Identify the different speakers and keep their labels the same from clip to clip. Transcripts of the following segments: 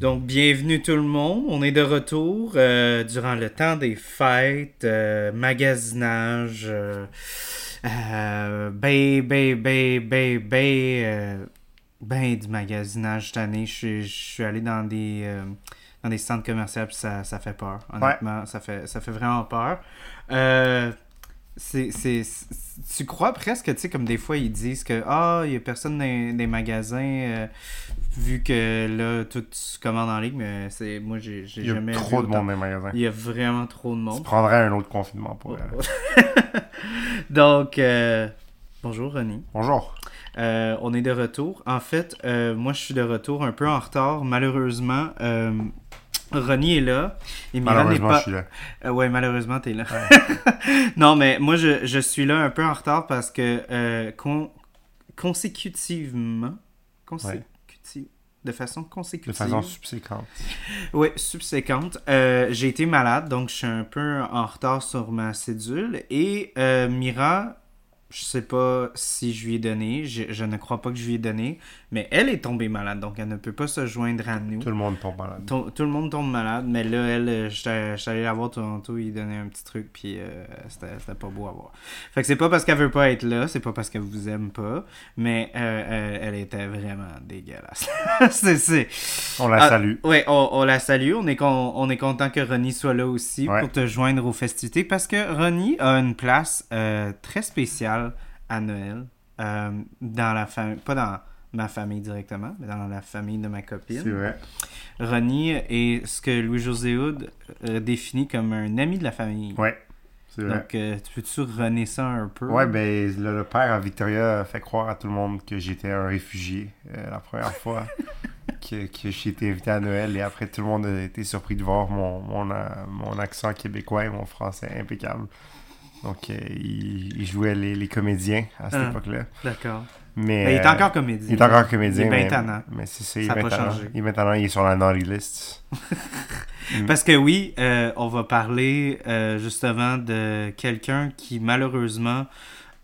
Speaker 1: Donc, bienvenue tout le monde. On est de retour euh, durant le temps des fêtes, euh, magasinage, euh, euh, ben, ben, ben, ben, ben, euh, ben du magasinage cette année. Je suis- je suis allé dans des, euh, dans des centres commerciaux puis ça, ça fait peur. Honnêtement, ça, fait, ça fait vraiment peur. Euh, c'est, c'est, c'est- tu crois presque, tu sais, comme des fois ils disent que ah, il n'y a personne dans des magasins, euh, vu que là, tout se commande en ligne, mais c'est, moi, j'ai, j'ai
Speaker 2: Il y a
Speaker 1: jamais.
Speaker 2: trop
Speaker 1: vu
Speaker 2: de
Speaker 1: autant.
Speaker 2: monde dans les magasins.
Speaker 1: Il y a vraiment trop de
Speaker 2: Tu
Speaker 1: monde.
Speaker 2: prendrais un autre confinement pour. euh,
Speaker 1: Donc, euh, bonjour Ronnie.
Speaker 2: Bonjour.
Speaker 1: Euh, on est de retour. En fait, euh, moi, je suis de retour un peu en retard, malheureusement. Euh, Ronnie est là. Et Milan n'est
Speaker 2: Malheureusement,
Speaker 1: pas...
Speaker 2: je suis là.
Speaker 1: Euh, ouais, malheureusement, t'es là. non, mais moi, je, je suis là un peu en retard parce que euh, con- consécutivement, consécutive- de façon
Speaker 2: De
Speaker 1: consécutive,
Speaker 2: façon subséquente.
Speaker 1: ouais, subséquente, euh, j'ai été malade, donc je suis un peu en retard sur ma cédule. Et euh, Mira, je sais pas si je lui ai donné, je, je ne crois pas que je lui ai donné, mais elle est tombée malade, donc elle ne peut pas se joindre à nous.
Speaker 2: Tout le monde tombe malade.
Speaker 1: Tout, tout le monde tombe malade, mais là, elle, euh, j'étais j'étais allé la voir Toronto, il donnait un petit truc, puis euh, c'était c'était pas beau à voir. Fait que c'est pas parce qu'elle veut pas être là, c'est pas parce qu'elle vous aime pas, mais euh, elle, elle était vraiment dégueulasse. c'est, c'est...
Speaker 2: On la
Speaker 1: Ah,
Speaker 2: salue.
Speaker 1: Ouais, on, on la salue, on est, con- on est content que Ronnie soit là aussi
Speaker 2: Ouais.
Speaker 1: pour te joindre aux festivités, parce que Ronnie a une place euh, très spéciale à Noël, euh, dans la famille, pas dans ma famille directement, mais dans la famille de ma copine.
Speaker 2: C'est vrai.
Speaker 1: Ronnie est ce que Louis-José Hood euh, définit comme un ami de la famille.
Speaker 2: Ouais. C'est vrai.
Speaker 1: Donc, euh, tu peux-tu renaître ça un peu?
Speaker 2: Ouais, ben le, le père à Victoria a fait croire à tout le monde que j'étais un réfugié euh, la première fois que, que j'ai été invité à Noël et après tout le monde a été surpris de voir mon, mon, a- mon accent québécois et mon français impeccable. Donc euh, il, il jouait les, les comédiens à cette
Speaker 1: Ah.
Speaker 2: époque-là.
Speaker 1: D'accord.
Speaker 2: Mais
Speaker 1: Ben, il est
Speaker 2: euh,
Speaker 1: encore comédien.
Speaker 2: il est encore comédien.
Speaker 1: Il est
Speaker 2: mais-
Speaker 1: maintenant.
Speaker 2: Mais c'est ça, il
Speaker 1: Ça
Speaker 2: est
Speaker 1: a pas
Speaker 2: maintenant.
Speaker 1: changé.
Speaker 2: Il est maintenant, il est sur la naughty list.
Speaker 1: Parce que oui, euh, on va parler euh, justement de quelqu'un qui malheureusement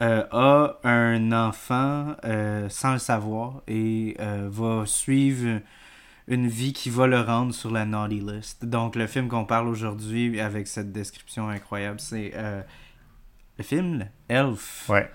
Speaker 1: euh, a un enfant euh, sans le savoir et euh, va suivre une vie qui va le rendre sur la naughty list. Donc le film qu'on parle aujourd'hui avec cette description incroyable, c'est euh, le film Elf.
Speaker 2: Ouais.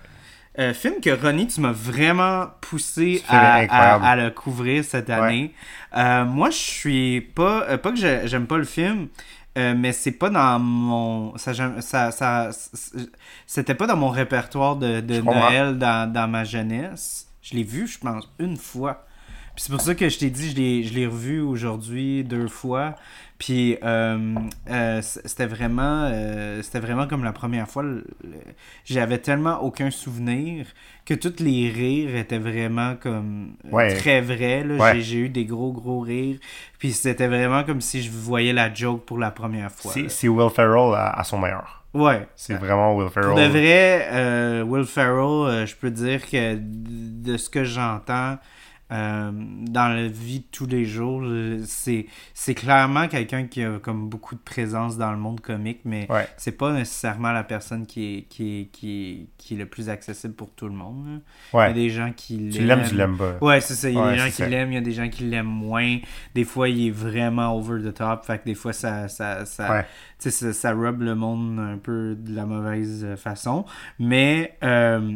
Speaker 1: Euh, film que Ronnie, tu m'as vraiment poussé
Speaker 2: Ce film est
Speaker 1: à,
Speaker 2: incroyable.
Speaker 1: à- à le couvrir cette année. Euh, moi, je suis pas. euh, pas que je- j'aime pas le film, euh, mais c'est pas dans mon. Ça, j'aime- ça, ça- c'est- c'était pas dans mon répertoire de, de
Speaker 2: Je comprends.
Speaker 1: Noël dans, dans ma jeunesse. Je l'ai vu, je pense, une fois. Puis c'est pour ça que je t'ai dit, je l'ai- je l'ai revu aujourd'hui deux fois. Puis euh, euh, c- c'était vraiment, euh, c'était vraiment comme la première fois. le- le- J'avais tellement aucun souvenir que tous les rires étaient vraiment comme euh,
Speaker 2: Ouais.
Speaker 1: très vrais. là.
Speaker 2: Ouais.
Speaker 1: J'ai- J'ai eu des gros gros rires. Puis c'était vraiment comme si je voyais la joke pour la première fois.
Speaker 2: C'est-
Speaker 1: là.
Speaker 2: C'est Will Ferrell à, à son meilleur.
Speaker 1: Ouais.
Speaker 2: C'est vraiment Will Ferrell.
Speaker 1: Pour de vrai, euh, Will Ferrell, euh, je peux dire que de de ce que j'entends euh, dans la vie de tous les jours, euh, c'est c'est clairement quelqu'un qui a comme beaucoup de présence dans le monde comique, mais
Speaker 2: Ouais.
Speaker 1: c'est pas nécessairement la personne qui est, qui est, qui est, qui est le plus accessible pour tout le monde. là. Il y a
Speaker 2: Ouais.
Speaker 1: des gens qui
Speaker 2: Tu l'aimes, tu l'aimes pas.
Speaker 1: Ouais, c'est ça. Il y a
Speaker 2: Ouais,
Speaker 1: des gens
Speaker 2: c'est
Speaker 1: qui
Speaker 2: ça.
Speaker 1: l'aiment, il y a des gens qui l'aiment moins. Des fois, il est vraiment over the top. Fait que des fois, ça, ça, ça,
Speaker 2: Ouais.
Speaker 1: tu sais, ça, ça rub le monde un peu de la mauvaise euh, façon. Mais euh,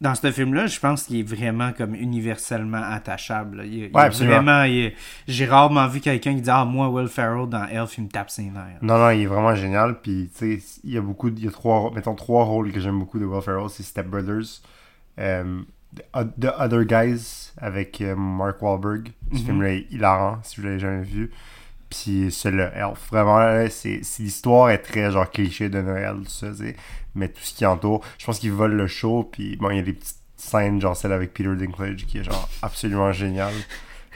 Speaker 1: dans ce film-là, je pense qu'il est vraiment comme universellement attachable. là. Il, il
Speaker 2: Ouais,
Speaker 1: est
Speaker 2: absolument.
Speaker 1: vraiment. il est- J'ai rarement vu quelqu'un qui dit Ah, moi, Will Ferrell dans Elf, il me tape ses nerfs.
Speaker 2: Non, non, il est vraiment génial. Puis, tu sais, il y a beaucoup. de- Il y a trois. Mettons trois rôles que j'aime beaucoup de Will Ferrell c'est Step Brothers, euh, The O- The Other Guys avec euh, Mark Wahlberg. Ce
Speaker 1: Mhm.
Speaker 2: film-là est hilarant, si vous l'avez jamais vu. Puis celui-là, Elf. Vraiment, là, c'est c'est- l'histoire est très genre cliché de Noël, tout ça, tu sais. Mais tout ce qui entoure, je pense qu'ils volent le show. Puis, bon, il y a des petites scènes, genre celle avec Peter Dinklage qui est genre absolument géniale.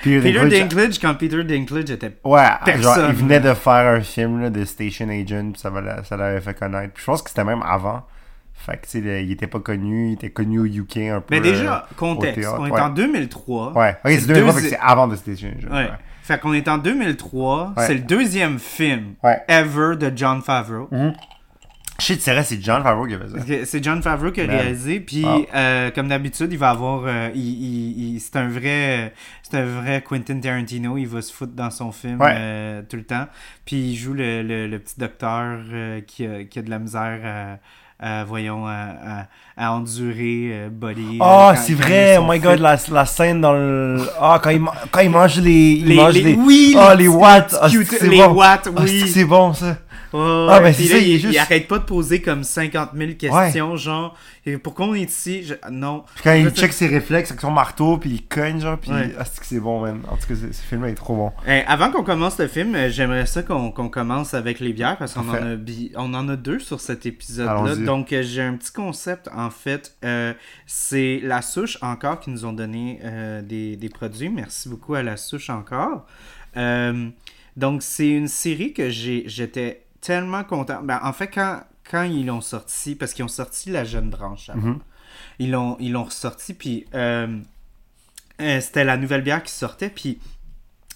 Speaker 1: Peter Dinklage, quand Peter Dinklage était. ben,
Speaker 2: Ouais,
Speaker 1: Personne.
Speaker 2: genre, il venait de faire un film là, de Station Agent, puis ça, va- ça l'avait fait connaître. Puis je pense que c'était même avant. Fait que, tu sais, le- il était pas connu, il était connu au UK un peu.
Speaker 1: Mais
Speaker 2: euh,
Speaker 1: déjà,
Speaker 2: au
Speaker 1: contexte.
Speaker 2: théâtre,
Speaker 1: On est
Speaker 2: ouais.
Speaker 1: en 2003.
Speaker 2: Ouais, ok, c'est
Speaker 1: le
Speaker 2: 2003, fait
Speaker 1: deuxi-
Speaker 2: que c'est avant de Station. genre,
Speaker 1: Ouais. Fait qu'on est en 2003.
Speaker 2: Ouais.
Speaker 1: C'est le deuxième film
Speaker 2: Ouais.
Speaker 1: ever de John Favreau.
Speaker 2: Shit, c'est vrai, c'est John Favreau qui a fait ça.
Speaker 1: Que C'est John Favreau qui a
Speaker 2: Man. Ah.
Speaker 1: réalisé, puis
Speaker 2: Wow.
Speaker 1: euh, comme d'habitude, il va avoir, euh, il- il- il- c'est un vrai, c'est un vrai Quentin Tarantino, il va se foutre dans son film
Speaker 2: Ouais.
Speaker 1: euh, tout le temps, puis il joue le, le- le petit docteur euh, qui, a, qui a de la misère, euh, à, voyons, à, à- à endurer euh, Body.
Speaker 2: Oh,
Speaker 1: euh, quand-
Speaker 2: c'est
Speaker 1: quand
Speaker 2: vrai,
Speaker 1: ils sont
Speaker 2: oh my god,
Speaker 1: faits.
Speaker 2: la, la scène dans le. Ah, quand, il ma- quand il mange les. Il
Speaker 1: Les-
Speaker 2: mange
Speaker 1: les-
Speaker 2: les.
Speaker 1: oui,
Speaker 2: oh,
Speaker 1: les
Speaker 2: les
Speaker 1: petits-
Speaker 2: watts! Ah,
Speaker 1: cute-
Speaker 2: c'est que c'est
Speaker 1: les
Speaker 2: bon.
Speaker 1: watts,
Speaker 2: Ah, c'est que
Speaker 1: oui.
Speaker 2: c'est bon, ça.
Speaker 1: Ouais,
Speaker 2: Ah, ben,
Speaker 1: puis
Speaker 2: c'est
Speaker 1: là,
Speaker 2: ça, il
Speaker 1: il,
Speaker 2: est juste-
Speaker 1: il arrête pas de poser comme 50 000 questions, genre, et pourquoi on est ici? Je- Non.
Speaker 2: Puis quand il
Speaker 1: Je-
Speaker 2: check ses réflexes avec son marteau, puis il cogne, genre, puis.
Speaker 1: Ouais.
Speaker 2: Ah, c'est que c'est bon, man. En tout cas, c'est- ce film-là est trop bon.
Speaker 1: Euh, avant qu'on commence le film, euh, j'aimerais ça qu'on qu'on commence avec les bières parce qu'on en,
Speaker 2: Parfait.
Speaker 1: a bi- on en a deux sur cet épisode-là.
Speaker 2: Allons-y.
Speaker 1: Donc, euh, j'ai un petit concept en fait. Euh, C'est la souche encore qui nous ont donné euh, des, des produits. Merci beaucoup à la souche encore. Euh, donc, c'est une série que j'ai- j'étais tellement content. Ben, en fait, quand, quand ils l'ont sorti, parce qu'ils ont sorti La Jeune Branche avant,
Speaker 2: Mhm.
Speaker 1: ils l'ont ils l'ont ressorti, puis euh, euh, c'était la nouvelle bière qui sortait, puis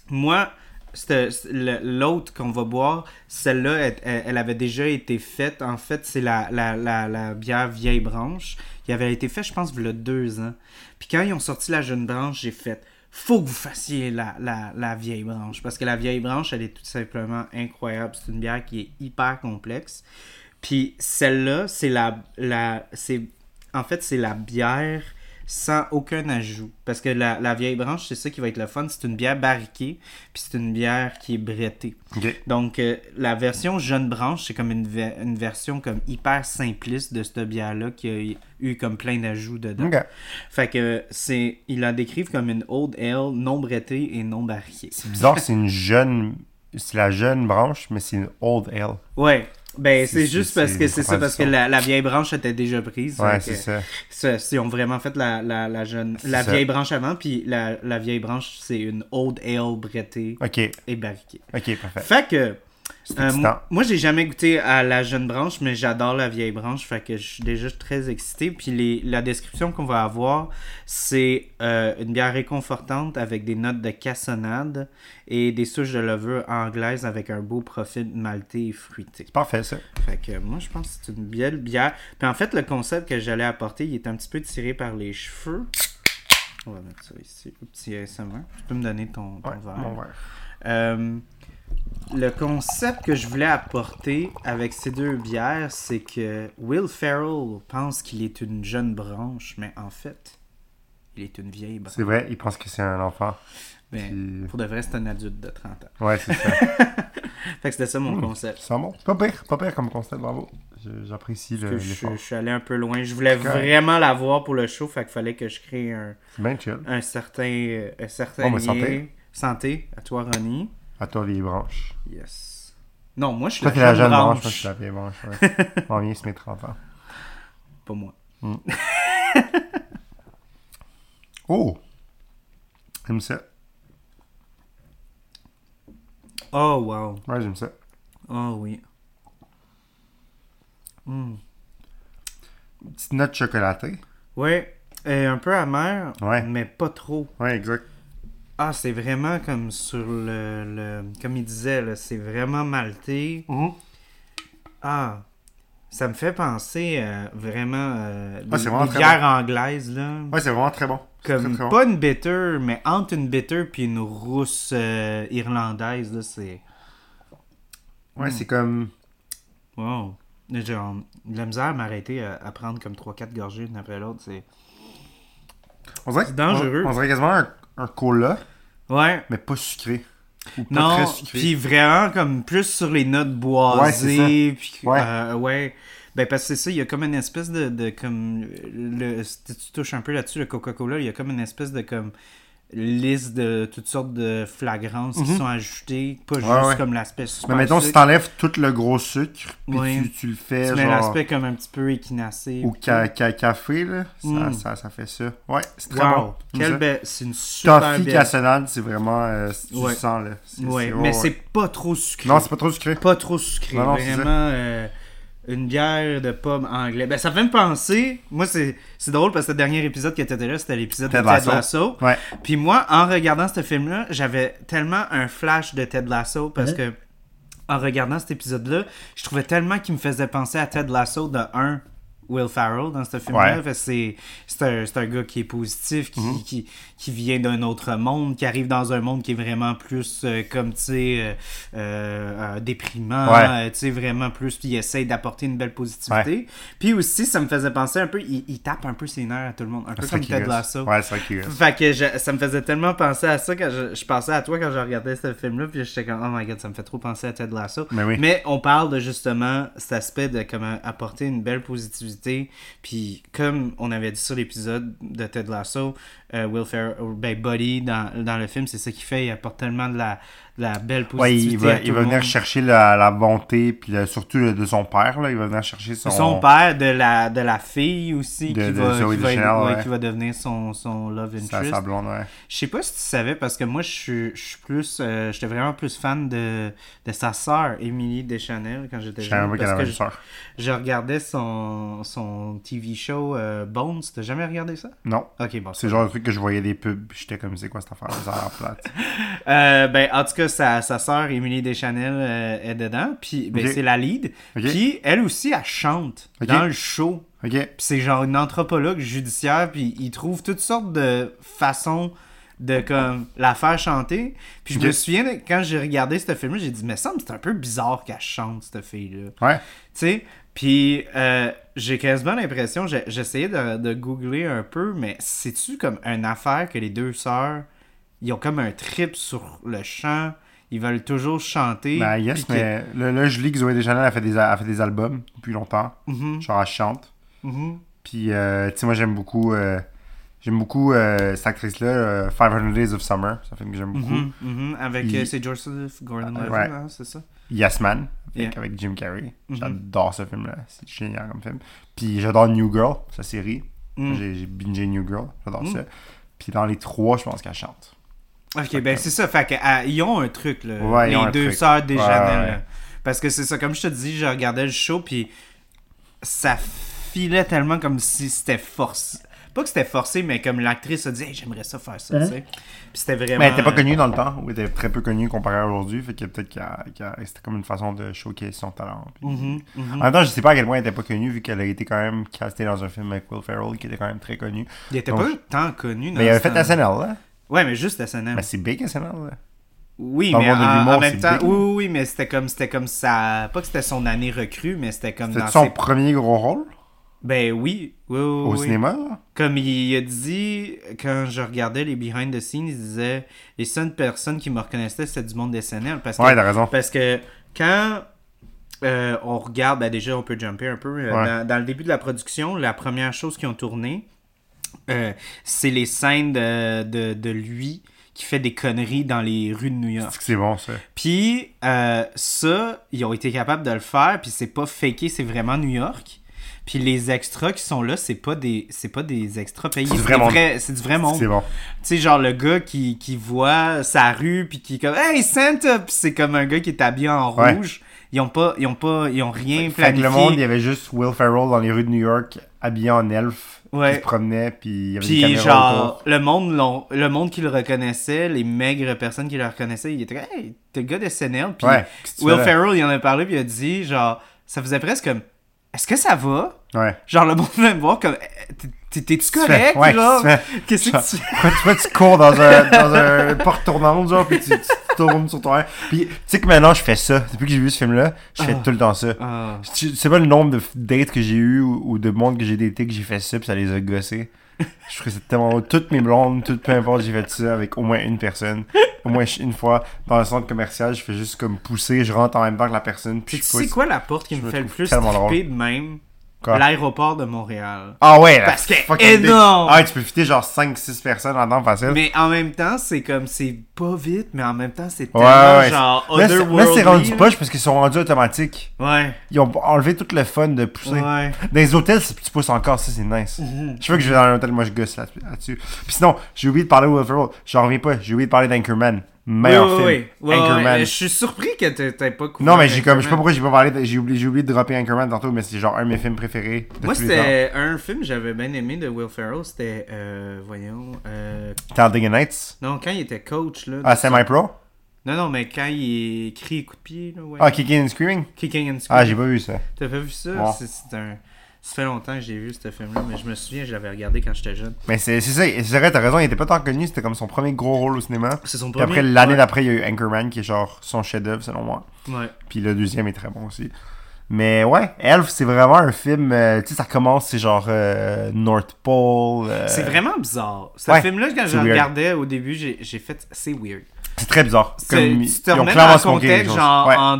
Speaker 1: moi, c'était- c'est le- l'autre qu'on va boire, celle-là, elle, elle- elle avait déjà été faite. En fait, c'est la, la, la, la bière vieille branche qui avait été faite, je pense, il y a deux ans. Puis quand ils ont sorti la jeune branche, j'ai fait faut que vous fassiez la, la, la vieille branche. Parce que la vieille branche, elle est tout simplement incroyable. C'est une bière qui est hyper complexe. Puis celle-là, c'est la, la c'est en fait c'est la bière sans aucun ajout parce que la, la vieille branche, c'est ça qui va être le fun, c'est une bière barriquée, puis c'est une bière qui est brettée.
Speaker 2: Ok.
Speaker 1: Donc, euh, la version jeune branche, c'est comme une, ve- une version comme hyper simpliste de cette bière-là qui a eu comme plein d'ajouts dedans.
Speaker 2: Ok.
Speaker 1: Fait que euh, c'est, ils la décrivent comme une old ale non brettée et non barriquée.
Speaker 2: C'est bizarre, que c'est une jeune. C'est la jeune branche, mais c'est une old ale.
Speaker 1: Ouais. Ben,
Speaker 2: C'est-
Speaker 1: c'est juste
Speaker 2: c'est-
Speaker 1: parce
Speaker 2: c'est
Speaker 1: que
Speaker 2: une
Speaker 1: c'est ça, parce que
Speaker 2: contradiction.
Speaker 1: la, la vieille branche était déjà prise.
Speaker 2: Ouais,
Speaker 1: donc,
Speaker 2: c'est
Speaker 1: euh,
Speaker 2: ça.
Speaker 1: ça, ils ont vraiment fait la, la, la jeune,
Speaker 2: C'est
Speaker 1: la
Speaker 2: ça.
Speaker 1: vieille branche avant, puis la, la vieille branche, c'est une old ale brettée
Speaker 2: Ok,
Speaker 1: et barriquée.
Speaker 2: ok, parfait.
Speaker 1: Fait que. euh,
Speaker 2: excitant.
Speaker 1: moi, moi, j'ai jamais goûté à la jeune branche, mais j'adore la vieille branche. Fait que je suis déjà très excité. Puis les- la description qu'on va avoir, c'est euh, une bière réconfortante avec des notes de cassonade et des souches de levure anglaise avec un beau profil maltais et fruité.
Speaker 2: C'est parfait, ça.
Speaker 1: Fait que moi, je pense que c'est une belle bière. Puis en fait, le concept que j'allais apporter, il est un petit peu tiré par les cheveux. On va mettre ça ici. Le petit ASMR. Tu peux me donner ton, ton
Speaker 2: Ouais,
Speaker 1: verre.
Speaker 2: mon verre.
Speaker 1: Euh, le concept que je voulais apporter avec ces deux bières, c'est que Will Ferrell pense qu'il est une jeune branche, mais en fait, il est une vieille branche.
Speaker 2: C'est vrai, il pense que c'est un enfant.
Speaker 1: Mais
Speaker 2: puis-
Speaker 1: pour de vrai, c'est un adulte de 30 ans.
Speaker 2: Ouais, c'est ça.
Speaker 1: Fait que c'était ça mon
Speaker 2: Hmm.
Speaker 1: concept.
Speaker 2: C'est bon. Pas pire, pas pire comme concept, bravo. Je- J'apprécie le.
Speaker 1: Que je,
Speaker 2: l'effort.
Speaker 1: je suis allé un peu loin. Je voulais
Speaker 2: correct.
Speaker 1: vraiment la voir pour le show, fait qu'il fallait que je crée un,
Speaker 2: C'est bien Ben chill.
Speaker 1: un certain, euh, un certain
Speaker 2: Bon, ben,
Speaker 1: lien.
Speaker 2: santé.
Speaker 1: Santé à toi, Ronnie.
Speaker 2: À toi, vieille branche.
Speaker 1: Yes. Non, moi, je suis
Speaker 2: Toi,
Speaker 1: la
Speaker 2: t'es
Speaker 1: jeune,
Speaker 2: la jeune branche,
Speaker 1: branche.
Speaker 2: moi, je suis la vieille branche. Ouais. Mon vient se met 30 ans.
Speaker 1: Pas moi.
Speaker 2: Oh! J'aime ça.
Speaker 1: Oh, wow.
Speaker 2: Ouais, j'aime ça.
Speaker 1: Oh, oui.
Speaker 2: Petite note chocolatée.
Speaker 1: Ouais, euh, un peu amer,
Speaker 2: Ouais.
Speaker 1: mais pas trop.
Speaker 2: Ouais, exact.
Speaker 1: Ah, c'est vraiment comme sur le, le- comme il disait là, c'est vraiment malté. Ah, ça me fait penser euh, vraiment euh, les,
Speaker 2: Ah, c'est vraiment
Speaker 1: les
Speaker 2: très
Speaker 1: bières anglaises là,
Speaker 2: Ouais, c'est vraiment très bon. C'est
Speaker 1: comme
Speaker 2: très, très bon.
Speaker 1: pas une bitter, mais entre une bitter puis une rousse euh, irlandaise là, c'est
Speaker 2: Ouais, c'est comme.
Speaker 1: wow. Genre, de la misère à m'arrêter à, à prendre comme 3-4 gorgées une après l'autre, c'est...
Speaker 2: On dirait,
Speaker 1: C'est dangereux.
Speaker 2: On, on dirait quasiment un, un cola,
Speaker 1: Ouais,
Speaker 2: mais pas sucré. Ou pas
Speaker 1: Non,
Speaker 2: très sucré.
Speaker 1: puis vraiment comme plus sur les notes boisées, puis que-
Speaker 2: Ouais.
Speaker 1: euh, ouais. Ben parce que c'est ça, il y a comme une espèce de, de comme le si tu touches un peu là-dessus le Coca-Cola, il y a comme une espèce de comme liste de toutes sortes de flagrances qui sont ajoutées, pas juste
Speaker 2: Mhm. ouais.
Speaker 1: comme l'aspect super
Speaker 2: Mais mettons, si
Speaker 1: sucre.
Speaker 2: t'enlèves tout le gros sucre, puis
Speaker 1: Ouais.
Speaker 2: tu, tu le fais
Speaker 1: Tu mets
Speaker 2: genre.
Speaker 1: l'aspect comme un petit peu équinacé.
Speaker 2: Au
Speaker 1: puis-
Speaker 2: ca- ca- café, là, ça,
Speaker 1: Mm.
Speaker 2: ça, ça fait ça. Ouais, c'est très
Speaker 1: Wow,
Speaker 2: bon. J'aime
Speaker 1: quelle
Speaker 2: ça.
Speaker 1: belle, c'est une super
Speaker 2: Toffee
Speaker 1: belle.
Speaker 2: cassonade, c'est vraiment. euh, tu
Speaker 1: Ouais.
Speaker 2: sens, là. C'est-
Speaker 1: Ouais,
Speaker 2: c'est-
Speaker 1: mais c'est pas trop sucré.
Speaker 2: Non, c'est pas trop sucré.
Speaker 1: pas trop sucré.
Speaker 2: Non, non, c'est
Speaker 1: vraiment, euh, une bière de pub anglais. Ben, ça fait me penser. Moi, c'est c'est drôle parce que le dernier épisode qui était là, c'était l'épisode de
Speaker 2: Ted
Speaker 1: Ted
Speaker 2: Lasso.
Speaker 1: Lasso.
Speaker 2: Ouais.
Speaker 1: Puis moi, en regardant ce film-là, j'avais tellement un flash de Ted Lasso parce que en regardant cet épisode-là, je trouvais tellement qu'il me faisait penser à Ted Lasso de 1 Will Farrell dans ce film-là.
Speaker 2: Ouais. Mm-hmm.
Speaker 1: Fait que C'est c'est un, c'est un gars qui est positif, qui, qui, qui vient d'un autre monde, qui arrive dans un monde qui est vraiment plus euh, comme, tu sais, euh, euh, euh, déprimant,
Speaker 2: Ouais.
Speaker 1: euh, tu sais, vraiment plus, puis il essaye d'apporter une belle positivité. Puis aussi, ça me faisait penser un peu, il, il tape un peu ses nerfs à tout le monde, un peu
Speaker 2: C'est vrai
Speaker 1: comme
Speaker 2: qu'il
Speaker 1: Ted
Speaker 2: gosse.
Speaker 1: Lasso.
Speaker 2: Ouais, c'est vrai qu'il gosse.
Speaker 1: Fait que je- ça me faisait tellement penser à ça quand je, je pensais à toi quand je regardais ce film-là, puis j'étais comme, oh my god, ça me fait trop penser à Ted Lasso.
Speaker 2: Mais Ben oui.
Speaker 1: on parle de justement cet aspect de comment apporter une belle positivité. Puis comme on avait dit sur l'épisode de Ted Lasso, euh, Will Ferrell, ben Buddy dans, dans le film, c'est ça qu'il fait, il apporte tellement de la, de la belle
Speaker 2: Ouais,
Speaker 1: positivité.
Speaker 2: il
Speaker 1: à
Speaker 2: va,
Speaker 1: tout
Speaker 2: il va
Speaker 1: le
Speaker 2: venir
Speaker 1: monde.
Speaker 2: chercher la, la bonté, puis le- surtout le- de son père. Là. Il va venir chercher son,
Speaker 1: Son père, de la, de la fille aussi,
Speaker 2: De-
Speaker 1: qui,
Speaker 2: de
Speaker 1: va,
Speaker 2: Zoe
Speaker 1: qui, va,
Speaker 2: Deschanel,
Speaker 1: ouais,
Speaker 2: ouais.
Speaker 1: qui va devenir son, son love
Speaker 2: sa,
Speaker 1: interest.
Speaker 2: sa blonde. ouais.
Speaker 1: Je sais pas si tu savais parce que moi je suis je suis plus euh, j'étais vraiment plus fan de, de sa sœur Émilie Deschanel quand j'étais
Speaker 2: Je savais
Speaker 1: jeune
Speaker 2: pas qu'elle
Speaker 1: parce
Speaker 2: avait
Speaker 1: que
Speaker 2: une
Speaker 1: je-
Speaker 2: sœur.
Speaker 1: je regardais son son TV show euh, Bones, t'as jamais regardé ça
Speaker 2: Non.
Speaker 1: OK bon.
Speaker 2: C'est le genre de truc que je voyais des pubs, puis j'étais comme, c'est quoi cette affaire? Ça a l'air plate.
Speaker 1: Euh, ben en tout cas sa sa sœur Émilie Deschanel euh, est dedans puis ben,
Speaker 2: Ok.
Speaker 1: c'est la lead
Speaker 2: Ok.
Speaker 1: puis elle aussi elle chante
Speaker 2: Ok.
Speaker 1: dans le show
Speaker 2: Ok.
Speaker 1: Puis c'est genre une anthropologue judiciaire, puis il trouve toutes sortes de façons de comme la faire chanter. Puis je
Speaker 2: Ok.
Speaker 1: me souviens, de- quand j'ai regardé ce film j'ai dit, mais ça me c'est un peu bizarre qu'elle chante, cette fille-là.
Speaker 2: Ouais.
Speaker 1: Tu sais? Puis euh, j'ai quasiment l'impression, j'ai- j'essayais de, de googler un peu, mais c'est-tu comme une affaire que les deux sœurs, ils ont comme un trip sur le chant, ils veulent toujours chanter.
Speaker 2: Ben,
Speaker 1: puis
Speaker 2: yes,
Speaker 1: que-
Speaker 2: mais là, là, je lis que Zoé Deschanel a fait des, a a fait des albums depuis longtemps.
Speaker 1: Mhm,
Speaker 2: Genre, elle chante.
Speaker 1: mhm.
Speaker 2: Puis, euh, tu sais, moi, j'aime beaucoup, euh, j'aime beaucoup euh, cette actrice-là, euh, 500 Days of Summer. C'est un film que j'aime beaucoup.
Speaker 1: Mhm, mhm. Avec,
Speaker 2: Il-
Speaker 1: euh, c'est Joseph Gordon-Levitt,
Speaker 2: Ouais.
Speaker 1: hein, c'est ça?
Speaker 2: Yes Man, avec,
Speaker 1: Yeah.
Speaker 2: avec Jim Carrey.
Speaker 1: Mhm.
Speaker 2: J'adore ce film-là. C'est génial comme film. Puis, j'adore New Girl, sa série.
Speaker 1: Mm.
Speaker 2: J'ai j'ai bingé New Girl. J'adore
Speaker 1: Mm.
Speaker 2: ça. Puis, dans les trois, je pense qu'elle chante.
Speaker 1: Ok, ben
Speaker 2: que-
Speaker 1: c'est ça. Fait que, ah, ils ont un truc, là,
Speaker 2: Ouais, ils ont un
Speaker 1: les deux
Speaker 2: truc.
Speaker 1: sœurs des
Speaker 2: Ouais,
Speaker 1: Janelles,
Speaker 2: ouais.
Speaker 1: là. Parce que c'est ça, comme je te dis, je regardais le show, puis ça filait tellement comme si c'était forcé. Pas que c'était forcé, mais comme l'actrice a dit, Hey, j'aimerais ça faire ça, tu sais. Puis c'était vraiment.
Speaker 2: Mais elle était pas connue dans le temps, ou elle était très peu connue comparée à aujourd'hui, fait que peut-être qu'elle qu'elle- c'était comme une façon de showcase son talent. puis-
Speaker 1: Mhm, mhm.
Speaker 2: En même temps, je sais pas à quel point elle était pas connue, vu qu'elle a été quand même castée dans un film avec Will Ferrell, qui était quand même très connu.
Speaker 1: Il était
Speaker 2: Ah. Donc,
Speaker 1: pas tant connu. dans
Speaker 2: Mais il avait
Speaker 1: ce
Speaker 2: fait
Speaker 1: temps-là.
Speaker 2: SNL, là.
Speaker 1: Ouais, mais juste la scène.
Speaker 2: Mais hein? Ben, c'est big SNL, là.
Speaker 1: Oui,
Speaker 2: Dans le
Speaker 1: mais en,
Speaker 2: monde de l'humour,
Speaker 1: en même
Speaker 2: c'est
Speaker 1: temps,
Speaker 2: big.
Speaker 1: oui, oui, oui, mais c'était comme, c'était comme ça. Pas que c'était son année recrue, mais c'était comme dans
Speaker 2: C'était son
Speaker 1: ses-
Speaker 2: premier gros rôle
Speaker 1: Ben oui, oui, oui.
Speaker 2: au
Speaker 1: oui.
Speaker 2: cinéma, là.
Speaker 1: Comme il a dit, quand je regardais les behind the scenes, il disait les seules personnes qui me reconnaissaient, c'était du monde des SNL. Parce que,
Speaker 2: Ouais, t'as raison.
Speaker 1: parce que quand euh, on regarde, ben déjà, on peut jumper un peu. euh,
Speaker 2: Ouais.
Speaker 1: dans, dans le début de la production, la première chose qu'ils ont tournée, euh, c'est les scènes de, de, de lui qui fait des conneries dans les rues de New York.
Speaker 2: C'est que c'est bon, ça.
Speaker 1: Puis euh, ça, ils ont été capables de le faire, puis c'est pas faké, c'est vraiment New York. Puis les extras qui sont là, c'est pas des c'est pas des extras payés,
Speaker 2: C'est
Speaker 1: c'est
Speaker 2: du
Speaker 1: du
Speaker 2: vrai monde.
Speaker 1: vrai c'est du vrai
Speaker 2: C'est que
Speaker 1: monde.
Speaker 2: c'est bon.
Speaker 1: Tu sais, genre le gars qui, qui voit sa rue, puis qui est comme Hey Santa! Puis c'est comme un gars qui est habillé en
Speaker 2: Ouais.
Speaker 1: rouge. Ils ont pas, ils ont pas, ils ont rien
Speaker 2: Fait que
Speaker 1: planifié.
Speaker 2: le monde, il y avait juste Will Ferrell dans les rues de New York, habillé en elfe,
Speaker 1: Ouais.
Speaker 2: qui se promenait, puis il y avait des
Speaker 1: Puis
Speaker 2: caméras
Speaker 1: genre,
Speaker 2: autour.
Speaker 1: le monde, l'ont- le monde qui le reconnaissait, les maigres personnes qui le reconnaissaient, ils étaient comme, hey, t'es le gars de SNL. Puis
Speaker 2: Ouais, qu'est-ce que tu
Speaker 1: Will
Speaker 2: fais là?
Speaker 1: Ferrell, il en a parlé, puis il a dit, genre, ça faisait presque comme, est-ce que ça va?
Speaker 2: Ouais.
Speaker 1: Genre, le monde venait me voir comme, Eh, t'es- t'es-tu
Speaker 2: tu fais?
Speaker 1: correct?
Speaker 2: Ouais,
Speaker 1: genre,
Speaker 2: qu'est-ce que tu
Speaker 1: qu'est-ce que tu fais?
Speaker 2: Pourquoi tu, vois, tu cours dans un, dans un porte tournante, genre, puis tu, tu tournes sur toi. Puis, tu sais que maintenant, je fais ça. Depuis que j'ai vu ce film-là, je fais
Speaker 1: Ah.
Speaker 2: tout le temps ça.
Speaker 1: Ah.
Speaker 2: Tu tu sais pas le nombre de f- dates que j'ai eu ou, ou de monde que j'ai daté que j'ai fait ça, puis ça les a gossés. Je trouve que c'est tellement. Toutes mes blondes, toutes peu importe, j'ai fait ça avec au moins une personne. Au moins une fois, dans le centre commercial, je fais juste comme pousser, je rentre en même temps que la personne, puis
Speaker 1: Puis tu
Speaker 2: je
Speaker 1: sais
Speaker 2: pousse.
Speaker 1: quoi la porte qui me
Speaker 2: me
Speaker 1: fait le
Speaker 2: trouve
Speaker 1: plus
Speaker 2: tellement
Speaker 1: triper de même?
Speaker 2: Quoi?
Speaker 1: L'aéroport de Montréal.
Speaker 2: Ah ouais, la
Speaker 1: Parce que
Speaker 2: fucking date.
Speaker 1: énorme!
Speaker 2: Ah, tu peux fitter genre 5-6 personnes en temps facile.
Speaker 1: Mais en même temps, c'est comme, c'est pas vite, mais en même temps, c'est
Speaker 2: Ouais,
Speaker 1: tellement
Speaker 2: ouais.
Speaker 1: genre
Speaker 2: Là, c'est- là, c'est rendu
Speaker 1: otherworldly, là.
Speaker 2: poche parce qu'ils sont rendus automatiques.
Speaker 1: Ouais,
Speaker 2: Ils ont enlevé tout le fun de pousser.
Speaker 1: ouais. Mm-hmm.
Speaker 2: Dans les hôtels, si tu pousses encore, ça c'est nice. Je veux que je vais dans un hôtel, moi je gosse là- là-dessus. Puis sinon, j'ai oublié de parler de Will Ferrell. J'en reviens pas, j'ai oublié de parler d'Anchorman. Meilleur
Speaker 1: oui,
Speaker 2: film.
Speaker 1: oui, oui. Ouais,
Speaker 2: Anchorman.
Speaker 1: ouais, je suis surpris que t'aies t'aies pas couvert.
Speaker 2: Non, mais j'ai comme, je sais pas
Speaker 1: Anchorman.
Speaker 2: pourquoi j'ai pas parlé, de- j'ai oublié, j'ai oublié de dropper Anchorman tantôt, mais c'est genre un de mes films préférés de
Speaker 1: Moi,
Speaker 2: tous les temps.
Speaker 1: c'était un film que j'avais bien aimé de Will Ferrell. C'était, euh, voyons, euh,
Speaker 2: Talladega Nights.
Speaker 1: non, quand il était coach, là.
Speaker 2: Ah, Semi Pro.
Speaker 1: Non, non, mais quand il crie coup de pied, là, ouais.
Speaker 2: Ah, Kicking and Screaming.
Speaker 1: Kicking and Screaming.
Speaker 2: Ah, j'ai pas vu ça.
Speaker 1: T'as pas vu ça?
Speaker 2: Non.
Speaker 1: C'est, c'est un... Ça fait longtemps que j'ai vu ce film-là, mais je me souviens, je l'avais regardé quand j'étais jeune.
Speaker 2: Mais c'est c'est ça, c'est vrai, t'as raison, il était pas tant connu, c'était comme son premier gros rôle au cinéma.
Speaker 1: C'est son
Speaker 2: Puis
Speaker 1: premier.
Speaker 2: après, l'année
Speaker 1: Ouais.
Speaker 2: d'après, il y a eu Anchorman, qui est genre son chef-d'œuvre, selon moi.
Speaker 1: Ouais.
Speaker 2: Puis le deuxième est très bon aussi. Mais ouais, Elf, c'est vraiment un film. euh, tu sais, ça commence, c'est genre euh, North Pole. euh,
Speaker 1: C'est vraiment bizarre. Ce
Speaker 2: ouais,
Speaker 1: film-là, quand
Speaker 2: c'est
Speaker 1: je le
Speaker 2: weird.
Speaker 1: regardais au début, j'ai, j'ai fait. C'est weird.
Speaker 2: C'est très bizarre.
Speaker 1: C'est-
Speaker 2: Comme,
Speaker 1: tu te
Speaker 2: ils ont
Speaker 1: remets dans
Speaker 2: clairement
Speaker 1: le
Speaker 2: smoké
Speaker 1: contexte,
Speaker 2: quelque
Speaker 1: genre
Speaker 2: chose. Ouais,
Speaker 1: en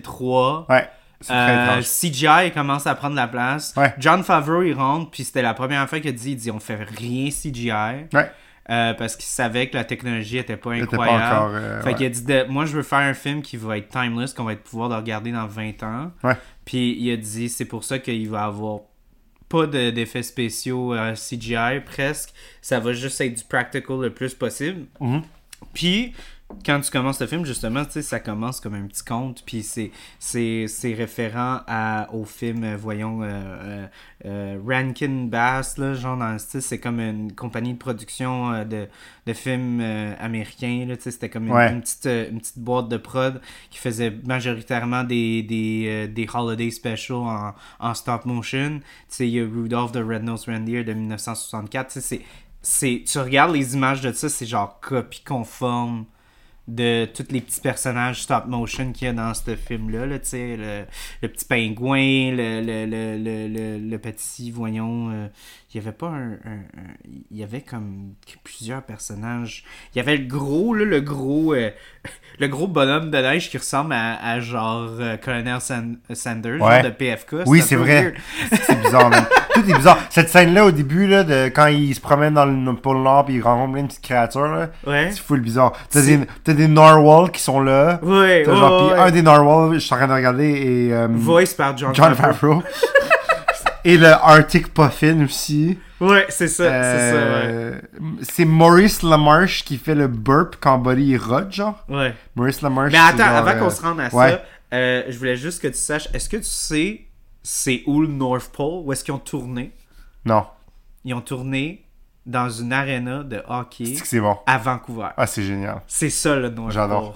Speaker 1: 2003.
Speaker 2: ouais. C'est très
Speaker 1: euh,
Speaker 2: étrange.
Speaker 1: CGI commence à prendre la place.
Speaker 2: Ouais.
Speaker 1: John Favreau, il rentre, puis c'était la première fois qu'il a dit, il dit, on fait rien CGI.
Speaker 2: Ouais.
Speaker 1: Euh, parce qu'il savait que la technologie était pas
Speaker 2: était pas
Speaker 1: incroyable.
Speaker 2: encore, euh,
Speaker 1: fait
Speaker 2: ouais.
Speaker 1: qu'il a dit de- moi je veux faire un film qui va être timeless, qu'on va être pouvoir le regarder dans 20 ans.
Speaker 2: Ouais.
Speaker 1: Puis il a dit c'est pour ça qu'il va avoir pas de- d'effets spéciaux euh, CGI presque, ça va juste être du practical le plus possible. Puis quand tu commences le film justement, tu sais ça commence comme un petit conte puis c'est c'est c'est référent à au film euh, voyons euh, euh, euh, Rankin Bass là, genre dans le style c'est comme une compagnie de production euh, de, de films euh, américains là, tu sais c'était comme une,
Speaker 2: Ouais.
Speaker 1: une petite euh, une petite boîte de prod qui faisait majoritairement des des, euh, des holiday specials en, en stop motion, tu sais il y a Rudolph the Red-Nosed Reindeer de 1964, tu sais c'est c'est tu regardes les images de ça, c'est genre copie conforme de tous les petits personnages stop motion qu'il y a dans ce film-là. Là, tu sais, le, le petit pingouin, le, le, le, le, le- le petit, voyons, euh, il y avait pas un, un- un- Il y avait comme plusieurs personnages. Il y avait le gros, là, le gros euh, le gros bonhomme de neige qui ressemble à, à genre euh, Colonel San- Sanders,
Speaker 2: Ouais.
Speaker 1: genre de PFK.
Speaker 2: Oui,
Speaker 1: un
Speaker 2: c'est
Speaker 1: peu
Speaker 2: vrai.
Speaker 1: weird.
Speaker 2: C'est bizarre, man. Tout est bizarre. Cette scène-là, au début, là, de, quand il se promène dans le pôle Nord puis il rencontre plein de petites créatures, là,
Speaker 1: Ouais.
Speaker 2: c'est full bizarre. T'as
Speaker 1: C'est-
Speaker 2: des, t'as des narwhals qui sont là.
Speaker 1: Ouais,
Speaker 2: T'as
Speaker 1: ouais,
Speaker 2: genre,
Speaker 1: ouais.
Speaker 2: puis un des narwhals, je suis en train de regarder, et euh,
Speaker 1: Voice par John,
Speaker 2: John
Speaker 1: Favreau.
Speaker 2: Favreau. et le Arctic Puffin aussi.
Speaker 1: Ouais, c'est ça, c'est ça, ouais.
Speaker 2: Euh, C'est Maurice LaMarche qui fait le burp quand Buddy il rote, genre.
Speaker 1: Ouais.
Speaker 2: Maurice LaMarche.
Speaker 1: Mais
Speaker 2: c'est
Speaker 1: attends,
Speaker 2: genre,
Speaker 1: avant
Speaker 2: euh,
Speaker 1: qu'on se rende à
Speaker 2: ouais.
Speaker 1: ça, euh, je voulais juste que tu saches, est-ce que tu sais c'est où le North Pole? Où est-ce qu'ils ont tourné?
Speaker 2: Non,
Speaker 1: Ils ont tourné dans une arena de hockey
Speaker 2: c'est que c'est bon.
Speaker 1: à Vancouver.
Speaker 2: Ah, c'est génial.
Speaker 1: C'est ça le North
Speaker 2: J'adore.
Speaker 1: Pole.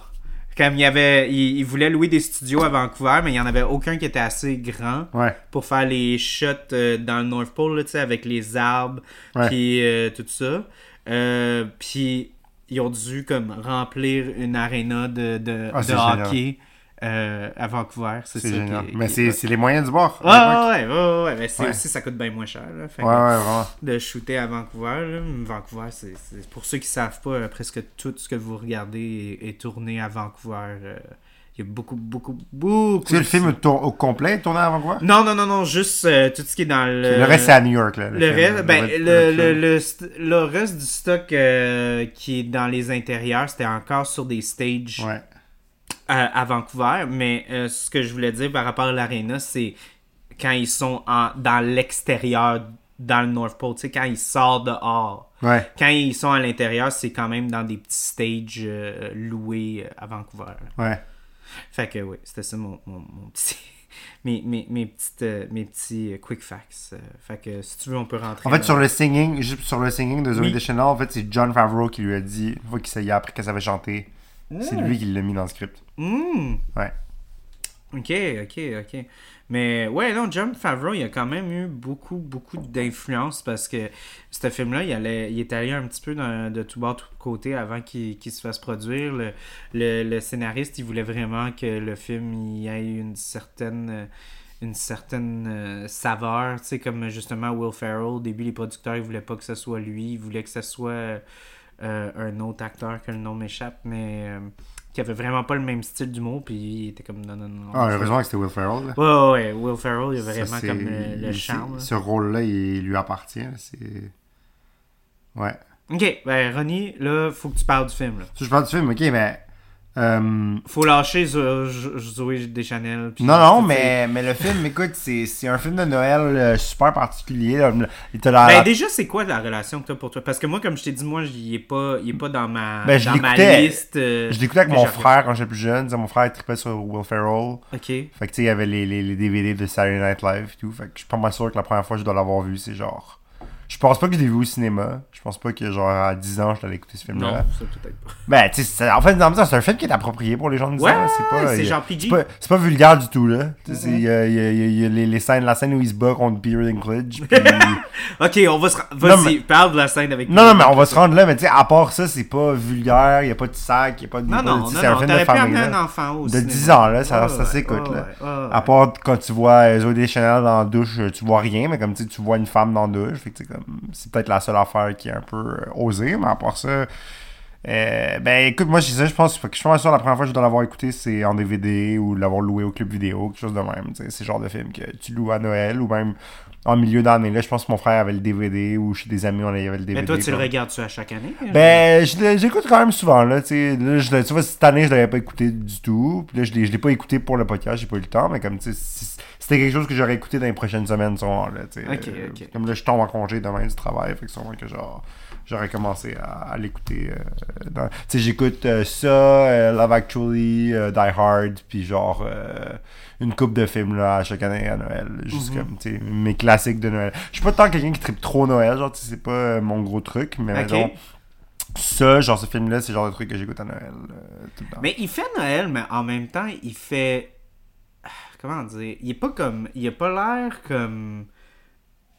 Speaker 1: Comme il y avait, il, il voulait louer des studios à Vancouver, mais il n'y en avait aucun qui était assez grand
Speaker 2: Ouais.
Speaker 1: pour faire les shots euh, dans le North Pole, là, tu sais, avec les arbres,
Speaker 2: Ouais.
Speaker 1: puis euh, tout ça. Euh, puis ils ont dû comme remplir une arena de, de,
Speaker 2: Ah,
Speaker 1: de
Speaker 2: c'est génial.
Speaker 1: hockey euh, à Vancouver. C'est
Speaker 2: C'est
Speaker 1: ça
Speaker 2: génial.
Speaker 1: qui est-
Speaker 2: Mais
Speaker 1: qui
Speaker 2: c'est
Speaker 1: est-
Speaker 2: c'est les moyens du bord.
Speaker 1: Ouais, ouais, ouais, ouais, ouais, mais c'est
Speaker 2: Ouais.
Speaker 1: aussi, ça coûte bien moins cher, là, fait
Speaker 2: ouais,
Speaker 1: que
Speaker 2: ouais, vraiment.
Speaker 1: de shooter à Vancouver. là. Vancouver, c'est c'est- pour ceux qui savent pas, euh, presque tout ce que vous regardez est, est tourné à Vancouver. euh. Il y a beaucoup, beaucoup, beaucoup.
Speaker 2: Tu sais, le
Speaker 1: de-
Speaker 2: film tour- au complet est tourné à Vancouver
Speaker 1: Non, non, non, non, juste euh, tout ce qui est dans le.
Speaker 2: Le reste, c'est à New York. Là,
Speaker 1: Le
Speaker 2: film,
Speaker 1: reste,
Speaker 2: là,
Speaker 1: ben,
Speaker 2: le-
Speaker 1: le,
Speaker 2: le-
Speaker 1: le, le st- le reste du stock euh, qui est dans les intérieurs, c'était encore sur des stages euh,
Speaker 2: Ouais.
Speaker 1: à, à Vancouver. Mais euh, ce que je voulais dire par rapport à l'aréna, c'est quand ils sont en- dans l'extérieur, dans le North Pole, tu sais, quand ils sortent dehors.
Speaker 2: Ouais.
Speaker 1: Quand ils sont à l'intérieur, c'est quand même dans des petits stages euh, loués euh, à Vancouver. là.
Speaker 2: Ouais.
Speaker 1: Fait que oui, c'était ça mon, mon, mon petit. Mes, mes, mes, petites, euh, mes petits euh, quick facts. euh. Fait que si tu veux, on peut rentrer.
Speaker 2: En fait,
Speaker 1: dans-
Speaker 2: sur le singing, juste sur le singing de Zoe
Speaker 1: Oui.
Speaker 2: Deschanel, en fait, c'est John Favreau qui lui a dit, une fois qu'il s'est appris qu'elle savait chanter, c'est lui qui l'a mis dans le script.
Speaker 1: Hmm.
Speaker 2: Ouais.
Speaker 1: Ok, ok, ok. Mais ouais, non, John Favreau, il a quand même eu beaucoup, beaucoup d'influence parce que ce film-là, il, allait, il est allé un petit peu dans- de tout bord, tout côté avant qu'il qu'il se fasse produire. Le, le- le scénariste, il voulait vraiment que le film il ait une certaine euh, une certaine euh, saveur, tu sais, comme justement Will Ferrell, au début, les producteurs, ils voulaient pas que ce soit lui, ils voulaient que ce soit euh, euh, un autre acteur que le nom m'échappe, mais euh, qui avait vraiment pas le même style d'humour, puis il était comme non, non, non. non,
Speaker 2: Ah,
Speaker 1: c'est-
Speaker 2: heureusement que c'était Will Ferrell. là.
Speaker 1: Ouais, ouais, ouais, Will Ferrell, il
Speaker 2: Ça,
Speaker 1: a vraiment
Speaker 2: c'est-
Speaker 1: comme euh, le, le
Speaker 2: il-
Speaker 1: charme.
Speaker 2: Ce rôle-là, il lui appartient. là, C'est. Ouais.
Speaker 1: là. Ok, ben Ronnie, là, faut que tu parles du film. Là.
Speaker 2: Ça, je parle du film, ok, mais Euh,
Speaker 1: Faut lâcher Zo- Zo- Zoé Deschanel. puis-
Speaker 2: non, non,
Speaker 1: tu sais.
Speaker 2: mais, mais le film, écoute, c'est c'est un film de Noël euh, super particulier. là. Il te la-
Speaker 1: Ben, déjà, c'est quoi la relation que t'as pour toi? Parce que moi, comme je t'ai dit, moi, il est pas, il est pas dans ma,
Speaker 2: Ben, je
Speaker 1: dans ma
Speaker 2: l'écoutais.
Speaker 1: liste. euh,
Speaker 2: Je l'écoutais avec
Speaker 1: que
Speaker 2: mon
Speaker 1: j'ai-
Speaker 2: frère quand j'étais plus jeune. Tu sais, Mon frère il tripait sur Will Ferrell.
Speaker 1: Ok.
Speaker 2: Fait que tu sais, il y avait les, les, les DVD de Saturday Night Live et tout. Fait que je suis pas mal sûr que la première fois que je dois l'avoir vu, c'est genre. Je pense pas que je l'ai vu au cinéma. Je pense pas que genre à 10 ans, je l'allais écouter ce
Speaker 1: Non,
Speaker 2: film-là.
Speaker 1: ça peut-être pas.
Speaker 2: Ben, tu sais, c'est- en fait, dans le sens, c'est un film qui est approprié pour les gens de 10
Speaker 1: Ouais,
Speaker 2: ans. C'est pas,
Speaker 1: c'est
Speaker 2: il-
Speaker 1: genre
Speaker 2: c'est
Speaker 1: PG.
Speaker 2: pas, c'est pas vulgaire du tout, là. Tu sais, c'est- il y a, il y a- il y a- il y a les, les scènes, la scène où il se bat contre Peter Dinklage. puis-
Speaker 1: Ok, on va se. ra- Vas-y,
Speaker 2: mais-
Speaker 1: parle de la scène avec.
Speaker 2: non, non, mais on va se rendre là, mais tu sais, à part ça, c'est pas vulgaire, il y a pas de sac, il y a pas de.
Speaker 1: Non, non,
Speaker 2: tu
Speaker 1: non,
Speaker 2: sais, c'est un
Speaker 1: non,
Speaker 2: film de
Speaker 1: t'aurais pu
Speaker 2: famille,
Speaker 1: amener
Speaker 2: là.
Speaker 1: un enfant aussi.
Speaker 2: De 10 ans, là, ça, ça s'écoute, là. À part quand tu vois euh, Zooey Chanel dans la douche, euh, tu vois rien, mais comme tu sais, tu vois une femme dans la douche, fait que, tu sais, comme, c'est peut-être la seule affaire qui est un peu euh, osée, mais à part ça, euh, ben écoute, moi je disais, je pense fait que je suis pas sûr la première fois que je dois l'avoir écouté, c'est en DVD ou l'avoir loué au club vidéo, quelque chose de même. tu sais, C'est le genre de film que tu loues à Noël ou même en milieu d'année. Là, je pense que mon frère avait le DVD ou chez des amis, on avait le DVD.
Speaker 1: Mais toi, tu le
Speaker 2: comme-
Speaker 1: regardes-tu à chaque année? hein?
Speaker 2: ben, je l'ai- j'écoute quand même souvent, là, tu sais. Là, je l'ai- tu vois, cette année, je l'avais pas écouté du tout. Puis là, je l'ai je l'ai pas écouté pour le podcast, j'ai pas eu le temps, mais comme, tu sais, si- c'était quelque chose que j'aurais écouté dans les prochaines semaines, souvent, là, tu sais.
Speaker 1: Ok,
Speaker 2: Euh,
Speaker 1: ok.
Speaker 2: Comme là, je tombe en congé demain du travail, fait que sûrement que genre, j'aurais commencé à, à l'écouter. euh, dans- tu sais, j'écoute euh, ça, euh, Love Actually, euh, Die Hard, puis genre, euh, une coupe de films, là, à chaque année à Noël. Juste
Speaker 1: Mhm.
Speaker 2: comme, tu sais, mes classiques de Noël. Je suis pas tant quelqu'un qui tripe trop Noël, genre, tu sais, c'est pas euh, mon gros truc, mais
Speaker 1: Ok.
Speaker 2: mettons, ça, genre ce film-là, c'est le genre de truc que j'écoute à Noël euh, tout le temps.
Speaker 1: Mais il fait Noël, mais en même temps, il fait. Ah, Comment dire Il est pas comme. Il a pas l'air comme.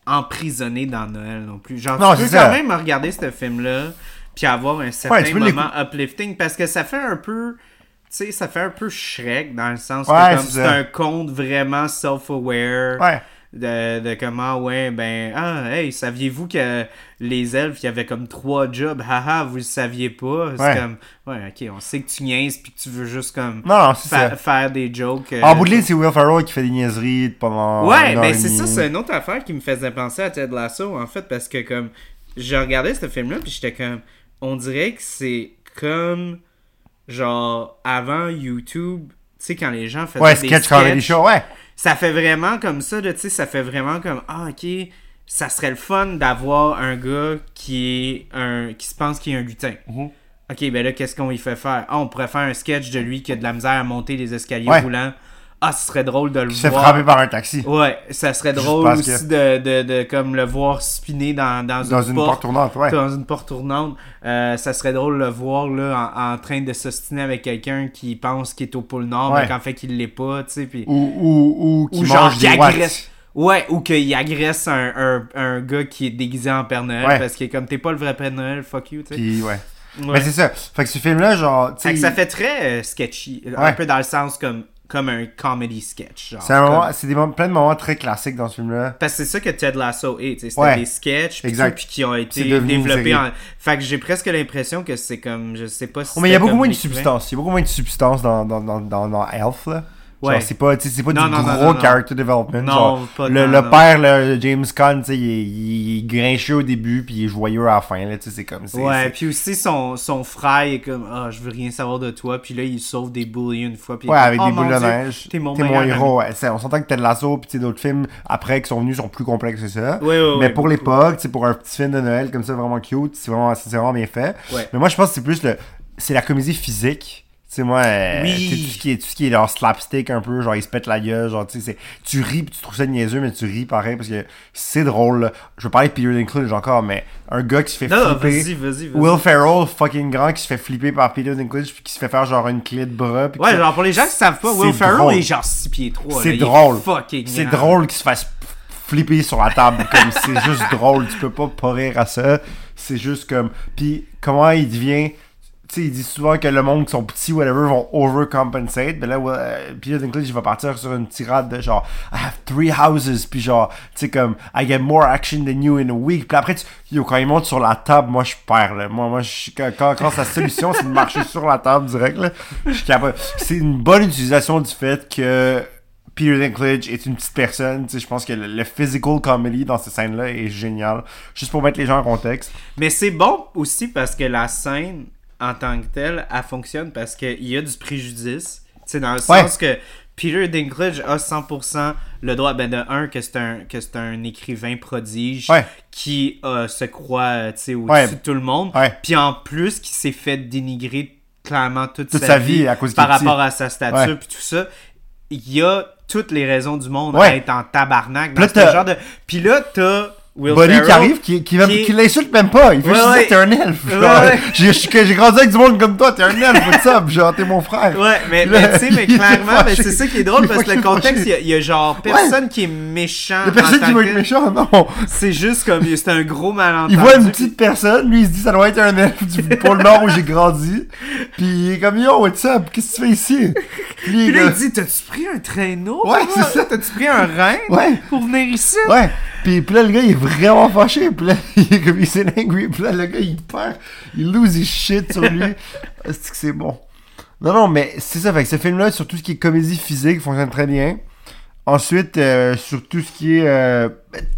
Speaker 1: emprisonné dans Noël non plus. Genre,
Speaker 2: Non,
Speaker 1: tu peux
Speaker 2: c'est
Speaker 1: quand
Speaker 2: ça.
Speaker 1: même regarder ce film-là, puis avoir un certain
Speaker 2: tu peux
Speaker 1: moment uplifting, parce que ça fait un peu. Tu sais, ça fait un peu Shrek dans le sens
Speaker 2: Ouais,
Speaker 1: que comme
Speaker 2: c'est
Speaker 1: c'est
Speaker 2: ça.
Speaker 1: un conte vraiment self-aware.
Speaker 2: Ouais.
Speaker 1: De, de comment, ouais, ben, ah, hey, saviez-vous que les elfes, il y avait comme trois jobs, haha, vous le saviez pas. C'est
Speaker 2: Ouais.
Speaker 1: comme, ouais, ok, on sait que tu niaises puis que tu veux juste comme
Speaker 2: Non, non, c'est
Speaker 1: fa-
Speaker 2: ça.
Speaker 1: faire des jokes. euh,
Speaker 2: En bout de ligne, c'est Will Ferrell qui fait des niaiseries pendant.
Speaker 1: Ouais,
Speaker 2: une heure
Speaker 1: ben
Speaker 2: et
Speaker 1: c'est ça,
Speaker 2: demie.
Speaker 1: c'est une autre affaire qui me faisait penser à Ted Lasso, en fait, parce que comme, je regardais ce film-là, puis j'étais comme, on dirait que c'est comme, genre, avant YouTube, tu sais, quand les gens faisaient
Speaker 2: Ouais,
Speaker 1: des
Speaker 2: sketch comedy
Speaker 1: sketchs,
Speaker 2: show, ouais.
Speaker 1: ça fait vraiment comme ça, là, tu sais, ça fait vraiment comme, ah, ok, ça serait le fun d'avoir un gars qui est un, qui se pense qu'il est un lutin.
Speaker 2: Mhm.
Speaker 1: Ok, ben là, qu'est-ce qu'on y fait faire? Ah, on pourrait faire un sketch de lui qui a de la misère à monter les escaliers
Speaker 2: Ouais.
Speaker 1: roulants. Ah, ce serait drôle de le
Speaker 2: Il se fait
Speaker 1: voir.
Speaker 2: frapper par un taxi.
Speaker 1: Ouais, ça serait
Speaker 2: Juste
Speaker 1: drôle
Speaker 2: parce
Speaker 1: aussi de, de, de comme le voir spinner dans, dans,
Speaker 2: Dans une porte tournante, ouais.
Speaker 1: Dans une porte tournante. Euh, ça serait drôle de le voir là, en, en train de s'ostiner avec quelqu'un qui pense qu'il est au pôle Nord,
Speaker 2: Ouais.
Speaker 1: mais qu'en fait qu'il l'est pas, tu sais. puis-
Speaker 2: Ou, ou, ou qui
Speaker 1: ou genre
Speaker 2: mange
Speaker 1: qui
Speaker 2: des watts.
Speaker 1: agresse. Ouais, ou qu'il agresse un, un, un gars qui est déguisé en Père Noël
Speaker 2: Ouais.
Speaker 1: parce qu'il est comme t'es pas le vrai Père Noël, fuck you, tu sais.
Speaker 2: Puis, ouais.
Speaker 1: Ouais.
Speaker 2: Mais c'est ça. Fait que ce film-là, genre, tu
Speaker 1: Fait
Speaker 2: sais.
Speaker 1: que ça fait très euh, sketchy, un
Speaker 2: Ouais.
Speaker 1: peu dans le sens comme, comme un comedy sketch. genre,
Speaker 2: C'est un
Speaker 1: comme-
Speaker 2: moment- c'est des moments- plein de moments très classiques dans ce film-là.
Speaker 1: Parce que c'est ça que Ted Lasso est, tu sais, c'était
Speaker 2: Ouais.
Speaker 1: des sketchs puis
Speaker 2: Exact.
Speaker 1: tout, puis qui ont été
Speaker 2: C'est devenu une
Speaker 1: développés.
Speaker 2: série.
Speaker 1: En... Fait que j'ai presque l'impression que c'est comme, je sais pas si.
Speaker 2: Oh, mais il y a
Speaker 1: c'était
Speaker 2: beaucoup
Speaker 1: comme
Speaker 2: moins de
Speaker 1: écrivain.
Speaker 2: substance. Il y a beaucoup moins de substance dans, dans, dans, dans, dans Elf, là. Genre,
Speaker 1: Ouais.
Speaker 2: c'est pas, tu sais, c'est pas
Speaker 1: Non,
Speaker 2: du
Speaker 1: non, non,
Speaker 2: gros
Speaker 1: non, non.
Speaker 2: character development.
Speaker 1: Non,
Speaker 2: genre,
Speaker 1: pas
Speaker 2: le,
Speaker 1: tant,
Speaker 2: le
Speaker 1: non.
Speaker 2: père, là, James Caan, tu sais, il, est- il est grincheux au début, puis il est joyeux à la fin, là, tu sais, c'est comme c'est-
Speaker 1: Ouais,
Speaker 2: c'est-
Speaker 1: puis aussi son, son frère est comme Ah, je veux rien savoir de toi. Puis là, il sauve des boules une fois. Puis il est
Speaker 2: Ouais,
Speaker 1: comme,
Speaker 2: avec
Speaker 1: Oh,
Speaker 2: des
Speaker 1: mon
Speaker 2: boules de
Speaker 1: Dieu,
Speaker 2: neige.
Speaker 1: T'es mon, meilleur ami.
Speaker 2: héros. ouais. C'est- On s'entend que Ted Lasso puis tu sais, d'autres films après qui sont venus sont plus complexes que ça.
Speaker 1: Ouais, ouais,
Speaker 2: Mais
Speaker 1: ouais,
Speaker 2: pour
Speaker 1: beaucoup.
Speaker 2: l'époque, tu sais, pour un petit film de Noël comme ça vraiment cute, c'est vraiment, c'est vraiment bien fait.
Speaker 1: Ouais.
Speaker 2: Mais moi je pense que c'est plus le c'est la comédie physique. Tu sais moi euh,
Speaker 1: Oui.
Speaker 2: tu sais, tout ce qui est tout ce qui est genre slapstick un peu, genre ils se pètent la gueule, genre tu sais c'est- tu ris, puis tu trouves ça niaiseux mais tu ris pareil parce que c'est drôle. là. Je veux parler de Peter Dinklage encore mais un gars qui se fait
Speaker 1: Non, non,
Speaker 2: flipper.
Speaker 1: vas-y, vas-y, vas-y.
Speaker 2: Will Ferrell fucking grand qui se fait flipper par Peter Dinklage puis qui se fait faire genre une clé de bras puis
Speaker 1: Ouais,
Speaker 2: qui-
Speaker 1: genre pour les gens qui savent pas, Will
Speaker 2: C'est
Speaker 1: Ferrell
Speaker 2: drôle.
Speaker 1: est genre 6 pieds 3.
Speaker 2: C'est drôle.
Speaker 1: Fucking
Speaker 2: C'est
Speaker 1: grand.
Speaker 2: drôle qu'il se fasse flipper sur la table. comme c'est juste drôle. Tu peux pas pas rire à ça. C'est juste comme. Puis comment il devient. Tu sais, il dit souvent que le monde qui sont petits, whatever, vont overcompensate. Mais là, ouais, euh, Peter Dinklage, il va partir sur une tirade de genre, I have three houses. Puis genre, tu sais, comme, I get more action than you in a week. Puis après, tu, yo, quand il monte sur la table, moi, je perds. Là. Moi, moi je, quand, quand, quand sa solution, c'est de marcher sur la table direct, là, je suis capable. C'est une bonne utilisation du fait que Peter Dinklage est une petite personne. Tu sais, je pense que le, le physical comedy dans ces scènes-là est génial. Juste pour mettre les gens en contexte.
Speaker 1: Mais c'est bon aussi parce que la scène en tant que telle, elle fonctionne parce qu'il y a du préjudice. Tu sais, dans le
Speaker 2: Ouais.
Speaker 1: sens que Peter Dinklage a 100% le droit, ben de un, que c'est un, que c'est un écrivain prodige
Speaker 2: Ouais.
Speaker 1: qui euh, se croit euh, tu sais, au-dessus
Speaker 2: Ouais.
Speaker 1: de tout le monde.
Speaker 2: Ouais.
Speaker 1: Puis en plus, qui s'est fait dénigrer clairement toute,
Speaker 2: Toute sa vie à cause qu'il
Speaker 1: par
Speaker 2: est petit.
Speaker 1: rapport à sa stature
Speaker 2: Ouais.
Speaker 1: puis tout ça. Il y a toutes les raisons du monde à
Speaker 2: Ouais.
Speaker 1: être en tabarnak dans
Speaker 2: Là,
Speaker 1: ce
Speaker 2: t'as-
Speaker 1: genre de... Puis là, t'as Will
Speaker 2: Bonnie qui
Speaker 1: Ferrell
Speaker 2: arrive, qui, qui, même-
Speaker 1: qui est-
Speaker 2: qui l'insulte même pas. Il fait
Speaker 1: Ouais,
Speaker 2: juste
Speaker 1: ouais.
Speaker 2: dire t'es un elfe.
Speaker 1: Ouais,
Speaker 2: genre.
Speaker 1: ouais.
Speaker 2: J'ai- J'ai j'ai grandi avec du monde comme toi, t'es un elfe, what's up? Genre, t'es mon frère.
Speaker 1: Ouais, mais,
Speaker 2: Puis
Speaker 1: mais
Speaker 2: là,
Speaker 1: tu sais, mais
Speaker 2: il est
Speaker 1: clairement, mais
Speaker 2: fâché.
Speaker 1: c'est ça qui est drôle
Speaker 2: Il est
Speaker 1: parce que le
Speaker 2: fucking
Speaker 1: contexte, il y
Speaker 2: fâché.
Speaker 1: a- il y, a genre personne qui est méchant.
Speaker 2: Il y a
Speaker 1: en
Speaker 2: personne
Speaker 1: tant
Speaker 2: qui
Speaker 1: que
Speaker 2: veut être
Speaker 1: tel.
Speaker 2: méchant, non.
Speaker 1: C'est juste comme c'est un gros malentendu.
Speaker 2: Il voit une petite personne, lui il se dit ça doit être un elfe du pôle nord où j'ai grandi. Puis il est comme yo, what's up, qu'est-ce que tu fais ici? Puis il est
Speaker 1: Puis là,
Speaker 2: comme-
Speaker 1: il dit T'as-tu pris un traîneau
Speaker 2: Ouais,
Speaker 1: pour moi?
Speaker 2: c'est ça.
Speaker 1: T'as-tu pris un rein
Speaker 2: Ouais.
Speaker 1: pour venir ici
Speaker 2: Ouais. Puis, puis là, le gars, il est vraiment fâché. Puis là, il est comme, il s'est angry. Puis là, le gars, il perd. Il lose his shit sur lui. Est-ce que c'est bon? Non, non, mais c'est ça. Fait que ce film-là, sur tout ce qui est comédie physique, fonctionne très bien. Ensuite, euh, sur tout ce qui est. euh,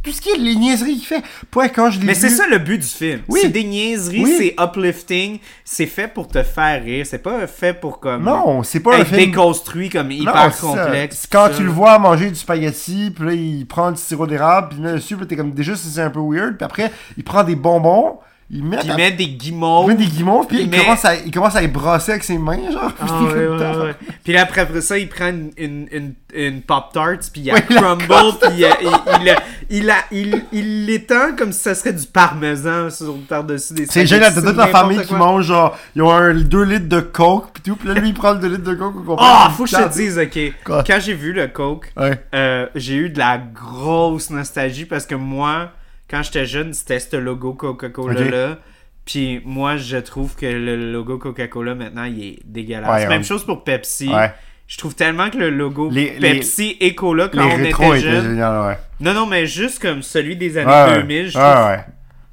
Speaker 2: tout ce qui est les niaiseries qu'il fait. Pour quand je l'ai
Speaker 1: Mais c'est
Speaker 2: vu-
Speaker 1: ça le but du film.
Speaker 2: Oui.
Speaker 1: C'est des niaiseries,
Speaker 2: Oui.
Speaker 1: c'est uplifting, c'est fait pour te faire rire, c'est pas fait pour comme.
Speaker 2: Non, c'est pas un
Speaker 1: être
Speaker 2: film.
Speaker 1: déconstruit comme
Speaker 2: Non,
Speaker 1: hyper
Speaker 2: c'est ça.
Speaker 1: complexe.
Speaker 2: C'est Quand
Speaker 1: tout
Speaker 2: tu le
Speaker 1: ça.
Speaker 2: vois manger du spaghetti, puis là, il prend du sirop d'érable, puis il met dessus, puis là, t'es comme déjà, c'est un peu weird. Puis après, il prend des bonbons, il met
Speaker 1: Puis
Speaker 2: à
Speaker 1: il met des
Speaker 2: Il
Speaker 1: guimauves.
Speaker 2: met des guimauves, puis
Speaker 1: Il
Speaker 2: il,
Speaker 1: met-
Speaker 2: commence à, il commence à les brasser avec ses mains, genre.
Speaker 1: Ah,
Speaker 2: Puis
Speaker 1: ouais,
Speaker 2: comme,
Speaker 1: ouais,
Speaker 2: Attends.
Speaker 1: ouais. Puis là, après, après ça, il prend une, une, une, une Pop-Tart, puis il la
Speaker 2: Ouais, il la
Speaker 1: crumble, puis il, il, il, il, la- il, il l'étend comme si ça serait du parmesan sur par-dessus des
Speaker 2: C'est
Speaker 1: spaghettis
Speaker 2: génial, t'as
Speaker 1: ou
Speaker 2: toute la
Speaker 1: n'importe
Speaker 2: famille qui
Speaker 1: quoi.
Speaker 2: mange, genre, ils ont un 2 litres de coke, puis tout, puis là, lui, il prend le 2 litres de coke au complet.
Speaker 1: Ah,
Speaker 2: puis il
Speaker 1: faut que je te
Speaker 2: tape.
Speaker 1: dise, ok.
Speaker 2: Quoi?
Speaker 1: Quand j'ai vu le Coke,
Speaker 2: Ouais.
Speaker 1: euh, j'ai eu de la grosse nostalgie parce que moi, quand j'étais jeune, c'était ce logo Coca-Cola là. Puis moi, je trouve que le logo Coca-Cola maintenant, il est dégueulasse.
Speaker 2: Ouais,
Speaker 1: Même
Speaker 2: on-
Speaker 1: chose pour Pepsi.
Speaker 2: Ouais.
Speaker 1: Je trouve tellement que le logo
Speaker 2: Les- les-
Speaker 1: Pepsi et Cola quand
Speaker 2: Les
Speaker 1: on
Speaker 2: rétros
Speaker 1: était
Speaker 2: étaient
Speaker 1: jeune.
Speaker 2: géniaux, ouais.
Speaker 1: Non, non, mais juste comme celui des années
Speaker 2: Ouais,
Speaker 1: 2000, je
Speaker 2: ouais,
Speaker 1: trouve
Speaker 2: ouais.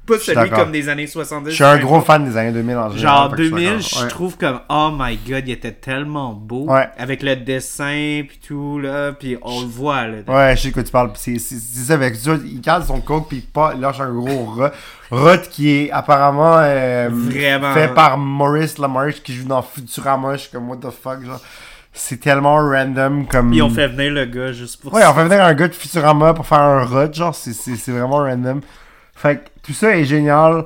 Speaker 1: pas
Speaker 2: suis
Speaker 1: celui
Speaker 2: d'accord.
Speaker 1: comme des années 70.
Speaker 2: Je suis un gros fan des années 2000 en général.
Speaker 1: Genre
Speaker 2: fait que suis
Speaker 1: 2000,
Speaker 2: d'accord.
Speaker 1: je
Speaker 2: Ouais.
Speaker 1: trouve comme oh my god, il était tellement beau
Speaker 2: Ouais.
Speaker 1: avec le dessin puis tout là, puis on le voit là.
Speaker 2: Ouais, je sais de quoi tu parles. Puis C'est c'est- c'est ça, avec ça, il cale son coke, puis il pa- il lâche un gros rot. Rot qui est apparemment euh,
Speaker 1: Vraiment.
Speaker 2: fait par Maurice LaMarche qui joue dans Futurama. Je suis comme, what the fuck, genre. C'est tellement random comme.
Speaker 1: Ils ont fait venir le gars juste pour
Speaker 2: Hmm. Ouais,
Speaker 1: ça.
Speaker 2: on fait venir un gars de Futurama pour faire un rot, genre, c'est- c'est c'est vraiment random. Fait que tout ça est génial.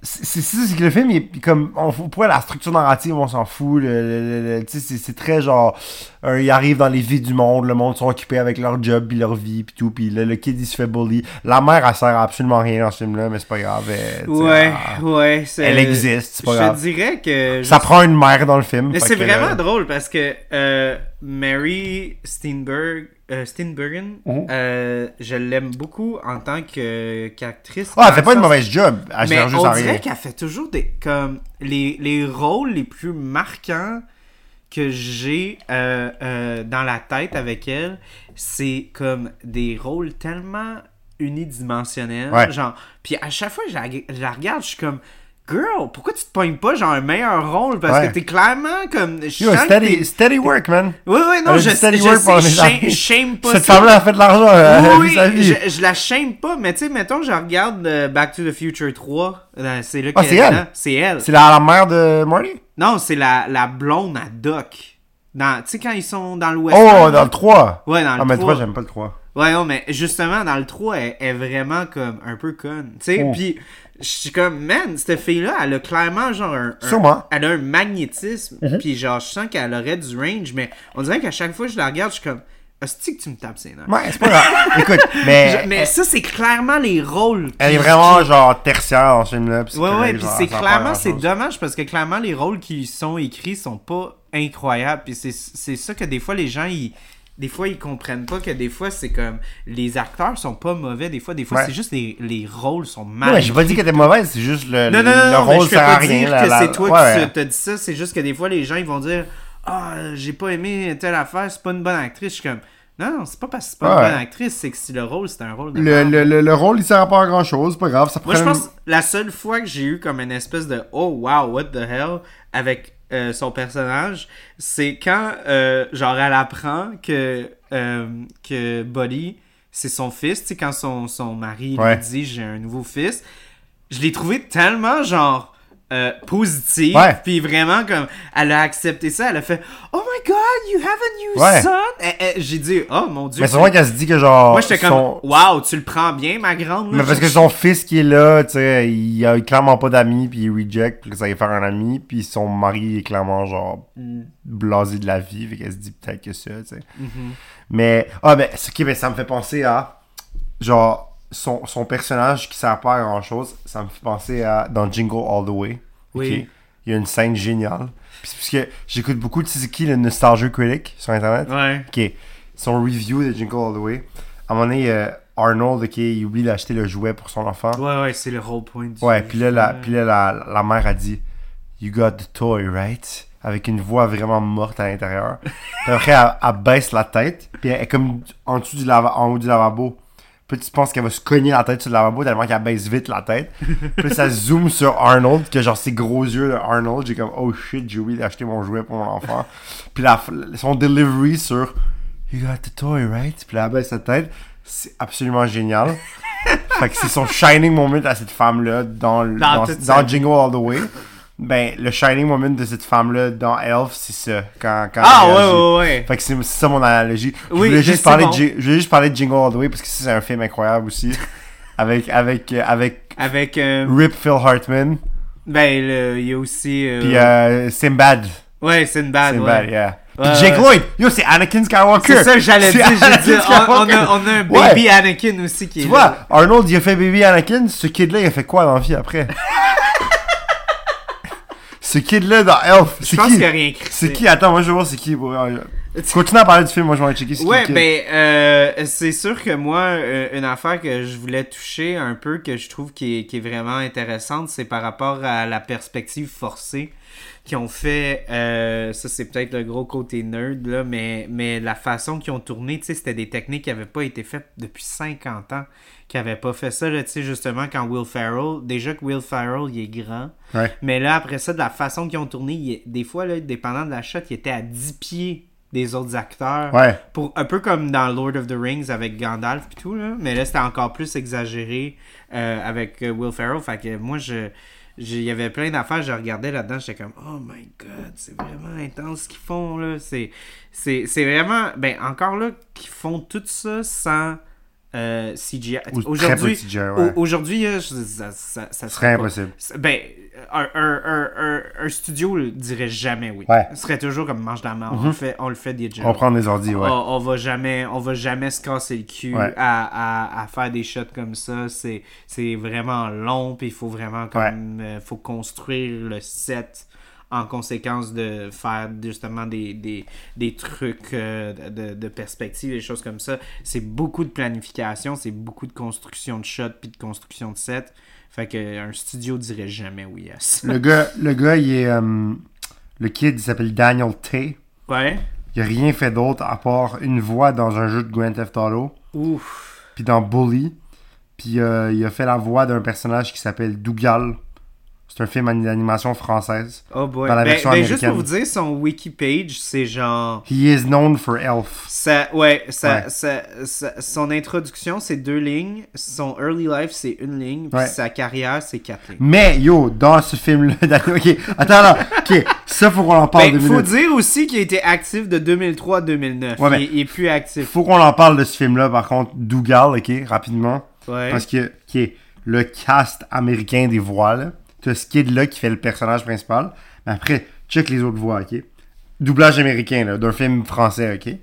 Speaker 2: C'est c'est ça, c'est que le film, il est comme. On, pourquoi la structure narrative, on s'en fout. le- le- le- le- tu sais, c'est c'est très genre. euh, ils arrivent dans les vies du monde, le monde sont occupés avec leur job, puis leur vie, puis tout. Puis là, le kid, il se fait bully. La mère, elle sert à absolument rien dans ce film-là, mais c'est pas grave. elle, tu sais,
Speaker 1: Ouais,
Speaker 2: elle-
Speaker 1: ouais, c'est-
Speaker 2: Elle existe, c'est pas
Speaker 1: Je te
Speaker 2: grave.
Speaker 1: dirais que
Speaker 2: Ça prend une mère dans le film.
Speaker 1: Mais
Speaker 2: fait
Speaker 1: c'est
Speaker 2: que-
Speaker 1: vraiment drôle parce que euh, Mary Steenberg, euh, Steenburgen,
Speaker 2: Mhm.
Speaker 1: euh, je l'aime beaucoup en tant que- qu'actrice.
Speaker 2: Ah,
Speaker 1: Dans
Speaker 2: elle fait
Speaker 1: le
Speaker 2: pas une
Speaker 1: sens-
Speaker 2: mauvaise job. Elle
Speaker 1: Mais
Speaker 2: sert juste
Speaker 1: on
Speaker 2: à
Speaker 1: dirait
Speaker 2: rien.
Speaker 1: qu'elle fait toujours des comme les, les rôles les plus marquants que j'ai euh, euh, dans la tête avec elle, c'est comme des rôles tellement unidimensionnels,
Speaker 2: Ouais.
Speaker 1: genre. Puis à chaque fois que je la, je la regarde, je suis comme girl, pourquoi tu te pognes pas genre un meilleur rôle parce
Speaker 2: Ouais.
Speaker 1: que t'es clairement comme je
Speaker 2: Yo,
Speaker 1: sens que t'es-
Speaker 2: steady, steady work, man.
Speaker 1: oui, oui, non,
Speaker 2: Elle a
Speaker 1: je,
Speaker 2: du steady
Speaker 1: je
Speaker 2: work pendant
Speaker 1: sais,
Speaker 2: des
Speaker 1: je shame-
Speaker 2: années.
Speaker 1: je shame pas
Speaker 2: Cette
Speaker 1: ça.
Speaker 2: femme-là a fait de l'argent. euh, elle a
Speaker 1: Oui,
Speaker 2: vu sa
Speaker 1: oui,
Speaker 2: vie.
Speaker 1: je, je la shame pas, mais tu sais, mettons, je regarde euh, Back to the Future 3. euh, c'est là
Speaker 2: Ah,
Speaker 1: qu'elle
Speaker 2: c'est
Speaker 1: est
Speaker 2: elle?
Speaker 1: dedans. C'est elle.
Speaker 2: C'est la, la mère de Marty?
Speaker 1: Non, c'est la, la blonde à Doc. Dans- Tu sais, quand ils sont dans l'Ouest.
Speaker 2: Oh, dans le 3.
Speaker 1: Ouais, dans le
Speaker 2: Ah, mais le
Speaker 1: 3.
Speaker 2: 3, j'aime pas le 3.
Speaker 1: Ouais, non, mais justement, dans le 3, elle est vraiment comme un peu conne. Tu sais,
Speaker 2: Oh.
Speaker 1: puis je suis comme, man, cette fille-là, elle a clairement genre un. un-
Speaker 2: Sûrement. Mm-hmm.
Speaker 1: Elle a un magnétisme, puis genre, je sens qu'elle aurait du range, mais on dirait qu'à chaque fois que je la regarde, je suis comme, hostie que tu me tapes ses nerfs.
Speaker 2: Ouais, c'est pas grave. Écoute, mais,
Speaker 1: Je- mais ça, c'est clairement les rôles.
Speaker 2: Eh, elle
Speaker 1: qui-
Speaker 2: est vraiment genre tertiaire dans ce film-là. puis
Speaker 1: Ouais, ouais,
Speaker 2: correct,
Speaker 1: puis
Speaker 2: genre,
Speaker 1: c'est
Speaker 2: ça sert pas à
Speaker 1: clairement, c'est
Speaker 2: grand-chose.
Speaker 1: dommage parce que clairement, les rôles qui sont écrits sont pas incroyables. Puis c'est- c'est ça que des fois, les gens, ils. Des fois, ils comprennent pas que des fois, c'est comme. Les acteurs sont pas mauvais, des fois. Des fois,
Speaker 2: Ouais.
Speaker 1: c'est juste les, les rôles sont
Speaker 2: Non,
Speaker 1: mal.
Speaker 2: mais j'ai pas dit qu'elle était mauvaise, c'est juste le,
Speaker 1: non, non,
Speaker 2: le
Speaker 1: non, non, mais
Speaker 2: rôle
Speaker 1: je fais
Speaker 2: sert à
Speaker 1: pas
Speaker 2: rien.
Speaker 1: dire
Speaker 2: la-
Speaker 1: que
Speaker 2: la-
Speaker 1: c'est toi
Speaker 2: ouais,
Speaker 1: qui
Speaker 2: ouais.
Speaker 1: se- t'as dit ça. C'est juste que des fois, les gens, ils vont dire Ah, j'ai pas aimé telle affaire, c'est pas une bonne actrice. Je suis comme. Non, non, c'est pas parce que c'est pas
Speaker 2: Ouais.
Speaker 1: une bonne actrice, c'est que si le rôle, c'est un rôle de.
Speaker 2: Le,
Speaker 1: merde.
Speaker 2: le, le, le rôle, il sert pas à grand chose, pas grave. Ça
Speaker 1: Moi, je
Speaker 2: prend-
Speaker 1: pense la seule fois que j'ai eu comme une espèce de oh wow, what the hell avec euh, son personnage, c'est quand euh, genre elle apprend que euh, que Buddy c'est son fils, tu sais quand son son mari
Speaker 2: Ouais.
Speaker 1: lui dit j'ai un nouveau fils, je l'ai trouvé tellement genre euh, positive.
Speaker 2: Ouais.
Speaker 1: Puis vraiment, comme, elle a accepté ça. Elle a fait Oh my god, you have a new
Speaker 2: Ouais.
Speaker 1: son. Eh, eh, J'ai dit Oh mon dieu.
Speaker 2: Mais c'est vrai qu'elle se dit que genre.
Speaker 1: Moi, j'étais
Speaker 2: son-
Speaker 1: comme Wow, tu le prends bien, ma grande. là.
Speaker 2: Mais parce que son fils qui est là, tu sais, il a clairement pas d'amis, puis il reject, puis ça va faire un ami, puis son mari est clairement genre blasé de la vie, fait qu'elle se dit peut-être que ça, tu sais. Mais, ah, ben, ce qui, ben, ça me fait penser à, genre, son, son personnage qui sert pas à grand chose, ça me fait penser à, dans Jingle All the Way.
Speaker 1: Oui.
Speaker 2: ok? Il y a une scène géniale. Puis c'est parce que j'écoute beaucoup Tsuzuki, le Nostalgia Critic, sur Internet.
Speaker 1: Ouais.
Speaker 2: Ok, son review de Jingle All the Way. À un moment donné, euh, Arnold, ok, il oublie d'acheter le jouet pour son enfant.
Speaker 1: Ouais, ouais, Oh, c'est le whole point du.
Speaker 2: Ouais, puis là, la, puis là la, la mère a dit You got the toy, right? Avec une voix vraiment morte à l'intérieur. Puis après, elle, elle baisse la tête, puis elle est comme en, dessous du lava- en haut du lavabo. Puis tu penses qu'elle va se cogner la tête sur le lavabo tellement qu'elle baisse vite la tête. Puis ça zoome sur Arnold, que genre ses gros yeux de Arnold, j'ai comme Oh shit, j'ai oublié d'acheter mon jouet pour mon enfant. Puis la, son delivery sur You got the toy, right? Puis là, elle baisse la tête. C'est absolument génial. fait que c'est son shining moment à cette femme-là dans, le-
Speaker 1: Dans
Speaker 2: dans,
Speaker 1: toute
Speaker 2: dans
Speaker 1: sa vie.
Speaker 2: Jingle All the Way. Ben, le shining moment de cette femme-là dans Elf, c'est ça. Quand, quand
Speaker 1: Ah,
Speaker 2: elle
Speaker 1: ouais,
Speaker 2: réagit.
Speaker 1: ouais, ouais.
Speaker 2: Fait que c'est c'est ça mon analogie. Je
Speaker 1: Oui,
Speaker 2: voulais
Speaker 1: mais
Speaker 2: juste
Speaker 1: c'est
Speaker 2: parler
Speaker 1: bon.
Speaker 2: de, Ji- je voulais juste parler de Jingle All the Way parce que c'est un film incroyable aussi. avec, avec, euh, avec
Speaker 1: Avec. euh,
Speaker 2: Rip Phil Hartman.
Speaker 1: ben, le- il y a aussi. euh,
Speaker 2: Puis euh, Simbad.
Speaker 1: ouais, c'est une bad.
Speaker 2: Simbad,
Speaker 1: ouais.
Speaker 2: yeah.
Speaker 1: Ouais,
Speaker 2: Puis Jake
Speaker 1: ouais.
Speaker 2: Lloyd. Yo, c'est Anakin Skywalker.
Speaker 1: C'est ça, que j'allais
Speaker 2: C'est
Speaker 1: dire. J'ai
Speaker 2: Anakin
Speaker 1: dit, on, on
Speaker 2: Skywalker.
Speaker 1: a, on a un
Speaker 2: Ouais.
Speaker 1: baby Anakin aussi qui
Speaker 2: Tu
Speaker 1: est
Speaker 2: vois,
Speaker 1: là.
Speaker 2: Arnold, il a fait bébé Anakin. Ce kid-là, il a fait quoi dans la vie après? Ce kid-là dans Elf,
Speaker 1: Je
Speaker 2: c'est
Speaker 1: pense
Speaker 2: qui?
Speaker 1: qu'il a rien crissé.
Speaker 2: C'est qui? Attends, moi je veux voir c'est qui. pour vrai. Continue à parler du film, moi je vais aller checker c'est
Speaker 1: Ouais,
Speaker 2: qui. le kid.
Speaker 1: ben, euh, c'est sûr que moi, euh, une affaire que je voulais toucher un peu, que je trouve qui est, qui est vraiment intéressante, c'est par rapport à la perspective forcée qu'ils ont fait. euh, ça, c'est peut-être le gros côté nerd, là, mais, mais la façon qu'ils ont tourné, tu sais, c'était des techniques qui n'avaient pas été faites depuis 50 ans, qui n'avaient pas fait ça, là, tu sais, justement, quand Will Ferrell, déjà que Will Ferrell, il est grand.
Speaker 2: Ouais.
Speaker 1: Mais là, après ça, de la façon qu'ils ont tourné, il est- des fois, là, dépendant de la shot, il était à 10 pieds des autres acteurs.
Speaker 2: Ouais.
Speaker 1: Pour, un peu comme dans Lord of the Rings avec Gandalf et tout, là. Mais là, c'était encore plus exagéré euh, avec euh, Will Ferrell. Fait que moi, je... j'ai- Il y avait plein d'affaires, je regardais là-dedans, j'étais comme Oh my god, c'est vraiment intense ce qu'ils font là. C'est c'est- c'est vraiment, ben encore là, qu'ils font tout ça sans euh, CGI.
Speaker 2: Ou très peu de
Speaker 1: Aujourd'hui,
Speaker 2: CGI, ouais.
Speaker 1: au- aujourd'hui, euh, je- ça, ça, ça
Speaker 2: Ce serait
Speaker 1: pas-
Speaker 2: impossible.
Speaker 1: c'est- Ben, un, un- un- un- un studio le dirait jamais oui.
Speaker 2: Ouais. Mm-hmm.
Speaker 1: Ce serait toujours comme mange de la mort. on, le fait, on le fait des
Speaker 2: On prend des ordi, ouais.
Speaker 1: on, on va jamais, on va jamais se casser le cul
Speaker 2: Ouais.
Speaker 1: à, à- à faire des shots comme ça. C'est, c'est vraiment long, puis il faut vraiment comme, euh, faut construire le set en conséquence de faire justement des, des, des trucs euh, de, de perspective, des choses comme ça. C'est beaucoup de planification, c'est beaucoup de construction de shots, puis de construction de set. Fait qu'un studio dirait jamais oui à ça.
Speaker 2: Le gars, le gars, il est. euh, le kid, il s'appelle Daniel Tay.
Speaker 1: Ouais.
Speaker 2: Il a rien fait d'autre à part une voix dans un jeu de Grand Theft Auto.
Speaker 1: Ouf.
Speaker 2: puis dans Bully. Puis euh, il a fait la voix d'un personnage qui s'appelle Dougal. C'est un film d'animation française.
Speaker 1: Oh boy.
Speaker 2: Dans la
Speaker 1: Ben-
Speaker 2: version
Speaker 1: ben juste
Speaker 2: américaine.
Speaker 1: pour vous dire, son wiki page, c'est genre
Speaker 2: He is known for Elf.
Speaker 1: Ça, ouais, ça,
Speaker 2: Ouais.
Speaker 1: ça- ça- son introduction, c'est deux lignes. Son early life, c'est une ligne. Puis
Speaker 2: Ouais.
Speaker 1: sa carrière, c'est quatre lignes.
Speaker 2: Mais yo, dans ce film-là, Daniel- Ok, attends là. Ok, ça faut qu'on en parle
Speaker 1: Ben,
Speaker 2: deux
Speaker 1: faut
Speaker 2: minutes.
Speaker 1: dire aussi qu'il a été actif de 2003 à 2009.
Speaker 2: Ouais, ben-
Speaker 1: il, il est plus actif.
Speaker 2: Faut qu'on en parle de ce film-là, par contre, Dougal, ok, rapidement.
Speaker 1: Ouais.
Speaker 2: Parce que, ok, le cast américain des voix, là. T'as ce kid-là qui fait le personnage principal. Mais après, check les autres voix, ok. Doublage américain, là, d'un film français, ok.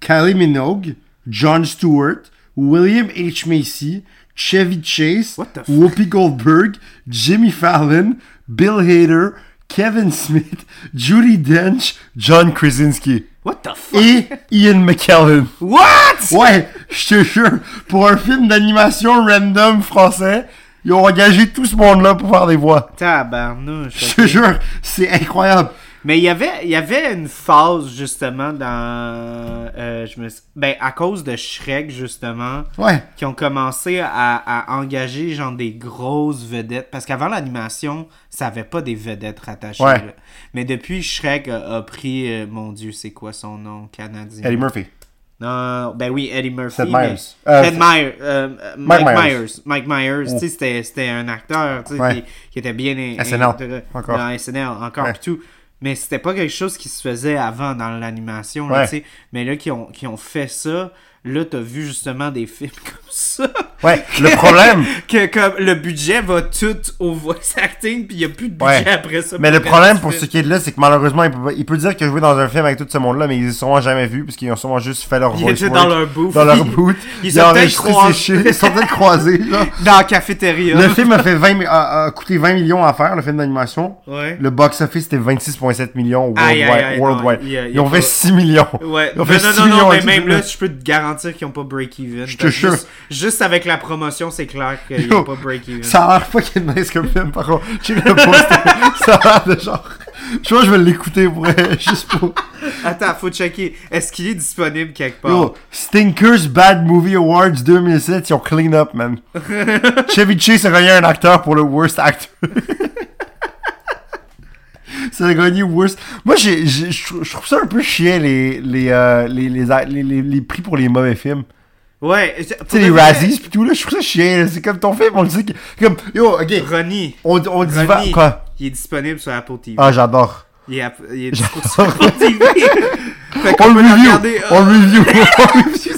Speaker 2: Kylie Minogue, John Stewart, William H. Macy, Chevy Chase,
Speaker 1: What the fuck?
Speaker 2: Whoopi Goldberg, Jimmy Fallon, Bill Hader, Kevin Smith, Judy Dench, John Krasinski
Speaker 1: What the fuck?
Speaker 2: et Ian McKellen.
Speaker 1: What?
Speaker 2: Ouais, je te jure, pour un film d'animation random français, ils ont engagé tout ce monde-là pour faire des voix.
Speaker 1: Tabarnouche.
Speaker 2: Je
Speaker 1: ok.
Speaker 2: te jure, c'est incroyable.
Speaker 1: Mais il y avait, il y avait une phase, justement, dans. euh, je me... sou- Ben, à cause de Shrek, justement.
Speaker 2: Ouais,
Speaker 1: qui ont commencé à, à engager genre des grosses vedettes parce qu'avant l'animation ça avait pas des vedettes rattachées
Speaker 2: Ouais.
Speaker 1: là. mais depuis Shrek a, a pris euh, mon dieu c'est quoi son nom canadien
Speaker 2: Eddie Murphy.
Speaker 1: Non, ben oui, Eddie Murphy.
Speaker 2: Sid
Speaker 1: mais-
Speaker 2: Meier's. Euh,
Speaker 1: Ted Meyer, euh, euh, Mike
Speaker 2: Mike
Speaker 1: Myers.
Speaker 2: Myers.
Speaker 1: Mike Myers, tu sais, c'était- c'était un acteur tu sais,
Speaker 2: Ouais.
Speaker 1: qui, qui était bien. in-
Speaker 2: SNL,
Speaker 1: in-
Speaker 2: encore.
Speaker 1: Dans SNL, encore
Speaker 2: Ouais.
Speaker 1: pis tout. Mais c'était pas quelque chose qui se faisait avant dans l'animation, là,
Speaker 2: Ouais.
Speaker 1: tu sais. Mais là, qui ont, qui ont fait ça, là, t'as vu justement des films comme ça.
Speaker 2: Ouais, le problème,
Speaker 1: que comme le budget va tout au voice acting, puis il n'y a plus de budget
Speaker 2: Ouais.
Speaker 1: après ça.
Speaker 2: mais
Speaker 1: pour
Speaker 2: le
Speaker 1: faire
Speaker 2: problème
Speaker 1: du
Speaker 2: pour
Speaker 1: film.
Speaker 2: ce qui est de là, c'est que malheureusement, il peut, il peut dire que jouer dans un film avec tout ce monde-là, mais ils ont sûrement jamais vu, parce qu'ils ont sûrement juste fait leur
Speaker 1: Ils
Speaker 2: voice
Speaker 1: étaient
Speaker 2: work
Speaker 1: dans leur booth.
Speaker 2: Dans leur
Speaker 1: Ils-
Speaker 2: boot.
Speaker 1: ils
Speaker 2: Ils,
Speaker 1: sont
Speaker 2: ont
Speaker 1: peut-être
Speaker 2: enregistré
Speaker 1: crois-
Speaker 2: ces chiffres, ils sont peut-être croisés, là.
Speaker 1: Dans la cafétéria.
Speaker 2: Le film a, fait 20, mi- a, a coûté 20 millions à faire, le film d'animation.
Speaker 1: Ouais.
Speaker 2: Le box-office était 26,7 millions worldwide.
Speaker 1: Aïe, aïe, aïe,
Speaker 2: worldwide.
Speaker 1: non, il y a- il y a
Speaker 2: Ils ont
Speaker 1: pas-
Speaker 2: fait 6 millions.
Speaker 1: Ouais.
Speaker 2: Ils
Speaker 1: Non,
Speaker 2: ont fait
Speaker 1: non,
Speaker 2: 6
Speaker 1: non, non,
Speaker 2: millions.
Speaker 1: mais
Speaker 2: et
Speaker 1: même
Speaker 2: tout,
Speaker 1: là, je peux te garantir qu'ils n'ont pas break-even.
Speaker 2: te jure.
Speaker 1: Juste, juste avec la promotion, c'est clair qu'ils
Speaker 2: Yo.
Speaker 1: n'ont pas break-even.
Speaker 2: Ça a l'air fucking nice comme film, par contre. Check le poster. Ça a l'air de genre. Je crois que je vais l'écouter pour juste pour.
Speaker 1: Attends, faut checker. Est-ce qu'il est disponible quelque part?
Speaker 2: Yo, Stinkers Bad Movie Awards 2007, ils ont clean up, man. Chevy Chase a gagné un acteur pour le worst actor. Ça a gagné worst. Moi, j'ai- j'ai- je trou- je trouve ça un peu chiant, les, les, euh, les, les, a- les, les- les prix pour les mauvais films.
Speaker 1: Ouais. Tu
Speaker 2: Tu sais, les Razzies pis tout, là, je trouve ça chiant. là. C'est comme ton film, on le sait. que- Comme, yo, ok,
Speaker 1: Ronnie.
Speaker 2: on, on dit va.
Speaker 1: Ronnie.
Speaker 2: Quoi
Speaker 1: Il est disponible sur Apple TV.
Speaker 2: Ah, j'adore.
Speaker 1: Il est, app- il est
Speaker 2: J'adore.
Speaker 1: disponible sur Apple TV. fait
Speaker 2: On
Speaker 1: qu'on
Speaker 2: le
Speaker 1: peut le regarder.
Speaker 2: review.
Speaker 1: euh,
Speaker 2: On le review. On le review.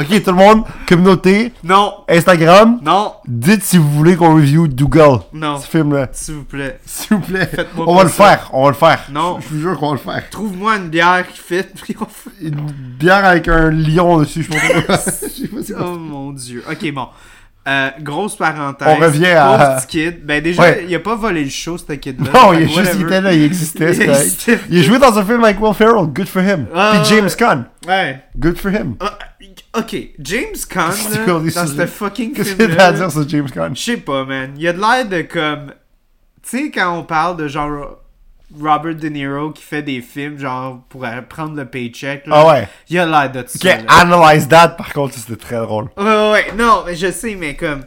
Speaker 2: Ok, tout le monde, communauté,
Speaker 1: Non,
Speaker 2: Instagram,
Speaker 1: non,
Speaker 2: dites si vous voulez qu'on review Dougal.
Speaker 1: non.
Speaker 2: Ce film-là.
Speaker 1: S'il vous plaît.
Speaker 2: S'il vous plaît.
Speaker 1: Faites-moi
Speaker 2: On
Speaker 1: pas
Speaker 2: va le
Speaker 1: ça.
Speaker 2: faire. On va le faire.
Speaker 1: Non.
Speaker 2: Je vous jure qu'on va le faire.
Speaker 1: Trouve-moi une bière qui fit, puis on fait.
Speaker 2: Une bière avec un lion dessus, je pense. Je sais pas si-
Speaker 1: Oh mon dieu. Ok, bon. Euh, grosse parenthèse.
Speaker 2: On revient à-
Speaker 1: Pauvre petit kid. Ben déjà,
Speaker 2: Ouais.
Speaker 1: il a pas volé le show, ce kid-là.
Speaker 2: Non,
Speaker 1: Fait
Speaker 2: il est
Speaker 1: que
Speaker 2: juste, il
Speaker 1: whatever.
Speaker 2: était là, il existait. c'est
Speaker 1: Il
Speaker 2: correct.
Speaker 1: existait.
Speaker 2: Il a joué dans un film avec Will Ferrell, good for him.
Speaker 1: Ah, ouais,
Speaker 2: Puis James
Speaker 1: ouais.
Speaker 2: Caan,
Speaker 1: Ouais.
Speaker 2: good for him.
Speaker 1: Ah, ok, James Caan,
Speaker 2: C'est
Speaker 1: là,
Speaker 2: quoi, on est
Speaker 1: dans
Speaker 2: sur-
Speaker 1: ce fucking
Speaker 2: Qu'est-ce que t'as à
Speaker 1: film-là,
Speaker 2: dire sur James Caan?
Speaker 1: je sais pas, man. Il a de l'air de comme... Tu sais, quand on parle de genre Robert De Niro qui fait des films, genre, pour euh, prendre le paycheck, là,
Speaker 2: Ah ouais.
Speaker 1: il a l'air de ça.
Speaker 2: Ok,
Speaker 1: là.
Speaker 2: Analyze That, par contre, ça, c'était très drôle.
Speaker 1: Ouais, ouais, ouais. Non, mais je sais, mais comme.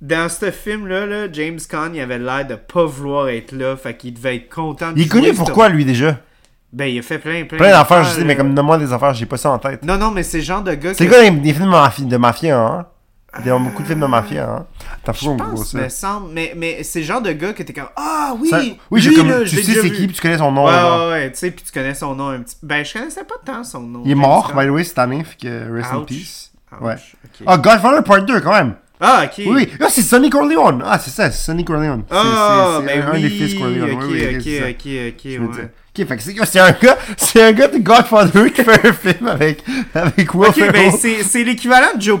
Speaker 1: Dans ce film-là, là, James Caan, il avait l'air de pas vouloir être là, fait qu'il devait être content de
Speaker 2: Il est
Speaker 1: jouer
Speaker 2: connu
Speaker 1: ce-
Speaker 2: pour quoi, lui, déjà?
Speaker 1: Ben, il a fait plein, plein,
Speaker 2: Plein d'affaires, je sais, mais
Speaker 1: là.
Speaker 2: comme nomme-moi des affaires, j'ai pas ça en tête.
Speaker 1: Non, non, mais c'est le genre de gars
Speaker 2: C'est
Speaker 1: que-
Speaker 2: quoi les, des films de mafia, de mafia hein? Il y a beaucoup de films de mafia, hein? T'as
Speaker 1: Je
Speaker 2: toujours gros,
Speaker 1: pense,
Speaker 2: ça.
Speaker 1: me semble, mais, mais c'est le genre de gars que t'es comme Ah oui!
Speaker 2: Ça- oui, j'ai
Speaker 1: lui,
Speaker 2: comme,
Speaker 1: là, je
Speaker 2: tu
Speaker 1: l'ai
Speaker 2: sais
Speaker 1: déjà
Speaker 2: c'est
Speaker 1: vu.
Speaker 2: qui, puis tu connais son nom.
Speaker 1: Ouais,
Speaker 2: genre.
Speaker 1: ouais, ouais, tu sais, puis tu connais son nom un petit Ben, je connaissais pas tant son nom.
Speaker 2: Il est
Speaker 1: James
Speaker 2: mort,
Speaker 1: Caan.
Speaker 2: by the way, cette année, fait que rest in
Speaker 1: Ouch.
Speaker 2: peace.
Speaker 1: Ouch,
Speaker 2: Ouais.
Speaker 1: ok.
Speaker 2: Ah, Godfather Part 2, quand même.
Speaker 1: Ah, ok.
Speaker 2: Oui, oui. Ah, c'est Sonny Corleone. Ah, c'est ça, c'est Sonny Corleone. C'est-
Speaker 1: Ah,
Speaker 2: c'est- c'est
Speaker 1: ben
Speaker 2: un
Speaker 1: oui.
Speaker 2: des fils Corleone.
Speaker 1: Ok,
Speaker 2: oui, oui,
Speaker 1: ok,
Speaker 2: c'est ça. Je
Speaker 1: ok,
Speaker 2: me
Speaker 1: ok, ouais.
Speaker 2: disais. Ok, fait que c'est, c'est un gars, c'est un gars de Godfather qui fait un film avec, avec Will
Speaker 1: Ok, ben
Speaker 2: Ferrell.
Speaker 1: c'est c'est l'équivalent de Joe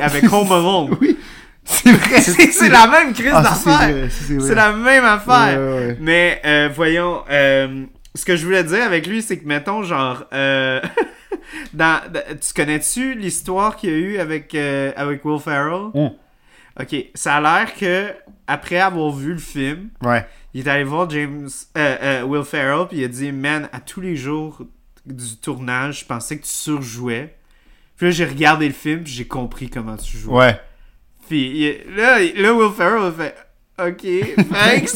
Speaker 1: avec Home Alone.
Speaker 2: Oui, c'est vrai.
Speaker 1: c'est c'est la même crise
Speaker 2: Ah, ça, c'est
Speaker 1: d'affaires.
Speaker 2: vrai, ça, c'est vrai.
Speaker 1: C'est la même affaire.
Speaker 2: Ouais, ouais, ouais.
Speaker 1: Mais euh, voyons, euh, ce que je voulais dire avec lui, c'est que mettons genre, euh, dans, dans- tu connais-tu l'histoire qu'il y a eu avec euh, avec Will Ferrell
Speaker 2: Mm.
Speaker 1: Ok, ça a l'air que après avoir vu le film,
Speaker 2: Ouais.
Speaker 1: il est allé voir James, euh, euh, Will Ferrell, puis il a dit Man, à tous les jours du tournage, je pensais que tu surjouais. Puis là, j'ai regardé le film, puis j'ai compris comment tu jouais.
Speaker 2: Ouais.
Speaker 1: Puis il- là, il- là, Will Ferrell a fait Ok, thanks.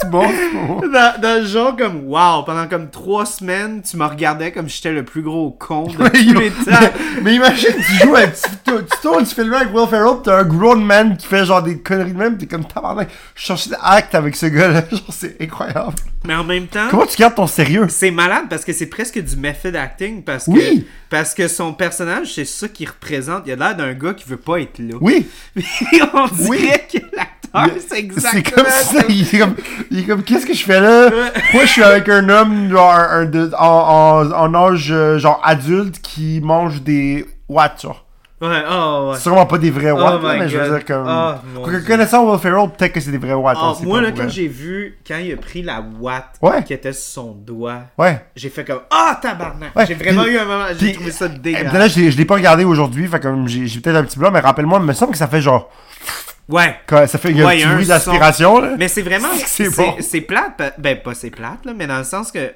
Speaker 2: C'est bon. c'est bon.
Speaker 1: dans, dans le genre comme Wow, pendant comme trois semaines, tu me regardais comme j'étais le plus gros con de
Speaker 2: Mais,
Speaker 1: tous les temps.
Speaker 2: mais- mais imagine, tu joues un petit. Tu tu tournes du film avec Will Ferrell, pis t'as un grown man qui fait genre des conneries de même, t'es comme tabarnak. Je cherchais d'acte avec ce gars-là, genre c'est incroyable.
Speaker 1: Mais en même temps.
Speaker 2: Comment tu gardes ton sérieux?
Speaker 1: C'est malade parce que c'est presque du method acting parce que,
Speaker 2: Oui.
Speaker 1: parce que son personnage, c'est ça qu'il représente. Il a l'air d'un gars qui veut pas être là.
Speaker 2: Oui!
Speaker 1: Puis on dirait que l'acteur,
Speaker 2: Le-
Speaker 1: c'est
Speaker 2: C'est
Speaker 1: exactement
Speaker 2: comme ça,
Speaker 1: ça.
Speaker 2: il est comme, il est comme, qu'est-ce que je fais là? Moi, je suis avec un homme, genre, un de- en, en, en âge, euh, genre, adulte, qui mange des watts, genre.
Speaker 1: Ouais, oh, ouais.
Speaker 2: Sûrement pas des vrais watts,
Speaker 1: my
Speaker 2: là, mais je veux
Speaker 1: God.
Speaker 2: dire, comme.
Speaker 1: Ah, mon
Speaker 2: Quoique,
Speaker 1: Dieu.
Speaker 2: connaissant Will Ferrell, peut-être que c'est des vrais watts.
Speaker 1: Ah,
Speaker 2: on sait
Speaker 1: moi,
Speaker 2: pas
Speaker 1: là,
Speaker 2: pour
Speaker 1: quand
Speaker 2: vrai.
Speaker 1: j'ai vu, quand il a pris la ouate
Speaker 2: Ouais.
Speaker 1: qui était sur son doigt,
Speaker 2: Ouais.
Speaker 1: j'ai fait comme Ah, tabarnak!
Speaker 2: Ouais,
Speaker 1: J'ai vraiment
Speaker 2: puis-
Speaker 1: eu un moment, j'ai
Speaker 2: puis-
Speaker 1: trouvé ça
Speaker 2: Eh, puis là,
Speaker 1: dégueulasse.
Speaker 2: je l'ai- je l'ai pas regardé aujourd'hui, fait comme j'ai j'ai peut-être un petit blanc, mais rappelle-moi, il me semble que ça fait genre.
Speaker 1: Ouais.
Speaker 2: que Ça fait il y a
Speaker 1: Ouais,
Speaker 2: un
Speaker 1: il y
Speaker 2: petit
Speaker 1: a un
Speaker 2: bruit
Speaker 1: son.
Speaker 2: d'aspiration, là.
Speaker 1: Mais c'est vraiment.
Speaker 2: C'est
Speaker 1: C'est
Speaker 2: bon.
Speaker 1: c'est plate, pa- ben pas c'est plate, là, mais dans le sens que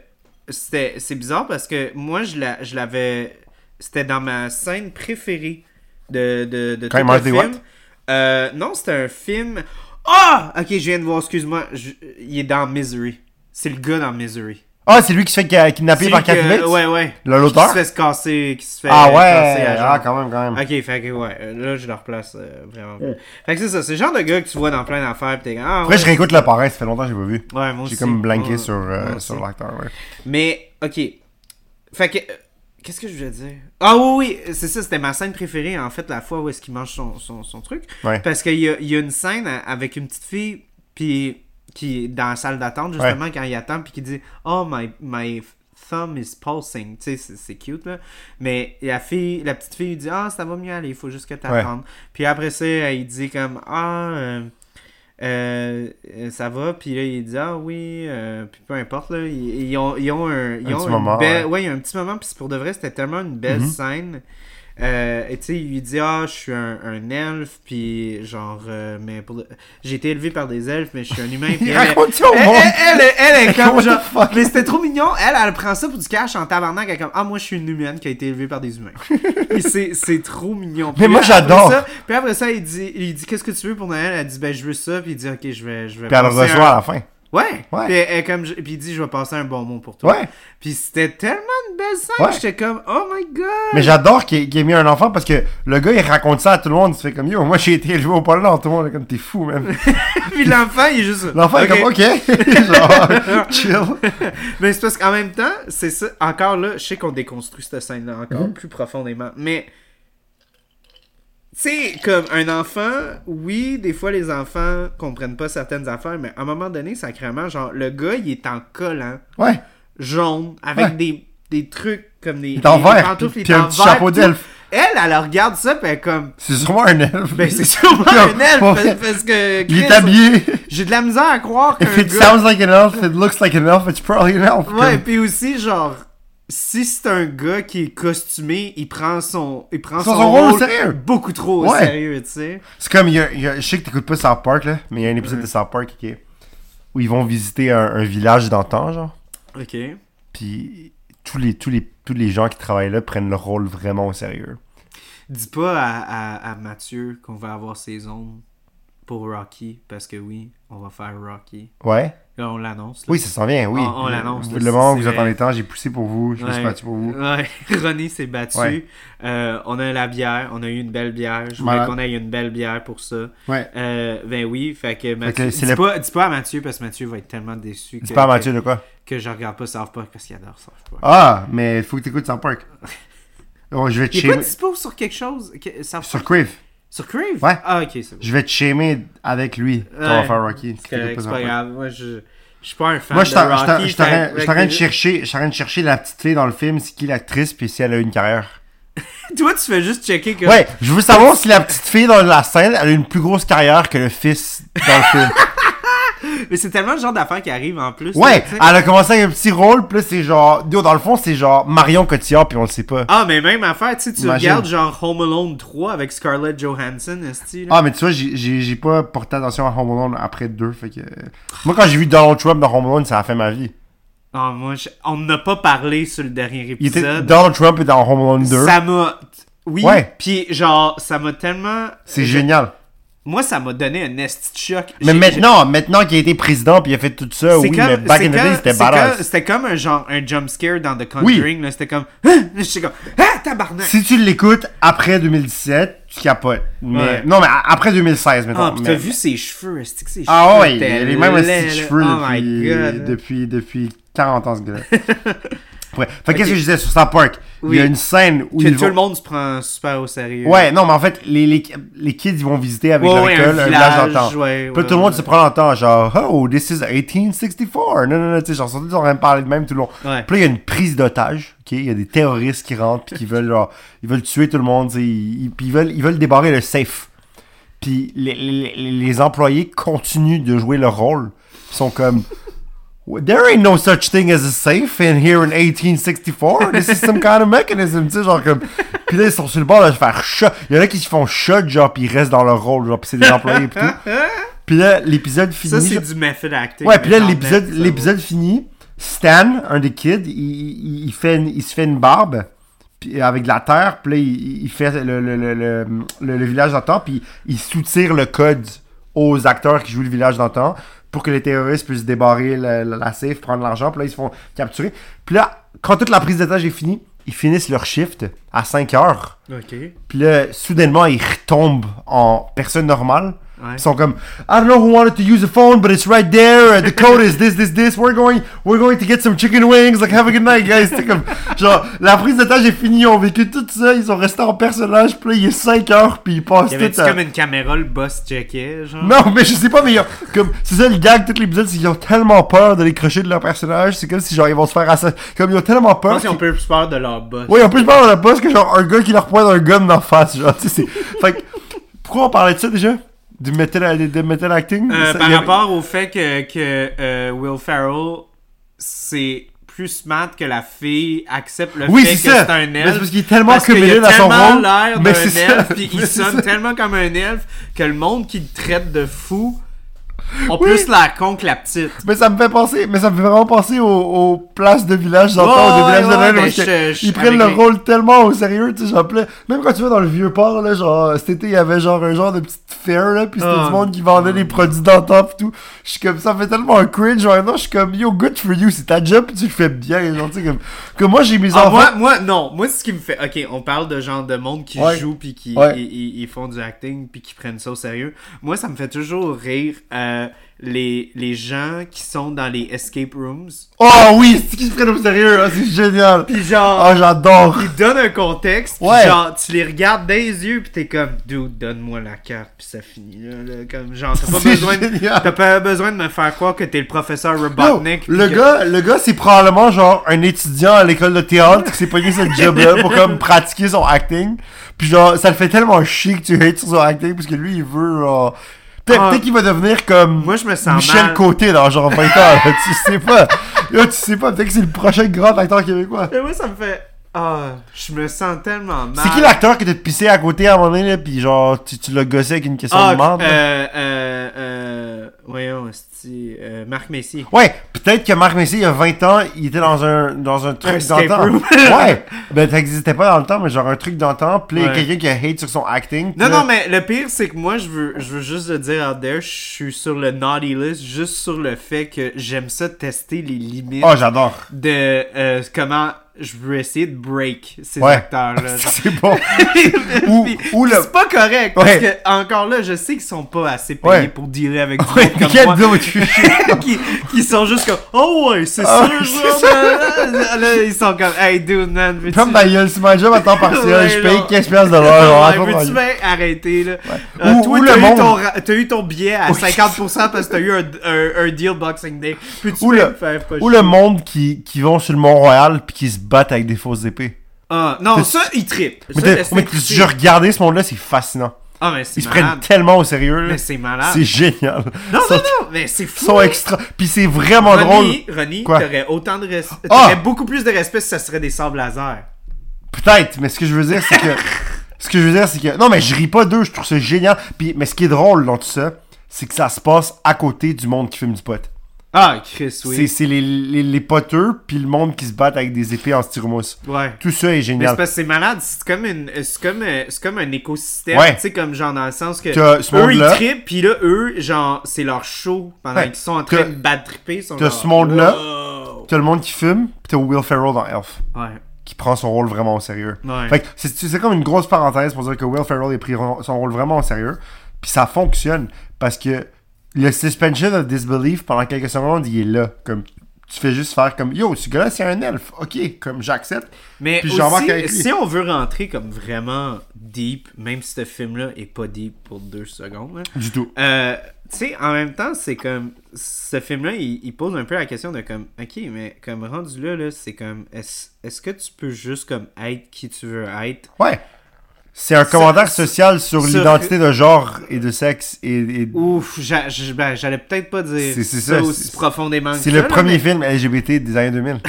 Speaker 1: c'était- c'est bizarre parce que moi, je la- je l'avais. C'était dans ma scène préférée de, de, de
Speaker 2: Quand il
Speaker 1: tout
Speaker 2: mange
Speaker 1: le
Speaker 2: des
Speaker 1: film.
Speaker 2: watts?
Speaker 1: Euh, non, c'était un film. Ah! ok, je viens de voir, excuse-moi. je- Il est dans Misery. C'est le gars dans Misery.
Speaker 2: Ah, c'est lui qui se fait ca- kidnapper par
Speaker 1: Celui que-
Speaker 2: Catmix?
Speaker 1: Ouais, ouais.
Speaker 2: Le-
Speaker 1: Qui
Speaker 2: L'auteur?
Speaker 1: se fait se casser, qui se fait
Speaker 2: Ah
Speaker 1: casser
Speaker 2: ouais!
Speaker 1: à
Speaker 2: Ah,
Speaker 1: jambe.
Speaker 2: quand même, quand même.
Speaker 1: Ok, fait que ouais, euh, là je le replace euh, vraiment. bien. Fait que c'est ça, c'est le genre de gars que tu vois dans plein d'affaires pis t'es comme, ah,
Speaker 2: Après,
Speaker 1: ouais,
Speaker 2: je réécoute le parrain, ça fait longtemps que j'ai pas vu.
Speaker 1: ouais, moi
Speaker 2: J'ai
Speaker 1: aussi.
Speaker 2: comme blanqué
Speaker 1: Ouais,
Speaker 2: sur, euh,
Speaker 1: moi
Speaker 2: sur
Speaker 1: aussi.
Speaker 2: l'acteur, ouais.
Speaker 1: Mais, ok. Fait que. euh, Qu'est-ce que je voulais dire? Ah oui, oui, c'est ça, c'était ma scène préférée, en fait, la fois où est-ce qu'il mange son, son, son truc.
Speaker 2: Ouais.
Speaker 1: Parce qu'il y a, il y a une scène à- avec une petite fille, puis qui est dans la salle d'attente, justement, quand il attend, puis qui dit Oh, my, my thumb is pulsing. Tu sais, c'est, c'est cute, là. Mais la, fille, la petite fille dit Ah, ça va mieux aller, il faut juste que t'attendes. Puis après ça, il dit comme Ah. euh, euh, euh, ça va, puis là, il dit Ah oui, euh, puis peu importe, là, ils, ils ont, ils ont un, ils
Speaker 2: Un
Speaker 1: ont
Speaker 2: petit
Speaker 1: une
Speaker 2: moment,
Speaker 1: belle-
Speaker 2: ouais. Mhm.
Speaker 1: ouais, il y a un petit moment, puis pour de vrai, c'était tellement une belle scène. Euh, et tu sais, il lui dit Ah, je suis un, un elfe, puis genre, euh, mais pour de- j'ai été élevé par des elfes, mais je suis un humain. puis
Speaker 2: Il
Speaker 1: elle-
Speaker 2: raconte ça au
Speaker 1: elle,
Speaker 2: monde.
Speaker 1: elle, elle, elle est comme
Speaker 2: What the
Speaker 1: genre.
Speaker 2: fuck?
Speaker 1: Mais c'était trop mignon. Elle, elle prend ça pour du cash en tabarnak. Elle est comme Ah, moi, je suis une humaine qui a été élevée par des humains. Et c'est c'est trop mignon. Puis
Speaker 2: Mais moi,
Speaker 1: là, après
Speaker 2: j'adore.
Speaker 1: ça- Puis après ça, il dit, il dit Qu'est-ce que tu veux pour Noël Elle dit Ben, je veux ça. Puis il dit Ok, je vais. Je vais
Speaker 2: Puis elle le
Speaker 1: passer eh, un-
Speaker 2: reçoit à la fin.
Speaker 1: Ouais.
Speaker 2: Ouais.
Speaker 1: Puis, elle- elle comme, je- puis il dit Je vais passer un bon mot pour toi.
Speaker 2: Ouais.
Speaker 1: Puis c'était tellement une belle scène.
Speaker 2: Ouais.
Speaker 1: J'étais comme Oh my god.
Speaker 2: Mais j'adore qu'il qu'il ait mis un enfant parce que le gars, il raconte ça à tout le monde. Il se fait comme, yo, moi, j'ai été élevé au pôle Nord. Tout le monde est comme, t'es fou, même.
Speaker 1: puis l'enfant, il est juste.
Speaker 2: L'enfant
Speaker 1: Ok.
Speaker 2: est comme, ok. Genre, chill.
Speaker 1: Mais c'est parce qu'en même temps, c'est ça. Encore là, je sais qu'on déconstruit cette scène-là encore
Speaker 2: Mhm.
Speaker 1: plus profondément. Mais. Tu sais, comme un enfant, oui, des fois les enfants comprennent pas certaines affaires, mais à un moment donné, sacrément, genre, le gars, il est en collant,
Speaker 2: Ouais.
Speaker 1: jaune, avec
Speaker 2: Ouais.
Speaker 1: des, des trucs comme des. Il
Speaker 2: est en vert,
Speaker 1: pantoufles,
Speaker 2: puis-
Speaker 1: il
Speaker 2: puis
Speaker 1: est
Speaker 2: un
Speaker 1: en
Speaker 2: petit
Speaker 1: vert,
Speaker 2: chapeau
Speaker 1: tout.
Speaker 2: d'elfe.
Speaker 1: Elle, elle regarde ça, puis elle est comme.
Speaker 2: C'est sûrement un elfe.
Speaker 1: Ben, c'est sûrement
Speaker 2: Comme,
Speaker 1: un elfe,
Speaker 2: pour
Speaker 1: parce,
Speaker 2: vrai.
Speaker 1: parce que.
Speaker 2: Il est
Speaker 1: Chris,
Speaker 2: habillé.
Speaker 1: J'ai de la misère à croire qu'un
Speaker 2: If it
Speaker 1: gars.
Speaker 2: sounds like an elf, it looks like an elf, it's probably an elf.
Speaker 1: Ouais,
Speaker 2: Comme-
Speaker 1: puis aussi, genre, si c'est un gars qui est costumé, il prend son, il prend
Speaker 2: Son
Speaker 1: son,
Speaker 2: rôle au
Speaker 1: rôle
Speaker 2: sérieux.
Speaker 1: beaucoup trop au
Speaker 2: Ouais.
Speaker 1: sérieux, tu sais.
Speaker 2: C'est comme, il y a- il y a- je sais que t'écoutes pas South Park, là, mais il y a un épisode de South Park qui est- où ils vont visiter un, un village d'antan, genre.
Speaker 1: Ok.
Speaker 2: Puis tous les, tous, les, tous les gens qui travaillent là prennent leur rôle vraiment au sérieux.
Speaker 1: Dis pas à, à, à Mathieu qu'on va avoir ses ondes pour Rocky, parce que oui, on va faire Rocky.
Speaker 2: Ouais.
Speaker 1: Là, on l'annonce. là.
Speaker 2: Oui, ça s'en vient, oui.
Speaker 1: On- on l'annonce,
Speaker 2: Vous-
Speaker 1: là,
Speaker 2: Le moment où
Speaker 1: c'est
Speaker 2: vous
Speaker 1: vrai.
Speaker 2: attendez tant, j'ai poussé pour vous, je me suis
Speaker 1: Ouais.
Speaker 2: battu pour vous.
Speaker 1: Ouais, Ronnie s'est battu.
Speaker 2: Ouais.
Speaker 1: Euh, on a la bière, on a eu une belle bière. Je voulais
Speaker 2: Malade.
Speaker 1: qu'on ait une belle bière pour ça.
Speaker 2: Ouais.
Speaker 1: Euh, ben oui, fait que Mathieu.
Speaker 2: que
Speaker 1: dis,
Speaker 2: c'est le-
Speaker 1: pas, dis pas à Mathieu parce que Mathieu va être tellement déçu.
Speaker 2: Dis
Speaker 1: que-
Speaker 2: pas à
Speaker 1: que-
Speaker 2: Mathieu de quoi
Speaker 1: que je regarde pas South Park parce qu'il adore South Park.
Speaker 2: Ah, mais il faut que t'écoutes South Park. Oh, je vais te
Speaker 1: Il est pas
Speaker 2: shamer.
Speaker 1: dispo sur quelque chose que- South
Speaker 2: Sur
Speaker 1: Park?
Speaker 2: Crave,
Speaker 1: Sur Crave?
Speaker 2: Ouais.
Speaker 1: Ah, ok, c'est bon.
Speaker 2: je vais te shamer avec lui quand on va
Speaker 1: Ouais.
Speaker 2: faire Rocky. si
Speaker 1: C'est
Speaker 2: t'écoutes pas
Speaker 1: correct, c'est
Speaker 2: South
Speaker 1: pas
Speaker 2: Park.
Speaker 1: grave. Moi, je, je suis pas un fan
Speaker 2: Moi, je
Speaker 1: de
Speaker 2: suis en- je
Speaker 1: Rocky.
Speaker 2: suis en- je suis en train- je suis en train de
Speaker 1: fait que-
Speaker 2: chercher- je suis en train de chercher la petite fille dans le film, c'est qui l'actrice, puis si elle a une carrière.
Speaker 1: Toi, tu fais juste checker que...
Speaker 2: Ouais, je veux savoir si la petite fille dans la scène, elle a une plus grosse carrière que le fils dans le film.
Speaker 1: Mais c'est tellement le genre d'affaire qui arrive en plus. là,
Speaker 2: Ouais, Ah.
Speaker 1: tu sais.
Speaker 2: elle a commencé avec un petit rôle, puis là, c'est genre. Yo, Dans le fond, c'est genre Marion Cotillard, puis on le sait pas.
Speaker 1: Ah, mais même affaire, tu sais, tu
Speaker 2: Imagine.
Speaker 1: regardes genre Home Alone 3 avec Scarlett Johansson, est
Speaker 2: Ah, mais tu vois, j'ai- j'ai j'ai pas porté attention à Home Alone après deux. Fait que. Moi, quand j'ai vu Donald Trump dans Home Alone, ça a fait ma vie.
Speaker 1: Ah, moi, je- on n'a pas parlé sur le dernier
Speaker 2: Il était...
Speaker 1: épisode.
Speaker 2: Donald Trump est dans Home Alone 2.
Speaker 1: Ça m'a... Oui,
Speaker 2: Ouais.
Speaker 1: puis genre, ça m'a tellement...
Speaker 2: C'est génial.
Speaker 1: Moi, ça m'a donné un esti de choc.
Speaker 2: Mais
Speaker 1: J'ai-
Speaker 2: maintenant, maintenant qu'il a été président, puis il a fait tout ça,
Speaker 1: C'est
Speaker 2: Euh, oui,
Speaker 1: comme-
Speaker 2: mais back
Speaker 1: c'est
Speaker 2: in the day,
Speaker 1: comme-
Speaker 2: c'était
Speaker 1: c'est
Speaker 2: badass.
Speaker 1: comme- C'était comme un genre un jump scare dans The Conjuring. là, C'était comme ah! J'étais comme ah tabarnak.
Speaker 2: Si tu l'écoutes après 2017, tu capotes. Mais...
Speaker 1: Ouais.
Speaker 2: Non, mais a- après 2016, mettons.
Speaker 1: Ah, puis t'as
Speaker 2: mais-
Speaker 1: vu ses cheveux, est-ce que ses
Speaker 2: Ah
Speaker 1: cheveux
Speaker 2: ouais, il
Speaker 1: étaient
Speaker 2: a les mêmes
Speaker 1: laids,
Speaker 2: petits
Speaker 1: là.
Speaker 2: cheveux euh,
Speaker 1: Oh my
Speaker 2: depuis,
Speaker 1: god.
Speaker 2: depuis, depuis 40 ans, ce gars-là. Ouais. Fait que qu'est-ce que je disais sur South Park? Il y a
Speaker 1: Oui.
Speaker 2: une scène où
Speaker 1: Que
Speaker 2: ils
Speaker 1: tout
Speaker 2: vont-
Speaker 1: le monde se prend super au sérieux.
Speaker 2: Ouais, non, mais en fait, les, les, les kids, ils vont visiter avec
Speaker 1: euh, Ouais,
Speaker 2: leur
Speaker 1: ouais,
Speaker 2: école
Speaker 1: un
Speaker 2: un
Speaker 1: village,
Speaker 2: village d'antan.
Speaker 1: ouais,
Speaker 2: Puis là,
Speaker 1: ouais,
Speaker 2: tout le monde
Speaker 1: ouais.
Speaker 2: se prend l'antan, genre, oh, this is 1864. Non, non, non, tu sais, genre, surtout, ils ont rien parlé de même tout le long.
Speaker 1: Ouais.
Speaker 2: Puis là, il y a une prise d'otage, ok? Il y a des terroristes qui rentrent, puis qui veulent, genre, ils veulent tuer tout le monde, tu sais, ils, ils- puis ils veulent, ils veulent débarrer le safe. Puis les, les, les- les employés continuent de jouer leur rôle. Ils sont comme. There ain't no such thing as a safe in here in 1864. This is some kind of mechanism, tu sais, genre comme. Puis là, ils sont sur le bord de se faire shot. Il y en a qui se font shot, genre, puis ils restent dans leur rôle, genre, puis c'est des employés, pis tout. Puis là, l'épisode finit.
Speaker 1: Ça c'est
Speaker 2: genre-
Speaker 1: du method acting.
Speaker 2: Ouais, puis là,
Speaker 1: mais
Speaker 2: l'épisode,
Speaker 1: j'en ai, ça
Speaker 2: l'épisode finit. Stan, un des kids, il, il, il fait une- il se fait une barbe puis euh, avec de la terre. Puis là, il, il fait le, le, le, le, le- le village d'antan. Puis il soutire le code aux acteurs qui jouent le village d'antan pour que les terroristes puissent débarrer la, la- la safe, prendre l'argent. Puis là, ils se font capturer. Puis là, quand toute la prise d'étage est finie, ils finissent leur shift à 5 heures.
Speaker 1: Ok.
Speaker 2: Puis là, soudainement, ils retombent en personne normale.
Speaker 1: Ouais.
Speaker 2: Ils sont comme I don't know who wanted to use the phone, but it's right there. The code is this, this, this. We're going, we're going to get some chicken wings. Like have a good night, guys. C'est comme genre la prise d'étage est finie. Ils ont vécu tout ça. Ils sont restés en personnage. Puis là, il est 5 heures. Puis ils passent
Speaker 1: Y avait-tu
Speaker 2: tout à-
Speaker 1: comme une caméra, le boss checkait, genre?
Speaker 2: non, mais je sais pas, mais ils ont- comme c'est ça le gag tout l'épisode, c'est qu'ils ont tellement peur de les crocher de leur personnage, c'est comme si genre ils vont se faire assassin. Comme ils ont tellement
Speaker 1: Je
Speaker 2: peur.
Speaker 1: pense qu'ils ont plus peur de leur boss.
Speaker 2: Oui, en plus, je parle de la poste que genre un gars qui leur pointe un gun d'en face. Genre, tu sais, c'est. Fait que. Pourquoi on parlait de ça déjà Du metal, de metal acting
Speaker 1: Euh,
Speaker 2: Ça,
Speaker 1: par
Speaker 2: il y a-
Speaker 1: rapport au fait que, que euh, Will Ferrell, c'est plus smart que la fille accepte le
Speaker 2: Oui,
Speaker 1: fait que
Speaker 2: c'est ça
Speaker 1: c'est un
Speaker 2: Mais c'est
Speaker 1: elfe.
Speaker 2: parce qu'il est tellement
Speaker 1: Parce qu'il
Speaker 2: communé
Speaker 1: a
Speaker 2: dans son
Speaker 1: tellement
Speaker 2: rôle.
Speaker 1: l'air d'un
Speaker 2: mais c'est ça.
Speaker 1: elfe, puis
Speaker 2: Mais
Speaker 1: il
Speaker 2: c'est
Speaker 1: sonne
Speaker 2: ça.
Speaker 1: tellement comme un elfe que le monde qui le traite de fou ont
Speaker 2: Oui.
Speaker 1: plus la con que la petite.
Speaker 2: Mais ça me fait penser, mais ça me fait vraiment penser aux, aux places de village, j'entends,
Speaker 1: Ouais,
Speaker 2: aux villages
Speaker 1: ouais,
Speaker 2: de Noël,
Speaker 1: ouais,
Speaker 2: où
Speaker 1: ben,
Speaker 2: est-ce
Speaker 1: je-
Speaker 2: que
Speaker 1: je-
Speaker 2: ils prennent
Speaker 1: avec
Speaker 2: le
Speaker 1: les-
Speaker 2: rôle tellement au sérieux, tu sais, j'en plais. Même quand tu vas dans le vieux port, là, genre, cet été, il y avait genre un genre de petite fair, là, pis c'était
Speaker 1: Ah,
Speaker 2: du monde qui vendait des produits d'antan pis tout. Je suis comme, ça me fait tellement un cringe, maintenant, je suis comme, yo, good for you, c'est ta job pis tu le fais bien, genre, tu sais, comme, comme moi, j'ai mes
Speaker 1: Ah,
Speaker 2: enfants.
Speaker 1: moi, moi, non. Moi, c'est ce qui me fait. Ok, on parle de genre de monde qui
Speaker 2: Ouais.
Speaker 1: joue puis qui
Speaker 2: Ouais.
Speaker 1: ils- ils- ils font du acting puis qui prennent ça au sérieux. Moi, ça me fait toujours rire euh, les, les gens qui sont dans les escape rooms.
Speaker 2: Oh oui, c'est qui se prennent au sérieux, hein, c'est génial.
Speaker 1: Puis genre,
Speaker 2: Oh, j'adore.
Speaker 1: ils donnent un contexte. Puis
Speaker 2: Ouais.
Speaker 1: genre, tu les regardes dans les yeux puis t'es comme, dude, donne-moi la carte puis ça finit là. là. comme genre, t'as pas
Speaker 2: C'est
Speaker 1: besoin. de-
Speaker 2: génial.
Speaker 1: T'as pas besoin de me faire croire que t'es le professeur
Speaker 2: Yo,
Speaker 1: Robotnik. puis
Speaker 2: le,
Speaker 1: que-
Speaker 2: gars, le gars, c'est probablement genre un étudiant à l'école de théâtre qui s'est pogné cette job-là pour comme pratiquer son acting. Puis genre, ça le fait tellement chier que tu hates sur son acting parce que lui, il veut genre... Peut-être
Speaker 1: Ah.
Speaker 2: peut-être qu'il va devenir comme
Speaker 1: Moi, je me sens
Speaker 2: Michel
Speaker 1: mal.
Speaker 2: Côté dans genre 20 ans. là. tu sais pas. Yo, tu sais pas. Peut-être que c'est le prochain grand acteur québécois.
Speaker 1: Mais moi, ça me fait. Ah, je me sens tellement mal. Ah,
Speaker 2: C'est qui l'acteur qui était pissé à côté à un moment donné, là, pis genre, tu, tu l'as gossé avec une question
Speaker 1: Ah,
Speaker 2: de merde? là?
Speaker 1: euh, euh, euh, voyons, c'est euh, Marc Messi.
Speaker 2: Ouais, peut-être que Marc Messier, il y a 20 ans, il était dans un, dans un truc
Speaker 1: escape
Speaker 2: d'antan.
Speaker 1: room.
Speaker 2: ouais, ben ça existait pas dans le temps, mais genre un truc d'antan, pis là, il y a
Speaker 1: Ouais.
Speaker 2: quelqu'un qui a hate sur son acting.
Speaker 1: Non, non, mais le pire, c'est que moi, je veux, je veux juste le dire out there, je suis sur le naughty list, juste sur le fait que j'aime ça tester les limites
Speaker 2: Oh, j'adore.
Speaker 1: de euh, comment je veux essayer de break ces
Speaker 2: Ouais.
Speaker 1: acteurs-là. Ben, genre.
Speaker 2: C'est bon. ou,
Speaker 1: Puis-
Speaker 2: ou le...
Speaker 1: puis C'est pas correct, parce
Speaker 2: Ouais.
Speaker 1: que, encore là, je sais qu'ils sont pas assez payés
Speaker 2: Ouais.
Speaker 1: pour dealer avec du
Speaker 2: Ouais,
Speaker 1: monde comme
Speaker 2: quel
Speaker 1: moi.
Speaker 2: dos tu-
Speaker 1: qui, qui sont juste comme Oh ouais, c'est
Speaker 2: Ah,
Speaker 1: sûr,
Speaker 2: c'est
Speaker 1: genre, là, là, là, ils sont comme Hey dude, man, veux-tu.
Speaker 2: Comme ma gueule, c'est ma job à temps partiel,
Speaker 1: Ouais,
Speaker 2: je paye
Speaker 1: genre.
Speaker 2: 15 piastres de l'heure, genre,
Speaker 1: Ouais,
Speaker 2: pas
Speaker 1: veux-tu
Speaker 2: mal.
Speaker 1: bien arrêter, là? Euh,
Speaker 2: Ou-
Speaker 1: toi,
Speaker 2: ou
Speaker 1: t'as
Speaker 2: le
Speaker 1: eu,
Speaker 2: monde.
Speaker 1: ton ra- t'as eu ton billet à
Speaker 2: Oui.
Speaker 1: 50% parce que t'as eu un, un, un deal Boxing Day. Peux-tu
Speaker 2: Ou
Speaker 1: bien
Speaker 2: le-
Speaker 1: me faire pas
Speaker 2: Ou
Speaker 1: chier?
Speaker 2: le monde qui, qui vont sur le Mont-Royal pis qui se battent avec des fausses épées.
Speaker 1: Ah, non, ça, il trippe.
Speaker 2: Mais,
Speaker 1: Ça,
Speaker 2: t'as-
Speaker 1: laisse-les
Speaker 2: mais
Speaker 1: tripper.
Speaker 2: je regardais ce monde-là, c'est fascinant.
Speaker 1: Ah, mais c'est
Speaker 2: Ils se prennent
Speaker 1: malade.
Speaker 2: tellement au sérieux, là.
Speaker 1: Mais c'est malade.
Speaker 2: C'est génial.
Speaker 1: Non,
Speaker 2: Ils
Speaker 1: non,
Speaker 2: sont-
Speaker 1: non, mais c'est fou.
Speaker 2: sont extra. Puis c'est vraiment drôle.
Speaker 1: Ronnie, Ronnie,
Speaker 2: Quoi?
Speaker 1: t'aurais autant de respect.
Speaker 2: Ah!
Speaker 1: T'aurais beaucoup plus de respect si ça serait des sables laser.
Speaker 2: Peut-être, mais ce que je veux dire, c'est que. ce que je veux dire, c'est que. Non, mais je ris pas d'eux, je trouve ça génial. Puis, mais ce qui est drôle dans tout ça, c'est que ça se passe à côté du monde qui fume du pot.
Speaker 1: Ah, Chris,
Speaker 2: C'est,
Speaker 1: oui.
Speaker 2: c'est les, les, les poteux, puis le monde qui se battent avec des épées en styromousse.
Speaker 1: Ouais.
Speaker 2: Tout ça est
Speaker 1: Mais c'est
Speaker 2: génial.
Speaker 1: parce que c'est malade, c'est comme, une, c'est comme, euh, c'est comme un écosystème,
Speaker 2: Ouais.
Speaker 1: tu sais, comme genre dans le sens que
Speaker 2: T'as ce
Speaker 1: eux
Speaker 2: monde-là.
Speaker 1: ils trippent, puis là eux, genre, c'est leur show pendant
Speaker 2: Ouais.
Speaker 1: qu'ils sont en train
Speaker 2: T'as-
Speaker 1: de bad tripper. ils sont
Speaker 2: t'as
Speaker 1: genre,
Speaker 2: ce monde-là.
Speaker 1: wow.
Speaker 2: T'as le monde qui fume, puis t'as Will Ferrell dans Elf,
Speaker 1: Ouais.
Speaker 2: qui prend son rôle vraiment au sérieux.
Speaker 1: Ouais.
Speaker 2: Fait que c'est, c'est comme une grosse parenthèse pour dire que Will Ferrell a pris ro- son rôle vraiment au sérieux. Puis ça fonctionne parce que le suspension of disbelief pendant quelques secondes, il est là. Comme tu fais juste faire comme yo, ce gars-là c'est un elfe. Ok, comme j'accepte.
Speaker 1: Mais
Speaker 2: Puis j'en marque
Speaker 1: aussi,
Speaker 2: avec lui.
Speaker 1: si on veut rentrer comme vraiment deep, même si ce film-là est pas deep pour deux secondes, là,
Speaker 2: Du tout.
Speaker 1: Euh, tu sais, en même temps, c'est comme. Ce film-là, il, il pose un peu la question de comme. Ok, mais comme rendu là, là c'est comme. Est-ce est-ce que tu peux juste comme être qui tu veux être
Speaker 2: Ouais. C'est un commentaire social sur
Speaker 1: sur-
Speaker 2: l'identité de genre et de sexe et, et-
Speaker 1: Ouf, j'a- j'- ben, j'allais peut-être pas dire
Speaker 2: C'est- c'est
Speaker 1: ça,
Speaker 2: ça,
Speaker 1: aussi
Speaker 2: c'est-
Speaker 1: profondément
Speaker 2: c'est
Speaker 1: que
Speaker 2: le
Speaker 1: ça, là,
Speaker 2: premier
Speaker 1: mais
Speaker 2: film LGBT des années 2000.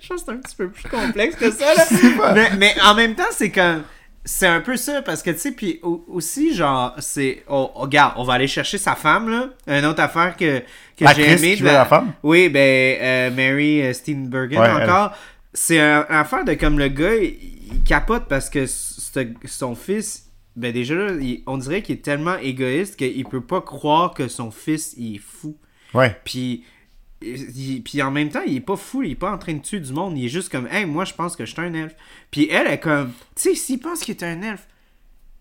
Speaker 1: Je pense que c'est un petit peu plus complexe que ça, là. mais, mais en même temps, c'est comme. C'est un peu ça, parce que tu sais, puis au- aussi, genre, c'est. Oh, oh, regarde, on va aller chercher sa femme, là. Une autre affaire que, que j'ai
Speaker 2: L'actrice
Speaker 1: aimée.
Speaker 2: qui
Speaker 1: de
Speaker 2: jouait la femme?
Speaker 1: Oui, ben, euh, Mary euh, Steenburgen
Speaker 2: Ouais, elle.
Speaker 1: encore. C'est un- une affaire de comme le gars, il, il capote parce que ce- son fils, ben déjà là, il- on dirait qu'il est tellement égoïste qu'il peut pas croire que son fils il est fou.
Speaker 2: Ouais.
Speaker 1: Puis, il- puis en même temps, il est pas fou, il est pas en train de tuer du monde. Il est juste comme, hey, moi, je pense que je suis un elfe. Puis elle est comme, tu sais, s'il pense qu'il est un elfe,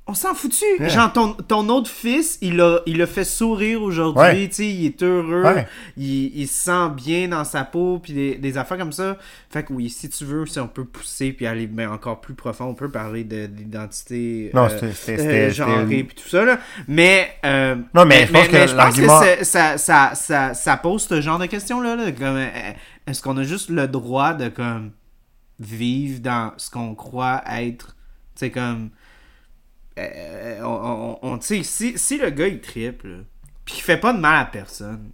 Speaker 1: on s'en foutu.
Speaker 2: Ouais.
Speaker 1: Genre, ton, ton autre fils, il a, il a fait sourire aujourd'hui,
Speaker 2: Ouais.
Speaker 1: tu sais, il est heureux,
Speaker 2: Ouais.
Speaker 1: il, il se sent bien dans sa peau, puis des, des affaires comme ça. Fait que oui, si tu veux, si on peut pousser, puis aller ben, encore plus profond, on peut parler de l'identité
Speaker 2: Non, c'était- c'était- c'était- c'était
Speaker 1: genrée,
Speaker 2: une-
Speaker 1: puis tout ça, là. Mais, euh,
Speaker 2: Non, mais je pense que
Speaker 1: je pense que
Speaker 2: l'argument-
Speaker 1: c'est- ça, ça, ça, ça pose ce genre de questions-là. là, comme, euh, Est-ce qu'on a juste le droit de comme vivre dans ce qu'on croit être? Tu sais, comme. euh, on, on- on- tu sais, si, si le gars il triple, puis qu'il fait pas de mal à personne,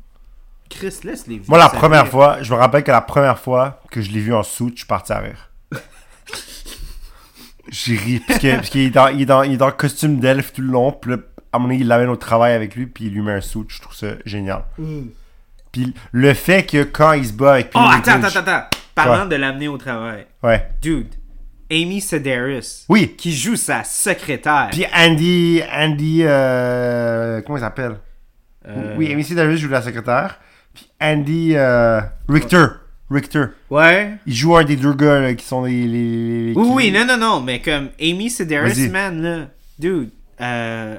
Speaker 1: Chris, laisse les vivre.
Speaker 2: Moi, la
Speaker 1: ça
Speaker 2: première
Speaker 1: fait-
Speaker 2: fois, je me rappelle que la première fois que je l'ai vu en soute, je suis parti à rire. J'ai ri, parce que- parce qu'il est, dans- il est dans il est dans le costume d'elfe tout le long, puis là, à mon avis, il l'amène au travail avec lui, puis il lui met un soute, je trouve ça génial. Puis le fait que quand il se bat avec
Speaker 1: Hmm. Oh,
Speaker 2: Peter
Speaker 1: attends,
Speaker 2: Dinklage-
Speaker 1: attends, attends. Parlant de l'amener au travail,
Speaker 2: Ouais.
Speaker 1: dude, Amy Sedaris,
Speaker 2: Oui.
Speaker 1: qui joue sa secrétaire.
Speaker 2: Puis Andy, Andy, euh, comment il s'appelle
Speaker 1: Euh.
Speaker 2: Oui, Amy Sedaris joue la secrétaire. Puis Andy euh, Richter, Richter,
Speaker 1: Ouais.
Speaker 2: il joue un des deux gars là, qui sont les. les- les-
Speaker 1: Oui,
Speaker 2: qui-
Speaker 1: oui, non, non, non, mais comme Amy Sedaris,
Speaker 2: Vas-y.
Speaker 1: man, là, dude, euh,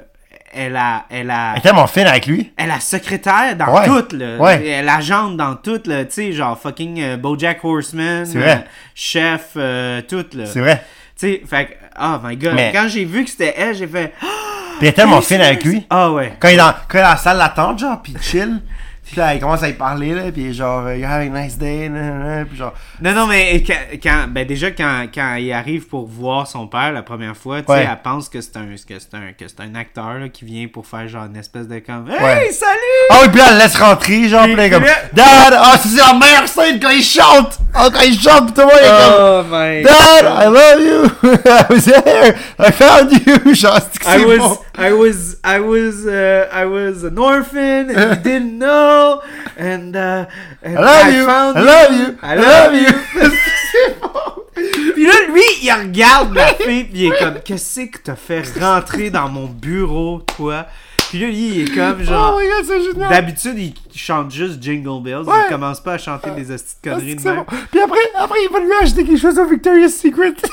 Speaker 1: elle a, elle a,
Speaker 2: Elle est tellement fine avec lui.
Speaker 1: elle a secrétaire dans
Speaker 2: Ouais.
Speaker 1: tout, là,
Speaker 2: Ouais.
Speaker 1: elle agente dans tout, là, tu sais, genre fucking euh, BoJack Horseman,
Speaker 2: C'est vrai.
Speaker 1: euh, chef, euh, tout, là,
Speaker 2: C'est
Speaker 1: tu
Speaker 2: vrai.
Speaker 1: sais, fait que, oh my god,
Speaker 2: Mais-
Speaker 1: quand j'ai vu que c'était elle, j'ai fait,
Speaker 2: Puis elle est tellement fine avec lui.
Speaker 1: ah ouais,
Speaker 2: Quand il est dans, quand il est dans la salle d'attente, genre, puis chill. Puis là, il commence à y parler, là, puis genre, euh, you have a nice day, nan, nan, nan, puis genre.
Speaker 1: Non, non, mais quand, quand- ben déjà, quand, quand il arrive pour voir son père la première fois, tu sais,
Speaker 2: Ouais.
Speaker 1: elle pense que c'est un, que c'est un, que c'est un acteur là, qui vient pour faire genre une espèce de comme Hey,
Speaker 2: Ouais.
Speaker 1: salut!
Speaker 2: Ah oui, puis là, elle le laisse rentrer, genre, puis là, il est comme,
Speaker 1: puis
Speaker 2: Dad, ah, c'est la meilleure scène quand il chante! Ah, quand il chante, puis tout le monde est comme,
Speaker 1: Euh. oh my
Speaker 2: Dad, I love you! I was there! I found you! Genre, c'est que
Speaker 1: I
Speaker 2: c'est
Speaker 1: was,
Speaker 2: bon.
Speaker 1: I was, I was, uh, I was an orphan and you didn't know, and, uh, and
Speaker 2: I love
Speaker 1: I
Speaker 2: you!
Speaker 1: found
Speaker 2: I love you!
Speaker 1: I love you.
Speaker 2: c'est bon!
Speaker 1: Puis là, lui, il regarde la fille, puis il est comme, qu'est-ce que t'as fait rentrer dans mon bureau, toi? Puis là, lui, il est comme genre.
Speaker 2: Oh my god, c'est génial!
Speaker 1: D'habitude, ils chantent juste Jingle Bells. Ils
Speaker 2: Ouais.
Speaker 1: commencent pas à chanter des hosties de
Speaker 2: Ah,
Speaker 1: conneries
Speaker 2: c'est que
Speaker 1: de
Speaker 2: c'est
Speaker 1: même.
Speaker 2: bon. Puis après, après, il va lui acheter quelque chose au Victoria's Secret.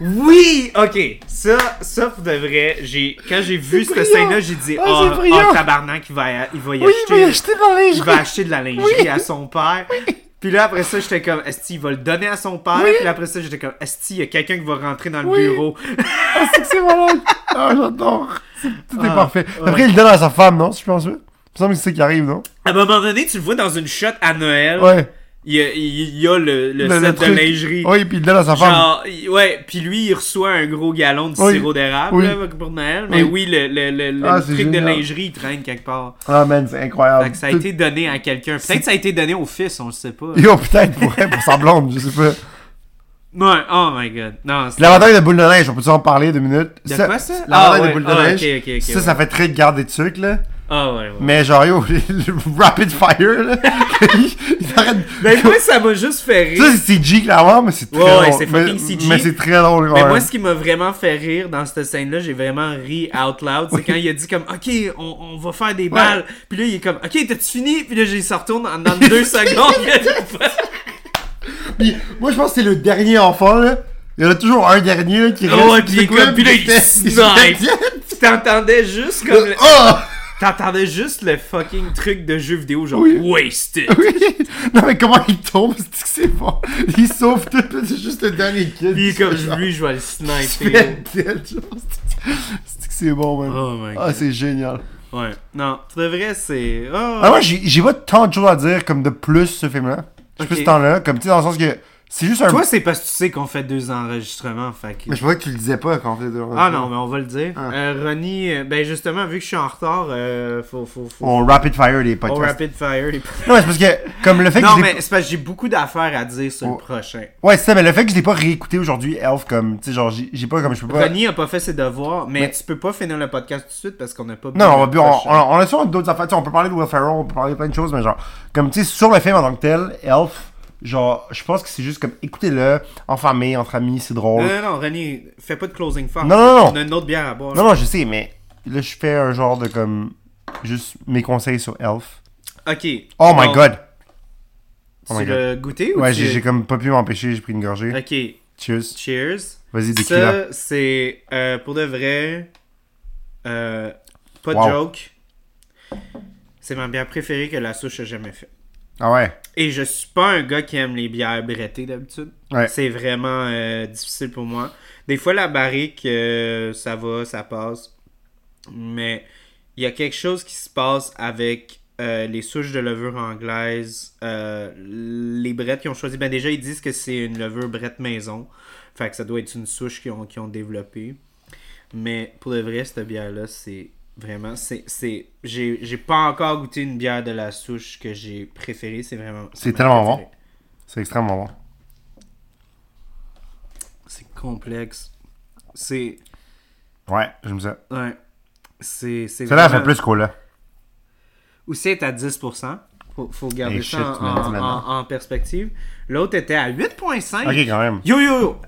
Speaker 1: Oui! Ok. Ça, ça pour de vrai, j'ai, quand j'ai vu
Speaker 2: C'est
Speaker 1: cette
Speaker 2: brillant.
Speaker 1: scène-là, j'ai dit,
Speaker 2: Ah,
Speaker 1: oh,
Speaker 2: c'est brillant.
Speaker 1: oh, tabarnak, il va, y- il va y
Speaker 2: Oui, il
Speaker 1: acheter.
Speaker 2: va y acheter dans les
Speaker 1: il va acheter de la lingerie
Speaker 2: Oui.
Speaker 1: à son père. Puis là, après ça, j'étais comme, est-ce qu'il va le donner à son père?
Speaker 2: Oui.
Speaker 1: Puis après ça, j'étais comme, est-ce qu'il y a quelqu'un qui va rentrer dans le
Speaker 2: Oui.
Speaker 1: bureau?
Speaker 2: Ah, c'est que c'est malade. Ah, j'adore. C'est- Tout est
Speaker 1: Ah,
Speaker 2: parfait.
Speaker 1: ouais.
Speaker 2: Après, il le donne à sa femme, non, si je pense. Il me semble que c'est ça qui arrive, non?
Speaker 1: À un moment donné, tu le vois dans une shot à Noël.
Speaker 2: Ouais.
Speaker 1: Il y a, il y a le, le set de
Speaker 2: truc.
Speaker 1: lingerie.
Speaker 2: Oui, puis il le donne à sa femme.
Speaker 1: Genre, il- ouais, puis lui, il reçoit un gros galon de
Speaker 2: Oui.
Speaker 1: sirop d'érable
Speaker 2: Oui.
Speaker 1: là, pour Noël. Mais
Speaker 2: Oui.
Speaker 1: oui, le, le, le, le
Speaker 2: Ah, c'est
Speaker 1: truc de
Speaker 2: génial.
Speaker 1: lingerie, il traîne quelque part.
Speaker 2: Ah, man, c'est
Speaker 1: Fait
Speaker 2: incroyable.
Speaker 1: que ça a
Speaker 2: Tout-
Speaker 1: été donné à quelqu'un. Peut-être que ça a été donné au fils, on le sait pas.
Speaker 2: Yo, peut-être, pour, pour sa blonde, je sais pas.
Speaker 1: Ouais, oh my god. Non, c'est-
Speaker 2: L'avantage de boule de neige, on peut-tu en parler deux minutes?
Speaker 1: De quoi, ça?
Speaker 2: L'avantage
Speaker 1: Ah, ouais.
Speaker 2: de boule de
Speaker 1: Ah,
Speaker 2: neige.
Speaker 1: ok, ok, ok,
Speaker 2: ça,
Speaker 1: ouais.
Speaker 2: ça fait très de garder des trucs, là.
Speaker 1: Ah ouais, ouais.
Speaker 2: Mais genre, yo, le rapid fire, là. il, il arrête.
Speaker 1: Ben moi, ça m'a juste fait rire.
Speaker 2: Ça, c'est CG, clairement, mais c'est très
Speaker 1: Ouais, ouais,
Speaker 2: drôle.
Speaker 1: c'est
Speaker 2: Mais-
Speaker 1: fucking CG.
Speaker 2: Mais c'est très drôle,
Speaker 1: Mais
Speaker 2: ouais.
Speaker 1: moi, ce qui m'a vraiment fait rire dans cette scène-là, j'ai vraiment ri out loud, c'est quand il a dit comme, OK, on, on va faire des balles. Puis là, il est comme, OK, t'as-tu fini? Puis là, j'ai ça retourne en, dans deux secondes. Il a dit,
Speaker 2: Puis, moi, je pense que c'est le dernier enfant, là. Il y en a toujours un dernier, là, qui
Speaker 1: Ah ouais, puis il est comme- puis là, il snipe. Tu t'entendais juste comme... le-
Speaker 2: Oh!
Speaker 1: T'entendais juste le fucking truc de jeu vidéo, genre
Speaker 2: Oui.
Speaker 1: wasted.
Speaker 2: Oui! Non, mais comment il tombe? C'est que c'est bon. Il sauve tout, là, c'est juste le dernier kid.
Speaker 1: Puis il est comme
Speaker 2: Genre,
Speaker 1: lui, je vais le
Speaker 2: il se
Speaker 1: sniper.
Speaker 2: fait dead, genre, c'est que- C'est que c'est bon, man.
Speaker 1: Oh my
Speaker 2: Ah,
Speaker 1: god.
Speaker 2: c'est génial.
Speaker 1: ouais. Non, pour de vrai, c'est. Oh.
Speaker 2: Ah, moi, j'ai j'ai pas tant de choses à dire comme de plus ce film-là. Je
Speaker 1: Ok.
Speaker 2: plus ce temps-là, comme tu sais, dans le sens que c'est juste un.
Speaker 1: Toi, c'est parce que tu sais qu'on fait deux enregistrements. Fait que...
Speaker 2: Mais je pensais que tu le disais pas quand on faisait de-
Speaker 1: Ah non, mais on va le dire.
Speaker 2: Ah.
Speaker 1: Euh, Ronnie, euh, ben justement, vu que je suis en retard, euh, faut. faut, faut...
Speaker 2: On rapid fire les
Speaker 1: au
Speaker 2: podcasts.
Speaker 1: rapid fire. les-
Speaker 2: Non, mais c'est parce que, comme le fait que je
Speaker 1: Non,
Speaker 2: l'ai
Speaker 1: mais c'est parce que j'ai beaucoup d'affaires à dire sur le
Speaker 2: Oh.
Speaker 1: prochain.
Speaker 2: Ouais, c'est ça, mais le fait que je l'ai pas réécouté aujourd'hui, Elf, comme, tu sais, genre, j'ai j'ai pas, comme, je peux pas.
Speaker 1: Ronnie a pas fait ses devoirs, mais
Speaker 2: Mais-
Speaker 1: tu peux pas finir le podcast tout de suite parce qu'on n'a pas. bu
Speaker 2: Non, on, va
Speaker 1: le
Speaker 2: bu- on,
Speaker 1: prochain.
Speaker 2: on- on a sûrement d'autres affaires. Tu sais, on peut parler de Will Ferrell, on peut parler de plein de choses, mais genre, comme, tu sais, sur le film en tant que tel, Elf, Genre, je pense que c'est juste comme écoutez-le en famille, entre amis, c'est drôle.
Speaker 1: Non, non, non, René, fais pas de closing fort.
Speaker 2: Non, non, non.
Speaker 1: On a une autre bière à boire.
Speaker 2: Non, non, je sais, mais là, je fais un genre de comme. Juste mes conseils sur Elf.
Speaker 1: Ok.
Speaker 2: Oh my
Speaker 1: Donc,
Speaker 2: god!
Speaker 1: Tu
Speaker 2: Oh my god.
Speaker 1: l'as goûté ou
Speaker 2: Ouais,
Speaker 1: tu-
Speaker 2: j'ai j'ai comme pas pu m'empêcher, j'ai pris une gorgée.
Speaker 1: Ok,
Speaker 2: Cheers.
Speaker 1: cheers.
Speaker 2: Vas-y, tequila.
Speaker 1: Ça, c'est euh, pour de vrai. euh, pas de
Speaker 2: Wow.
Speaker 1: joke. C'est ma bière préférée que la souche a jamais faite.
Speaker 2: Ah ouais.
Speaker 1: Et je suis pas un gars qui aime les bières brettées d'habitude.
Speaker 2: Ouais.
Speaker 1: C'est vraiment euh, difficile pour moi. Des fois, la barrique, euh, ça va, ça passe. Mais il y a quelque chose qui se passe avec euh, les souches de levure anglaise. Euh, les brettes qu'ils ont choisies, ben déjà, ils disent que c'est une levure brette maison. Fait que ça doit être une souche qu'ils ont, qu'ils ont développée. Mais pour de vrai, cette bière-là, c'est vraiment. c'est c'est J'ai j'ai pas encore goûté une bière de la souche que j'ai préférée. C'est vraiment.
Speaker 2: C'est
Speaker 1: ma
Speaker 2: tellement
Speaker 1: préférée.
Speaker 2: bon. C'est extrêmement bon.
Speaker 1: C'est complexe. C'est.
Speaker 2: Ouais, j'aime ça.
Speaker 1: Ouais. C'est. c'est
Speaker 2: Celle-là elle fait
Speaker 1: vraiment-
Speaker 2: plus cola.
Speaker 1: Aussi est à 10%. Faut, faut garder
Speaker 2: Hey,
Speaker 1: ça
Speaker 2: shit,
Speaker 1: en,
Speaker 2: tu me l'as dit
Speaker 1: en-
Speaker 2: maintenant.
Speaker 1: en- en perspective. L'autre était à 8.5.
Speaker 2: Ok, quand même.
Speaker 1: Yo yo yo!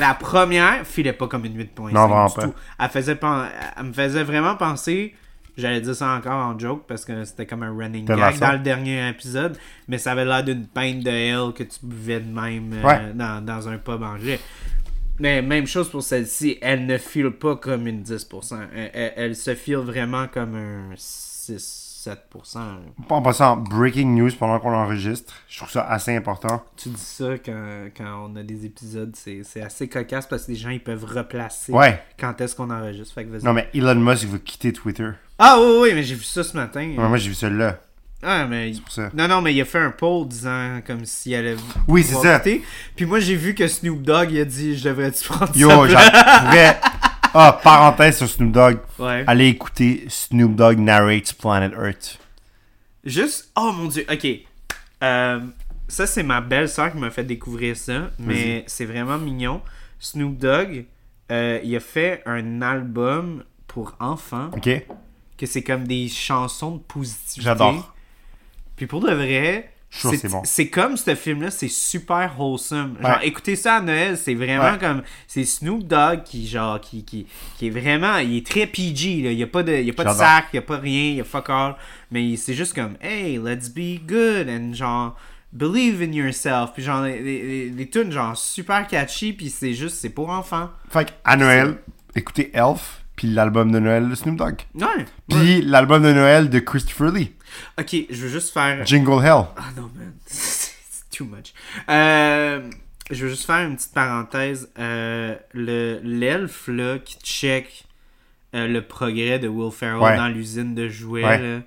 Speaker 1: La première filait pas comme une 8.5.
Speaker 2: Non, vraiment
Speaker 1: du
Speaker 2: pas.
Speaker 1: tout. Elle, faisait pen- elle me faisait vraiment penser. J'allais dire ça encore en joke parce que c'était comme un running
Speaker 2: T'as
Speaker 1: gag
Speaker 2: raison.
Speaker 1: dans le dernier épisode, mais ça avait l'air d'une pinte de hell que tu buvais de même euh,
Speaker 2: Ouais.
Speaker 1: dans, dans un pub anglais. Mais même chose pour celle-ci, elle ne file pas comme une 10%. Elle, elle- elle se file vraiment comme un 6-7%.
Speaker 2: En passant, breaking news pendant qu'on enregistre. Je trouve ça assez important.
Speaker 1: Tu dis ça quand, quand on a des épisodes, c'est c'est assez cocasse parce que les gens ils peuvent replacer
Speaker 2: Ouais.
Speaker 1: quand est-ce qu'on enregistre. Fait que vas-y.
Speaker 2: Non, mais Elon Musk il veut quitter Twitter.
Speaker 1: Ah oui, oui, mais j'ai vu ça ce matin.
Speaker 2: Ouais, moi, j'ai vu ça là.
Speaker 1: Ah, mais.
Speaker 2: Pour ça.
Speaker 1: Non, non, mais il a fait un poll disant comme s'il allait.
Speaker 2: Oui, c'est
Speaker 1: pouvoir
Speaker 2: ça.
Speaker 1: quitter. Puis moi, j'ai vu que Snoop Dogg, il a dit Je devrais-tu prendre
Speaker 2: Yo,
Speaker 1: ça
Speaker 2: j'en pourrais. Ah, parenthèse sur Snoop Dogg.
Speaker 1: Ouais.
Speaker 2: Allez écouter Snoop Dogg narrates Planet Earth.
Speaker 1: Juste. Oh mon dieu, ok. Euh, ça, c'est ma belle sœur qui m'a fait découvrir ça, mais c'est vraiment mignon. Snoop Dogg, euh, il a fait un album pour enfants
Speaker 2: Ok?
Speaker 1: que c'est comme des chansons de positivité.
Speaker 2: J'adore.
Speaker 1: Puis pour de vrai,
Speaker 2: Je suis sûr que c'est bon.
Speaker 1: c'est comme ce film-là, c'est super wholesome. Genre,
Speaker 2: Ouais.
Speaker 1: écouter ça à Noël, c'est vraiment
Speaker 2: Ouais.
Speaker 1: comme. C'est Snoop Dogg qui, genre, qui, qui, qui est vraiment. Il est très PG, là. Il n'y a pas de, il y a pas de
Speaker 2: J'adore.
Speaker 1: sac, il n'y a pas rien, il n'y a fuck all. Mais il- c'est juste comme, hey, let's be good. And genre. Believe in yourself. Puis genre, les, les, les- les tunes, genre, super catchy. Puis c'est juste, c'est pour enfants.
Speaker 2: Fait que, à Noël, écoutez Elf, puis l'album de Noël de Snoop Dogg.
Speaker 1: Ouais.
Speaker 2: Puis l'album de Noël de Christopher Lee.
Speaker 1: Ok, je veux juste faire.
Speaker 2: Jingle Hell.
Speaker 1: Ah non, man. C'est too much. Euh, je veux juste faire une petite parenthèse. Euh, le- L'elfe, là, qui check euh, le progrès de Will Ferrell
Speaker 2: Ouais.
Speaker 1: dans l'usine de jouets,
Speaker 2: Ouais.
Speaker 1: là,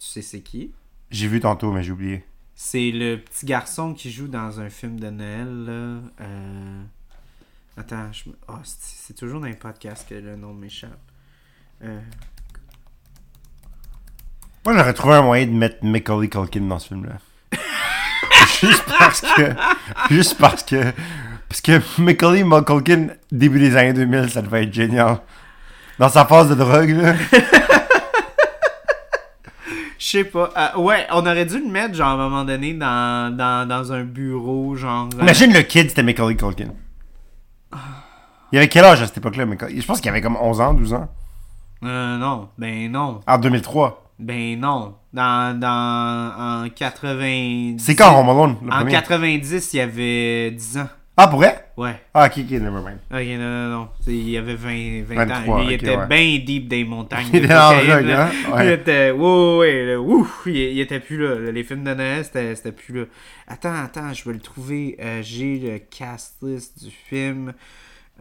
Speaker 1: tu sais c'est qui?
Speaker 2: J'ai vu tantôt, mais j'ai oublié.
Speaker 1: C'est le petit garçon qui joue dans un film de Noël, là. Euh, Attends, je me- oh, c'est- c'est toujours dans les podcasts que le nom m'échappe. Euh,
Speaker 2: Moi, j'aurais trouvé un moyen de mettre Macaulay Culkin dans ce film-là. juste parce que. Juste parce que. Parce que Macaulay Culkin, début des années 2000, ça devait être génial. Dans sa phase de drogue, là.
Speaker 1: Je sais pas. Euh, ouais, on aurait dû le mettre, genre, à un moment donné, dans, dans, dans un bureau, genre. euh,
Speaker 2: Imagine le kid, c'était Macaulay Culkin. Il avait quel âge à cette époque-là, Macaulay? Je pense qu'il avait comme 11 ans, Ah, 12 ans.
Speaker 1: Euh, non, ben non,
Speaker 2: En 2003.
Speaker 1: ben non. Dans, dans, en 90...
Speaker 2: C'est quand Home Alone, le
Speaker 1: En
Speaker 2: premier?
Speaker 1: 90, il y avait 10 ans.
Speaker 2: Ah, pour vrai?
Speaker 1: Ouais.
Speaker 2: Ah, ok, ok, nevermind.
Speaker 1: Ok, non, non, non. C'est- Il y avait 20, 20 ans.
Speaker 2: 23,
Speaker 1: Lui, il
Speaker 2: ok,
Speaker 1: était
Speaker 2: ouais.
Speaker 1: bien deep des montagnes.
Speaker 2: Il
Speaker 1: de
Speaker 2: était en
Speaker 1: cocaïne,
Speaker 2: drogue,
Speaker 1: là.
Speaker 2: hein? Ouais.
Speaker 1: Il était... Ouais, ouais, là, ouf, il, il était plus là. là. Les films de Noël, c'était c'était plus là. Attends, attends, je vais le trouver. Euh, J'ai le cast list du film.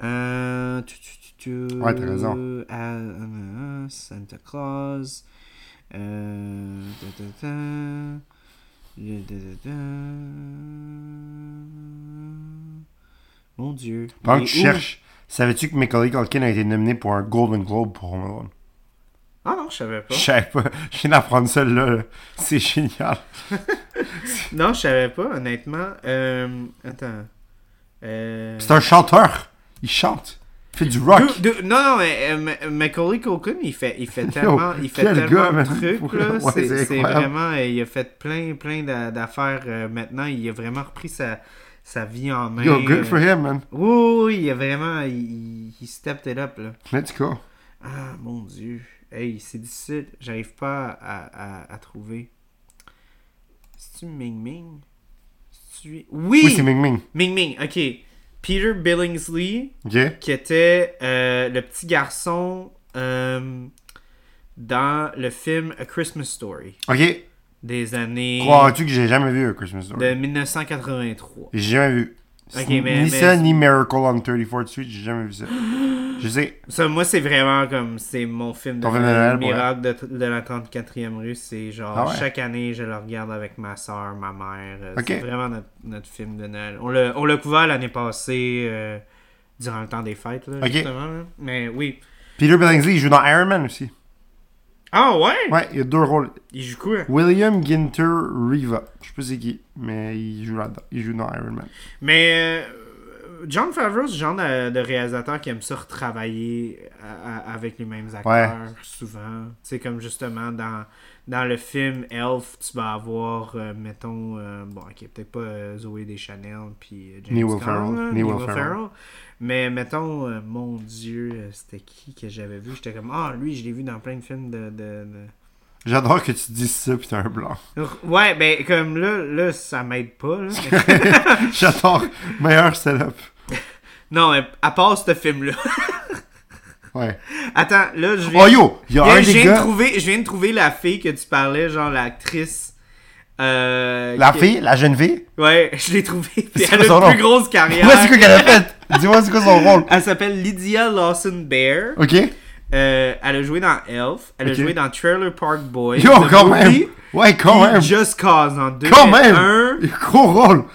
Speaker 1: Euh... tu, tu, tu, tu,
Speaker 2: Ouais, t'as raison.
Speaker 1: euh, euh, Santa Claus. Euh... ta, ta, ta. Le- da, da, da. Mon Dieu.
Speaker 2: Pendant
Speaker 1: Il
Speaker 2: que tu
Speaker 1: est où?
Speaker 2: cherches, savais-tu que Macaulay Culkin a été nominé pour un Golden Globe pour Home Alone?
Speaker 1: Ah non, je savais pas.
Speaker 2: Je savais pas. Je viens d'apprendre ça là. là. C'est génial.
Speaker 1: Non, je savais pas, honnêtement. Euh, attends. Euh,
Speaker 2: C'est un chanteur. Il chante. fait du rock.
Speaker 1: Deux- deux- non, non, mais euh, Ma- Macaulay Culkin, il fait, il fait tellement, il fait
Speaker 2: Oh, quel gars,
Speaker 1: tellement
Speaker 2: man.
Speaker 1: de trucs, là.
Speaker 2: Ouais,
Speaker 1: c'est,
Speaker 2: c'est
Speaker 1: c'est
Speaker 2: incroyable.
Speaker 1: vraiment, euh, il a fait plein, plein d'a- d'affaires euh, maintenant. Il a vraiment repris sa, sa vie en main.
Speaker 2: Yo, good for
Speaker 1: Euh,
Speaker 2: him, man.
Speaker 1: oui, oui, il a vraiment, il, il- il stepped it up, là.
Speaker 2: Let's go.
Speaker 1: Ah, mon Dieu. Hey, c'est difficile. J'arrive pas à, à- à trouver. C'est-tu Ming Ming? C'est-tu- Oui!
Speaker 2: Oui, c'est Ming Ming.
Speaker 1: Ming Ming, ok. Peter Billingsley,
Speaker 2: Ok?
Speaker 1: qui était euh, le petit garçon euh, dans le film A Christmas Story
Speaker 2: Ok.
Speaker 1: des années
Speaker 2: Crois-tu que j'ai jamais vu un Christmas Story?
Speaker 1: de 1983.
Speaker 2: J'ai jamais vu.
Speaker 1: Ben- Ok,
Speaker 2: Ni-
Speaker 1: mais-
Speaker 2: ni
Speaker 1: mais-
Speaker 2: ça, ni Miracle on 34th Street, j'ai jamais vu ça. Je sais.
Speaker 1: Ça, moi, c'est vraiment comme c'est mon film de
Speaker 2: Ton film de Noël,
Speaker 1: Noël, miracle de, de la 34e rue. C'est genre
Speaker 2: Ah ouais?
Speaker 1: chaque année, je le regarde avec ma soeur, ma mère. Euh,
Speaker 2: Ok.
Speaker 1: C'est vraiment notre, notre film de Noël. On l'a on l'a couvert l'année passée euh, durant le temps des fêtes, là,
Speaker 2: Ok.
Speaker 1: justement. là. Mais oui.
Speaker 2: Peter Billingsley, il joue dans Iron Man aussi.
Speaker 1: Ah ouais?
Speaker 2: Ouais, il y a deux rôles.
Speaker 1: Il joue quoi?
Speaker 2: William Ginter Riva. Je sais pas c'est qui, mais il joue là-dedans. Il joue dans Iron Man.
Speaker 1: Mais euh, John Favreau, c'est le genre de, de réalisateur qui aime ça retravailler à- à- avec les mêmes acteurs
Speaker 2: Ouais.
Speaker 1: souvent. Tu sais, comme justement dans, dans le film Elf, tu vas avoir, euh, mettons, euh, bon, ok, peut-être pas euh, Zoé Deschanel puis euh, James
Speaker 2: Ni Will
Speaker 1: Caan,
Speaker 2: Ferrell.
Speaker 1: là,
Speaker 2: Ni
Speaker 1: ni
Speaker 2: Will
Speaker 1: Will
Speaker 2: Ferrell.
Speaker 1: Ferrell. Mais mettons, euh, mon Dieu, euh, c'était qui que j'avais vu? J'étais comme, ah, lui, je l'ai vu dans plein de films de- de- de...
Speaker 2: J'adore que tu dises ça, pis t'as un blanc.
Speaker 1: Ouais, ben comme là, là ça m'aide pas. Là.
Speaker 2: J'adore. Meilleur setup.
Speaker 1: non, mais à part ce film-là.
Speaker 2: Ouais.
Speaker 1: Attends, là, je viens...
Speaker 2: Oh yo, il y a
Speaker 1: Viens,
Speaker 2: un
Speaker 1: je,
Speaker 2: des
Speaker 1: viens de
Speaker 2: gars.
Speaker 1: trouver, je viens de trouver la fille que tu parlais, genre l'actrice. euh,
Speaker 2: La
Speaker 1: que-
Speaker 2: fille, la jeune fille.
Speaker 1: Ouais, je l'ai trouvée. puis
Speaker 2: C'est
Speaker 1: Elle
Speaker 2: quoi son
Speaker 1: a une plus
Speaker 2: nom?
Speaker 1: grosse carrière.
Speaker 2: Moi, c'est quoi qu'elle a fait? Dis-moi, c'est quoi son rôle?
Speaker 1: Elle s'appelle Lydia Lawson Bear.
Speaker 2: Ok?
Speaker 1: Euh, elle a joué dans Elf. Elle a
Speaker 2: Ok.
Speaker 1: joué dans Trailer Park Boys.
Speaker 2: Yo,
Speaker 1: The
Speaker 2: quand
Speaker 1: Movie,
Speaker 2: même! Ouais, quand
Speaker 1: puis
Speaker 2: même!
Speaker 1: Just Cause en 2001.
Speaker 2: Quand même! Gros rôle!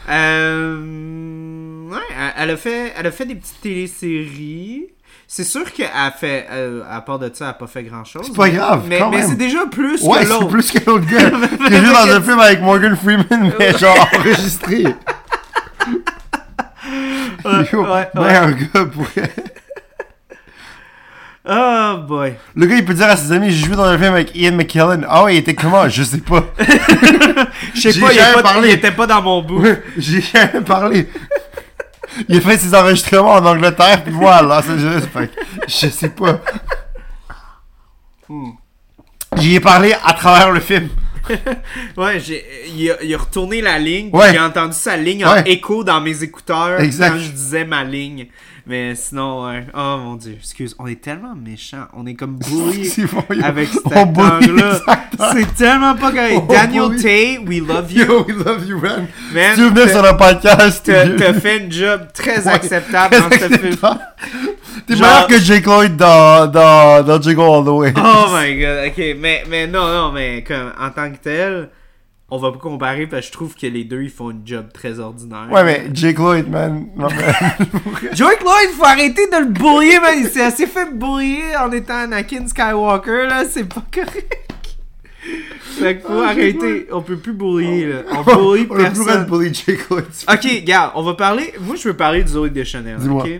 Speaker 1: Euh, ouais, elle- elle a fait, elle a fait des petites téléséries. C'est sûr qu'elle a fait, euh, à part de ça, elle a pas fait grand chose.
Speaker 2: C'est pas grave,
Speaker 1: Mais,
Speaker 2: quand
Speaker 1: mais
Speaker 2: même.
Speaker 1: c'est déjà plus
Speaker 2: Ouais,
Speaker 1: que
Speaker 2: c'est
Speaker 1: l'autre.
Speaker 2: plus que l'autre gars! J'ai joué dans un film avec Morgan Freeman, mais genre enregistré! Yo,
Speaker 1: ouais,
Speaker 2: meilleur gars pour
Speaker 1: Oh boy.
Speaker 2: Le gars, il peut dire à ses amis, j'ai joué dans un film avec Ian McKellen. Ah ouais, il était comment? Je sais pas.
Speaker 1: Je sais
Speaker 2: J'ai
Speaker 1: pas, il, a
Speaker 2: jamais
Speaker 1: pas
Speaker 2: parlé.
Speaker 1: il était pas dans mon bout.
Speaker 2: Ouais, J'ai jamais parlé. Il a fait ses enregistrements en Angleterre, puis moi à Los Angeles. Fait que je sais pas.
Speaker 1: Hmm.
Speaker 2: J'y ai parlé à travers le film.
Speaker 1: Ouais, j'ai, il, a, il a retourné la ligne, puis
Speaker 2: Ouais.
Speaker 1: j'ai entendu sa ligne en
Speaker 2: Ouais.
Speaker 1: écho dans mes écouteurs
Speaker 2: Exact.
Speaker 1: quand je disais ma ligne. Mais sinon, ouais. oh mon dieu, excuse, on est tellement méchants, on est comme bourrés
Speaker 2: C'est bon, yo.
Speaker 1: avec cet
Speaker 2: On bully
Speaker 1: angle-là.
Speaker 2: les acteurs.
Speaker 1: C'est tellement pas correct.
Speaker 2: On
Speaker 1: Daniel
Speaker 2: bully.
Speaker 1: Tay, we love you.
Speaker 2: Yo, we love you, man.
Speaker 1: Man,
Speaker 2: Si tu veux venir
Speaker 1: t'as-
Speaker 2: sur le podcast,
Speaker 1: T'as
Speaker 2: yo.
Speaker 1: t'as fait un job très
Speaker 2: Ouais.
Speaker 1: acceptable dans ce film.
Speaker 2: T'es
Speaker 1: Genre-
Speaker 2: meilleur que Jake Lloyd dans, dans, dans Jiggle All the Way.
Speaker 1: Oh my god, ok, mais, mais non, non, mais comme, en tant que tel, on va pas comparer parce que je trouve que les deux ils font une job très ordinaire.
Speaker 2: Ouais, mais Jake Lloyd, man. Non, mais-
Speaker 1: Joey Lloyd, faut arrêter de le bouiller, man. Il s'est assez fait bouiller en étant Anakin Skywalker, là. C'est pas correct. Fait que faut arrêter. On peut plus bouiller, là. On bouille
Speaker 2: Ah, On a plus le droit de
Speaker 1: personne.
Speaker 2: bully Jake Lloyd.
Speaker 1: Ok, garde, on va parler. Moi, je veux parler de Zoé Deschanel.
Speaker 2: Dis-moi.
Speaker 1: ok?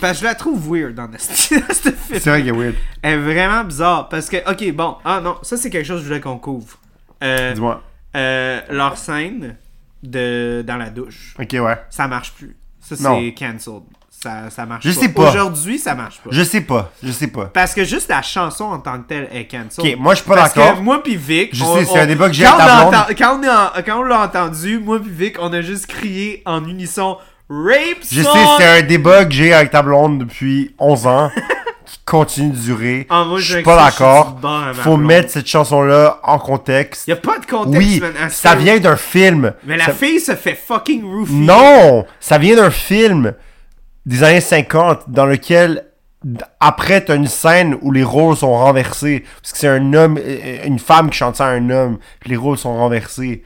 Speaker 1: Parce que je la trouve weird dans ce dans ce film.
Speaker 2: C'est vrai qu'il est weird.
Speaker 1: Elle est vraiment bizarre. Parce que, ok, bon. Ah non, ça, c'est quelque chose que je voulais qu'on couvre. Euh,
Speaker 2: Dis-moi.
Speaker 1: euh, leur scène de, dans la douche
Speaker 2: Ok, ouais.
Speaker 1: ça marche plus. Ça,
Speaker 2: Non.
Speaker 1: c'est cancelled. Ça, ça marche
Speaker 2: Je
Speaker 1: pas.
Speaker 2: sais pas.
Speaker 1: Aujourd'hui, ça marche pas.
Speaker 2: Je sais pas. Je sais pas.
Speaker 1: Parce que juste la chanson en tant que telle est cancelled.
Speaker 2: Ok, moi je suis pas
Speaker 1: Parce
Speaker 2: d'accord.
Speaker 1: que moi puis Vic,
Speaker 2: Je
Speaker 1: on-
Speaker 2: sais, c'est
Speaker 1: on-
Speaker 2: un débat que j'ai
Speaker 1: quand
Speaker 2: avec ta
Speaker 1: on
Speaker 2: blonde.
Speaker 1: l'entend- Quand on a- quand on l'a entendu, moi puis Vic, on a juste crié en unisson Rape
Speaker 2: Je
Speaker 1: song!
Speaker 2: sais, c'est un débat que j'ai avec ta blonde depuis 11 ans qui continue de durer.
Speaker 1: Ah, moi,
Speaker 2: je suis
Speaker 1: j'ai un
Speaker 2: pas
Speaker 1: crush sur
Speaker 2: d'accord.
Speaker 1: le banc à ma
Speaker 2: Faut
Speaker 1: blonde.
Speaker 2: mettre cette chanson-là en contexte.
Speaker 1: Y a pas de contexte,
Speaker 2: Oui,
Speaker 1: man, à
Speaker 2: ça
Speaker 1: ce-
Speaker 2: vient d'un film.
Speaker 1: Mais la
Speaker 2: Ça-
Speaker 1: fille se fait fucking roofie.
Speaker 2: Non, ça vient d'un film des années 50 dans lequel d- après t'as une scène où les rôles sont renversés parce que c'est un homme, euh, une femme qui chante ça à un homme, puis les rôles sont renversés.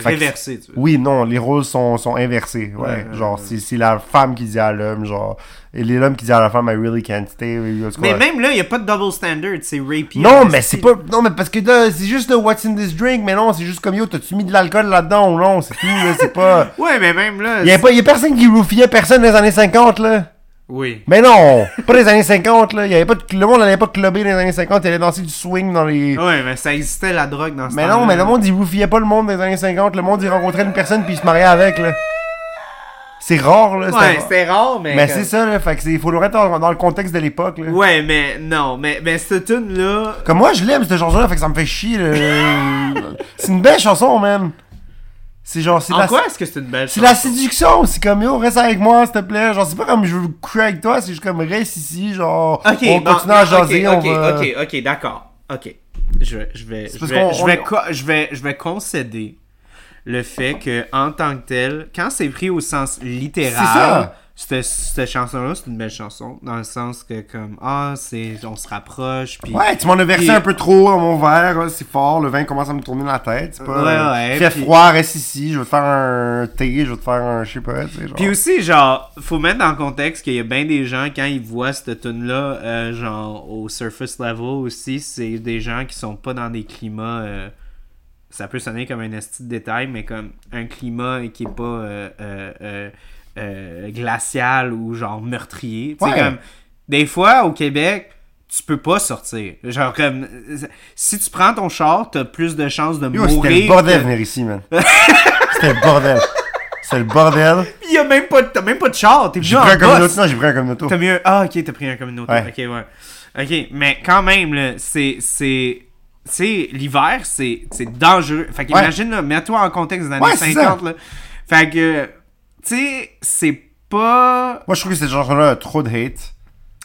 Speaker 2: Fait que-
Speaker 1: Réversée, tu veux.
Speaker 2: Oui, non, les rôles sont, sont inversés. Ouais,
Speaker 1: Ouais, ouais,
Speaker 2: genre, c'est- c'est la femme qui dit à l'homme, genre, et les- l'homme qui dit à la femme, I really can't stay. with you, en tout cas.
Speaker 1: Mais même là, y a pas de double standard, c'est rapey.
Speaker 2: Non,
Speaker 1: Esti.
Speaker 2: mais c'est pas. Non, mais parce que là, c'est juste le what's in this drink, mais non, c'est juste comme yo, t'as-tu mis de l'alcool là-dedans ou non, c'est tout, là, c'est pas.
Speaker 1: Ouais, mais même là.
Speaker 2: Y'a pas, y a personne qui roofiait personne dans les années 50, là.
Speaker 1: Oui.
Speaker 2: Mais non! Pas les années 50, là. Il y avait pas de- le monde n'allait pas clubber dans les années 50. Il allait danser du swing dans les.
Speaker 1: Ouais, mais ça existait la drogue dans ce
Speaker 2: Mais
Speaker 1: temps-là.
Speaker 2: non, mais le monde, il woofiait pas le monde des années 50. Le monde, il rencontrait une personne puis il se mariait avec, là. C'est rare, là.
Speaker 1: Ouais,
Speaker 2: rare.
Speaker 1: c'était rare, mais.
Speaker 2: Mais
Speaker 1: comme-
Speaker 2: c'est ça, là. Fait que c'est- faut le remettre dans, dans le contexte de l'époque, là.
Speaker 1: Ouais, mais non, mais, mais cette tune-là.
Speaker 2: Comme moi, je l'aime, cette chanson-là. Fait que ça me fait chier, là. c'est une belle chanson, man. C'est genre, c'est de
Speaker 1: En
Speaker 2: la.
Speaker 1: quoi est-ce que c'est une belle
Speaker 2: C'est de la
Speaker 1: chanson?
Speaker 2: séduction, c'est comme yo, reste avec moi s'il te plaît. Genre, c'est pas comme je veux coucher avec toi, c'est juste comme reste ici, genre,
Speaker 1: Ok,
Speaker 2: on
Speaker 1: bon,
Speaker 2: continue à
Speaker 1: ok,
Speaker 2: jaser,
Speaker 1: ok,
Speaker 2: on va.
Speaker 1: ok, ok, d'accord. Ok. Je vais, je vais, je
Speaker 2: parce
Speaker 1: vais,
Speaker 2: qu'on-
Speaker 1: je vais,
Speaker 2: on-
Speaker 1: co- je vais, je vais concéder le fait que, en tant que tel, quand c'est pris au sens
Speaker 2: C'est
Speaker 1: littéral,
Speaker 2: ça.
Speaker 1: cette, cette chanson-là, c'est une belle chanson. Dans le sens que, comme, ah, c'est, on se rapproche, puis.
Speaker 2: Ouais, tu m'en as versé
Speaker 1: Puis-
Speaker 2: un peu trop dans mon verre, hein, c'est fort, le vin commence à me tourner la tête, c'est pas.
Speaker 1: Ouais,
Speaker 2: euh,
Speaker 1: ouais,
Speaker 2: Fait
Speaker 1: puis-
Speaker 2: froid, reste ici, je vais te faire un thé, je vais te faire un, je sais pas, tu sais, genre.
Speaker 1: Puis aussi, genre, faut mettre dans le contexte qu'il y a bien des gens, quand ils voient cette tune-là, euh, genre, au surface level aussi, c'est des gens qui sont pas dans des climats. euh, ça peut sonner comme un esti de détail, mais comme un climat qui est pas euh, euh, euh, euh, glacial ou genre meurtrier. Tu sais,
Speaker 2: Ouais.
Speaker 1: comme, des fois, au Québec. Tu peux pas sortir. Genre, comme. euh, Si tu prends ton char, t'as plus de chances de
Speaker 2: Yo, c'était
Speaker 1: mourir.
Speaker 2: le bordel
Speaker 1: que-
Speaker 2: venir ici, man. c'était le bordel. C'était le bordel.
Speaker 1: Il y a même pas, de- t'as même pas de char. T'es
Speaker 2: J'ai
Speaker 1: venu en
Speaker 2: pris un
Speaker 1: bosse.
Speaker 2: communauté, non, j'ai pris un communauté.
Speaker 1: T'as mieux. Ah, ok, t'as pris un communauté.
Speaker 2: Ouais.
Speaker 1: Ok, ouais. Ok, mais quand même, là, c'est. c'est... Tu sais, l'hiver, c'est, c'est dangereux. Fait
Speaker 2: Ouais.
Speaker 1: qu'imagine, là, mets-toi en contexte des années
Speaker 2: Ouais, c'est
Speaker 1: 50, là. Fait que, tu sais, c'est pas...
Speaker 2: Moi, je trouve que cette chanson-là a trop de hate.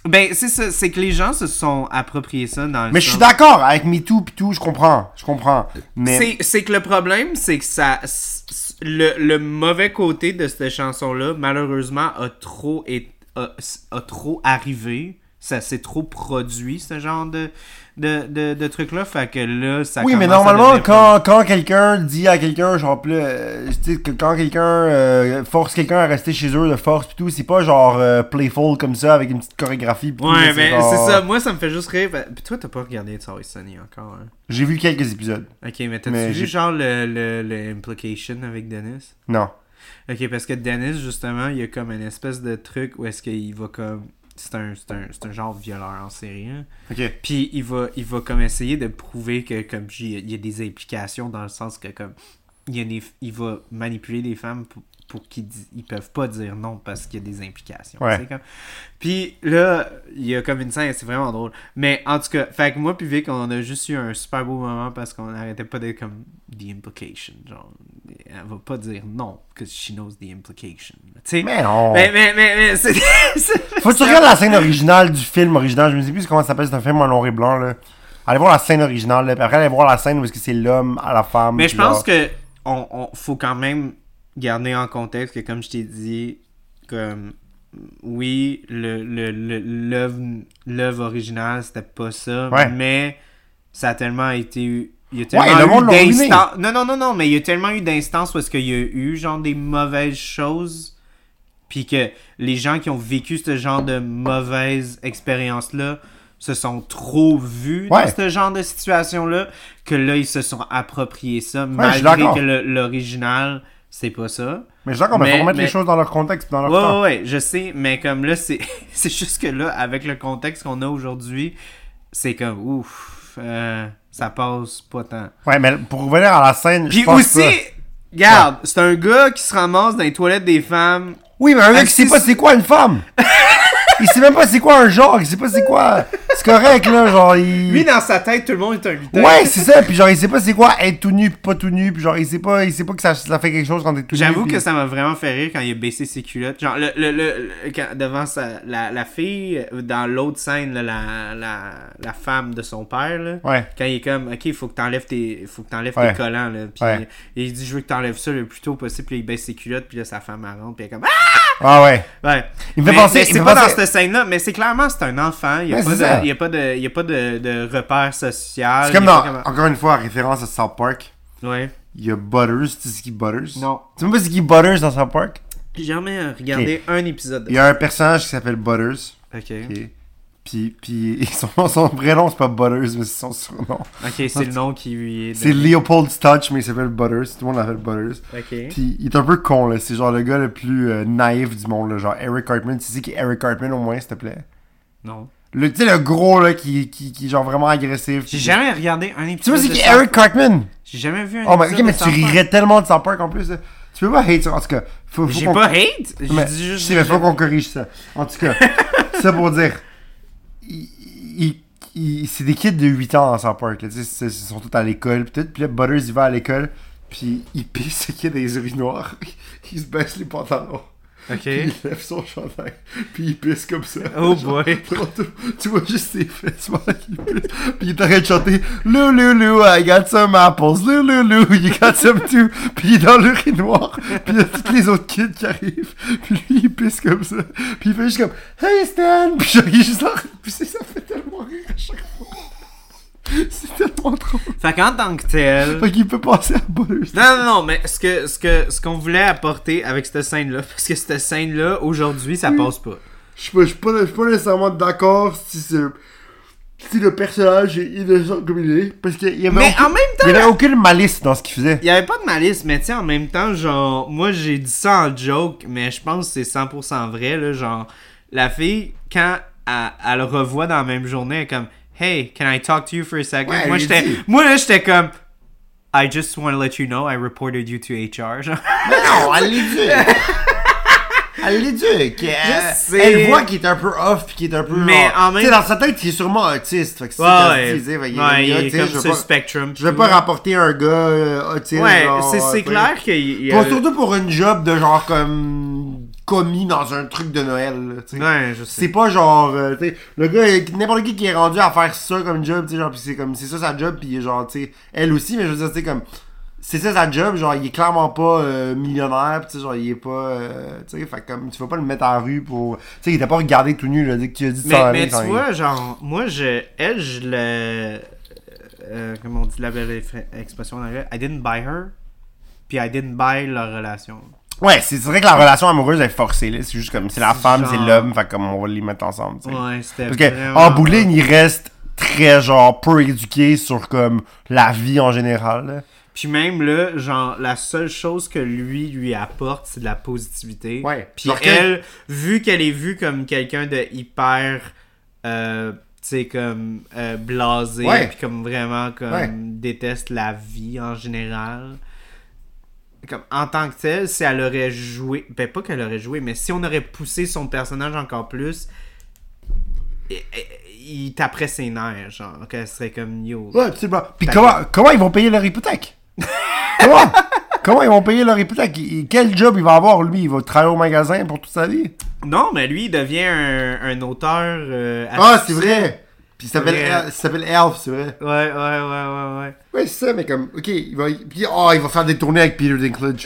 Speaker 1: Ben, c'est ça, c'est que les gens se sont appropriés ça dans le
Speaker 2: Mais je suis
Speaker 1: sens-
Speaker 2: d'accord, avec MeToo pis tout, je comprends, je comprends. Mais.
Speaker 1: C'est, c'est que le problème, c'est que ça. s- s- Le, le mauvais côté de cette chanson-là, malheureusement, a trop, é- a, s- a trop arrivé. Ça s'est trop produit, ce genre de, de, de, de truc-là. Fait que là, ça.
Speaker 2: Oui, mais
Speaker 1: commence à
Speaker 2: normalement,
Speaker 1: devenir
Speaker 2: quand, quand quelqu'un dit à quelqu'un, genre, plus, euh, tu sais, que quand quelqu'un euh, force quelqu'un à rester chez eux de force pis tout, c'est pas genre euh, playful comme ça avec une petite chorégraphie. pis tout, là,
Speaker 1: Ouais, mais
Speaker 2: genre-
Speaker 1: c'est ça. Moi, ça me fait juste rire. Puis toi, t'as pas regardé It's Always Sunny encore. hein?
Speaker 2: J'ai vu quelques épisodes.
Speaker 1: Ok, mais t'as-tu
Speaker 2: Mais
Speaker 1: vu
Speaker 2: j'ai-
Speaker 1: genre le, le, le implication avec Dennis?
Speaker 2: Non.
Speaker 1: Ok, parce que Dennis, justement, il y a comme une espèce de truc où est-ce qu'il va comme. C'est un, c'est un, c'est un genre de violeur en série. hein.
Speaker 2: Ok.
Speaker 1: Puis il va, il va comme essayer de prouver que comme j'y- il y a des implications dans le sens que comme il, y a des- il va manipuler les femmes pour, pour qu'ils di- ils peuvent pas dire non parce qu'il y a des implications.
Speaker 2: Ouais.
Speaker 1: tu sais, comme. Puis là, il y a comme une scène, c'est vraiment drôle. Mais en tout cas, fait que moi puis Vic, on a juste eu un super beau moment parce qu'on n'arrêtait pas d'être comme the implication. Genre, elle va pas dire non because she knows the implication. Tu sais?
Speaker 2: Mais non.
Speaker 1: Mais, mais, mais, mais, c'est. Ben, c'est-
Speaker 2: Faut que tu regardes la scène originale du film original. Je me sais plus comment ça s'appelle, c'est un film en noir et blanc, là. Allez voir la scène originale, là. Puis après, allez voir la scène où est-ce que c'est l'homme à la femme.
Speaker 1: Mais je
Speaker 2: puis
Speaker 1: pense
Speaker 2: genre-
Speaker 1: que on, on- faut quand même garder en contexte que comme je t'ai dit, comme oui, le le- le- l'œuvre l'œuvre originale c'était pas ça,
Speaker 2: Ouais.
Speaker 1: mais ça a tellement été il y a tellement
Speaker 2: le monde l'a
Speaker 1: eu
Speaker 2: ruiné.
Speaker 1: d'instan- Non non non non, mais il y a tellement eu d'instances où est-ce qu'il y a eu genre des mauvaises choses puis que les gens qui ont vécu ce genre de mauvaise expérience là se sont trop vus
Speaker 2: Ouais.
Speaker 1: dans ce genre de situation là que là ils se sont appropriés ça
Speaker 2: je suis
Speaker 1: malgré
Speaker 2: d'accord.
Speaker 1: que le- l'original c'est pas ça.
Speaker 2: Mais je suis d'accord, mais
Speaker 1: Mais-
Speaker 2: faut remettre
Speaker 1: mais-
Speaker 2: les choses dans leur contexte puis dans leur
Speaker 1: Ouais,
Speaker 2: temps.
Speaker 1: ouais, ouais, je sais, mais comme là, c'est c'est juste que là, avec le contexte qu'on a aujourd'hui, c'est comme ouf, euh, ça passe pas tant.
Speaker 2: Ouais, mais pour revenir à la scène. je
Speaker 1: Puis
Speaker 2: pense
Speaker 1: aussi,
Speaker 2: pas.
Speaker 1: regarde, c'est un gars qui se ramasse dans les toilettes des femmes.
Speaker 2: Oui, mais un mec qui
Speaker 1: Assis-
Speaker 2: sait pas c'est quoi une femme. il sait même pas c'est quoi un genre, il sait pas c'est quoi. C'est correct là, genre il.
Speaker 1: Lui, dans sa tête, tout le monde est un lutin.
Speaker 2: Ouais, c'est ça, puis genre il sait pas c'est quoi être tout nu pis pas tout nu, puis genre il sait pas, il sait pas que ça, ça fait quelque chose quand t'es tout nu.
Speaker 1: J'avoue
Speaker 2: puis-
Speaker 1: que ça m'a vraiment fait rire quand il a baissé ses culottes. Genre, le, le, le- le- quand- devant sa, la, la fille, euh, dans l'autre scène, là, la, la, la femme de son père, là,
Speaker 2: Ouais.
Speaker 1: quand il est comme, OK, faut que t'enlèves tes, faut que t'enlèves
Speaker 2: Ouais.
Speaker 1: tes collants. Là, puis
Speaker 2: Ouais.
Speaker 1: il dit, je veux que t'enlèves ça le plus tôt possible. Puis il baisse ses culottes. Puis là, sa femme elle rentre. Puis elle est comme,
Speaker 2: Ah ouais.
Speaker 1: ah! Ouais.
Speaker 2: Il me fait
Speaker 1: Mais-
Speaker 2: penser-
Speaker 1: mais
Speaker 2: il
Speaker 1: c'est
Speaker 2: me
Speaker 1: pas
Speaker 2: fait penser-
Speaker 1: dans cette scène-là. Mais c'est clairement, c'est un enfant. Il n'y a,
Speaker 2: Ouais,
Speaker 1: pas
Speaker 2: c'est
Speaker 1: de-
Speaker 2: ça.
Speaker 1: il y a pas de, il y a pas de, de repère social.
Speaker 2: C'est comme
Speaker 1: Ah, il y a
Speaker 2: dans,
Speaker 1: pas comment-
Speaker 2: encore une fois, référence à South Park,
Speaker 1: Ouais.
Speaker 2: il y a Butters, tu sais ce qui Butters
Speaker 1: Non.
Speaker 2: Tu sais même pas ce qui Butters dans South Park
Speaker 1: J'ai jamais regardé un épisode.
Speaker 2: Il
Speaker 1: de
Speaker 2: y a un personnage qui s'appelle Butters,
Speaker 1: Ok.
Speaker 2: ok, puis Puis, puis son, son vrai nom, c'est pas Butters, mais c'est son surnom.
Speaker 1: Ok, c'est le nom qui lui est.
Speaker 2: C'est
Speaker 1: donné.
Speaker 2: Leopold's Touch, mais il s'appelle Butters. Tout le monde l'appelle Butters.
Speaker 1: Ok.
Speaker 2: Puis il est un peu con, là. C'est genre le gars le plus euh, naïf du monde, là. Genre Eric Cartman. Tu sais qui est Eric Cartman au moins, s'il te plaît?
Speaker 1: Non.
Speaker 2: Le, tu sais, le gros, là, qui, qui, qui est genre vraiment agressif.
Speaker 1: J'ai jamais regardé un
Speaker 2: Tu
Speaker 1: épisode.
Speaker 2: vois, c'est
Speaker 1: de
Speaker 2: qui
Speaker 1: South
Speaker 2: Eric Cartman?
Speaker 1: J'ai jamais vu un
Speaker 2: Oh, mais,
Speaker 1: épisode
Speaker 2: ok, mais
Speaker 1: de
Speaker 2: tu
Speaker 1: South Park.
Speaker 2: rirais tellement de South Park en plus. là. Tu peux pas hate ça. En tout cas, faut, faut
Speaker 1: J'ai
Speaker 2: qu'on-
Speaker 1: pas hate. J'ai
Speaker 2: Mais,
Speaker 1: dit
Speaker 2: je
Speaker 1: juste.
Speaker 2: sais, mais faut qu'on corrige ça. En tout cas, ça pour dire. il- il- il- c'est des kids de 8 ans dans South Park. Là, tu sais, c'est- ils sont tous à l'école. Puis tout. Puis là, Butters, il va à l'école. Puis il pisse ce qu'il y a dans les urinoirs. Il se baisse les pantalons.
Speaker 1: Ok.
Speaker 2: Puis il lève son chandail. Puis il pisse comme ça.
Speaker 1: Oh
Speaker 2: Genre,
Speaker 1: boy.
Speaker 2: tu, tu vois juste ses fesses pendant qu'il pisse. Puis il est en train de chanter Loulou, I got some apples. Loulou, you got some too. Puis il est dans l'urinoir. Puis il y a tous les autres kids qui arrivent. Puis lui, il pisse comme ça. Puis il fait juste comme Hey Stan. Puis genre, il est juste là. Puis c'est- ça fait tellement rire à chaque fois. C'est tellement trop.
Speaker 1: Fait qu'en tant que tel.
Speaker 2: Fait qu'il peut passer à Butters.
Speaker 1: Non, non, non, mais ce que ce que ce qu'on voulait apporter avec cette scène-là, parce que cette scène-là, aujourd'hui,
Speaker 2: Mm.
Speaker 1: ça passe pas.
Speaker 2: Je suis pas, je suis pas, je suis pas nécessairement d'accord si c'est. Si le personnage est innocent comme il est. Parce qu'il y avait.
Speaker 1: Mais
Speaker 2: aucun-
Speaker 1: en même
Speaker 2: il
Speaker 1: temps,
Speaker 2: y avait aucune malice dans ce qu'il faisait.
Speaker 1: il y avait pas de malice, mais tu sais, en même temps, genre, moi j'ai dit ça en joke, mais je pense que c'est 100% vrai, là, genre, la fille, quand elle, elle le revoit dans la même journée, elle est comme, Hey, can I talk to you for a second?
Speaker 2: Ouais, elle
Speaker 1: moi,
Speaker 2: lui
Speaker 1: j'étais,
Speaker 2: dit.
Speaker 1: moi, là, j'étais comme, I just want to let you know I reported you to HR, genre.
Speaker 2: Ah non, elle l'éduque. elle l'éduque. Elle,
Speaker 1: sais.
Speaker 2: elle voit qu'il est un peu off puis qu'il est un peu.
Speaker 1: Mais
Speaker 2: genre-
Speaker 1: en même-
Speaker 2: Tu sais, dans sa tête, il est sûrement autiste. Fait que c'est
Speaker 1: Ouais,
Speaker 2: ça
Speaker 1: ouais.
Speaker 2: qu'il se dit, fait qu'il
Speaker 1: Ouais,
Speaker 2: est
Speaker 1: il
Speaker 2: là,
Speaker 1: est
Speaker 2: tu sais,
Speaker 1: comme
Speaker 2: je
Speaker 1: sur
Speaker 2: veux
Speaker 1: le
Speaker 2: pas-
Speaker 1: spectrum.
Speaker 2: Je vais pas rapporter un gars euh, autiste.
Speaker 1: Ouais,
Speaker 2: genre,
Speaker 1: c'est, c'est
Speaker 2: tu sais.
Speaker 1: clair qu'il il y a-
Speaker 2: Pas surtout pour une job de genre comme. commis dans un truc de Noël. là, tu sais.
Speaker 1: Ouais, je sais.
Speaker 2: C'est pas genre, euh, tu sais, le gars, euh, n'importe qui qui est rendu à faire ça comme job, tu sais, genre, pis c'est comme, c'est ça sa job, pis genre, tu sais, elle aussi, mais je veux dire, tu sais, comme, c'est ça sa job, genre, il est clairement pas euh, millionnaire, pis tu sais, genre, il est pas, euh, tu sais, fait comme, tu vas pas le mettre à la rue pour, tu sais, il t'a pas regardé tout nu, là, dès que tu as dit de s'en
Speaker 1: Mais,
Speaker 2: aller,
Speaker 1: mais tu
Speaker 2: s'en aller.
Speaker 1: vois, genre, moi, je, elle, je le. euh, comment on dit la belle eff- expression en anglais? I didn't buy her. Puis I didn't buy leur relation.
Speaker 2: Ouais, c'est c'est vrai que la relation amoureuse elle est forcée, là, c'est juste comme, c'est la
Speaker 1: C'est
Speaker 2: femme, c'est
Speaker 1: genre-
Speaker 2: l'homme, fait comme, on va les mettre ensemble, tu sais.
Speaker 1: Ouais, c'était.
Speaker 2: Parce que,
Speaker 1: vraiment-
Speaker 2: en bout de ligne, il reste très, genre, peu éduqué sur, comme, la vie en général, là.
Speaker 1: Puis même là, genre, la seule chose que lui lui apporte, c'est de la positivité.
Speaker 2: Ouais.
Speaker 1: Puis
Speaker 2: Genre que-
Speaker 1: elle, vu qu'elle est vue comme quelqu'un de hyper. euh, tu sais, comme euh, blasé,
Speaker 2: Ouais.
Speaker 1: puis comme vraiment comme
Speaker 2: Ouais.
Speaker 1: déteste la vie en général. Comme, en tant que telle, si elle aurait joué, ben pas qu'elle aurait joué, mais si on aurait poussé son personnage encore plus, et- et- il taperait ses nerfs, genre, qu'elle serait comme yo.
Speaker 2: Ouais, absolument. Puis
Speaker 1: T'as-
Speaker 2: comment, comment ils vont payer leur hypothèque? comment? Comment ils vont payer leur hypothèque? Il- Quel job il va avoir, lui? Il va travailler au magasin pour toute sa vie?
Speaker 1: Non, mais lui, il devient un, un auteur. euh,
Speaker 2: Ah, c'est
Speaker 1: associé.
Speaker 2: vrai! Puis il s'appelle
Speaker 1: Ouais.
Speaker 2: El- il s'appelle Elf, c'est vrai.
Speaker 1: Ouais, ouais, ouais, ouais, ouais.
Speaker 2: Ouais, c'est ça, mais comme, ok, il va, puis, oh, il va faire des tournées avec Peter Dinklage.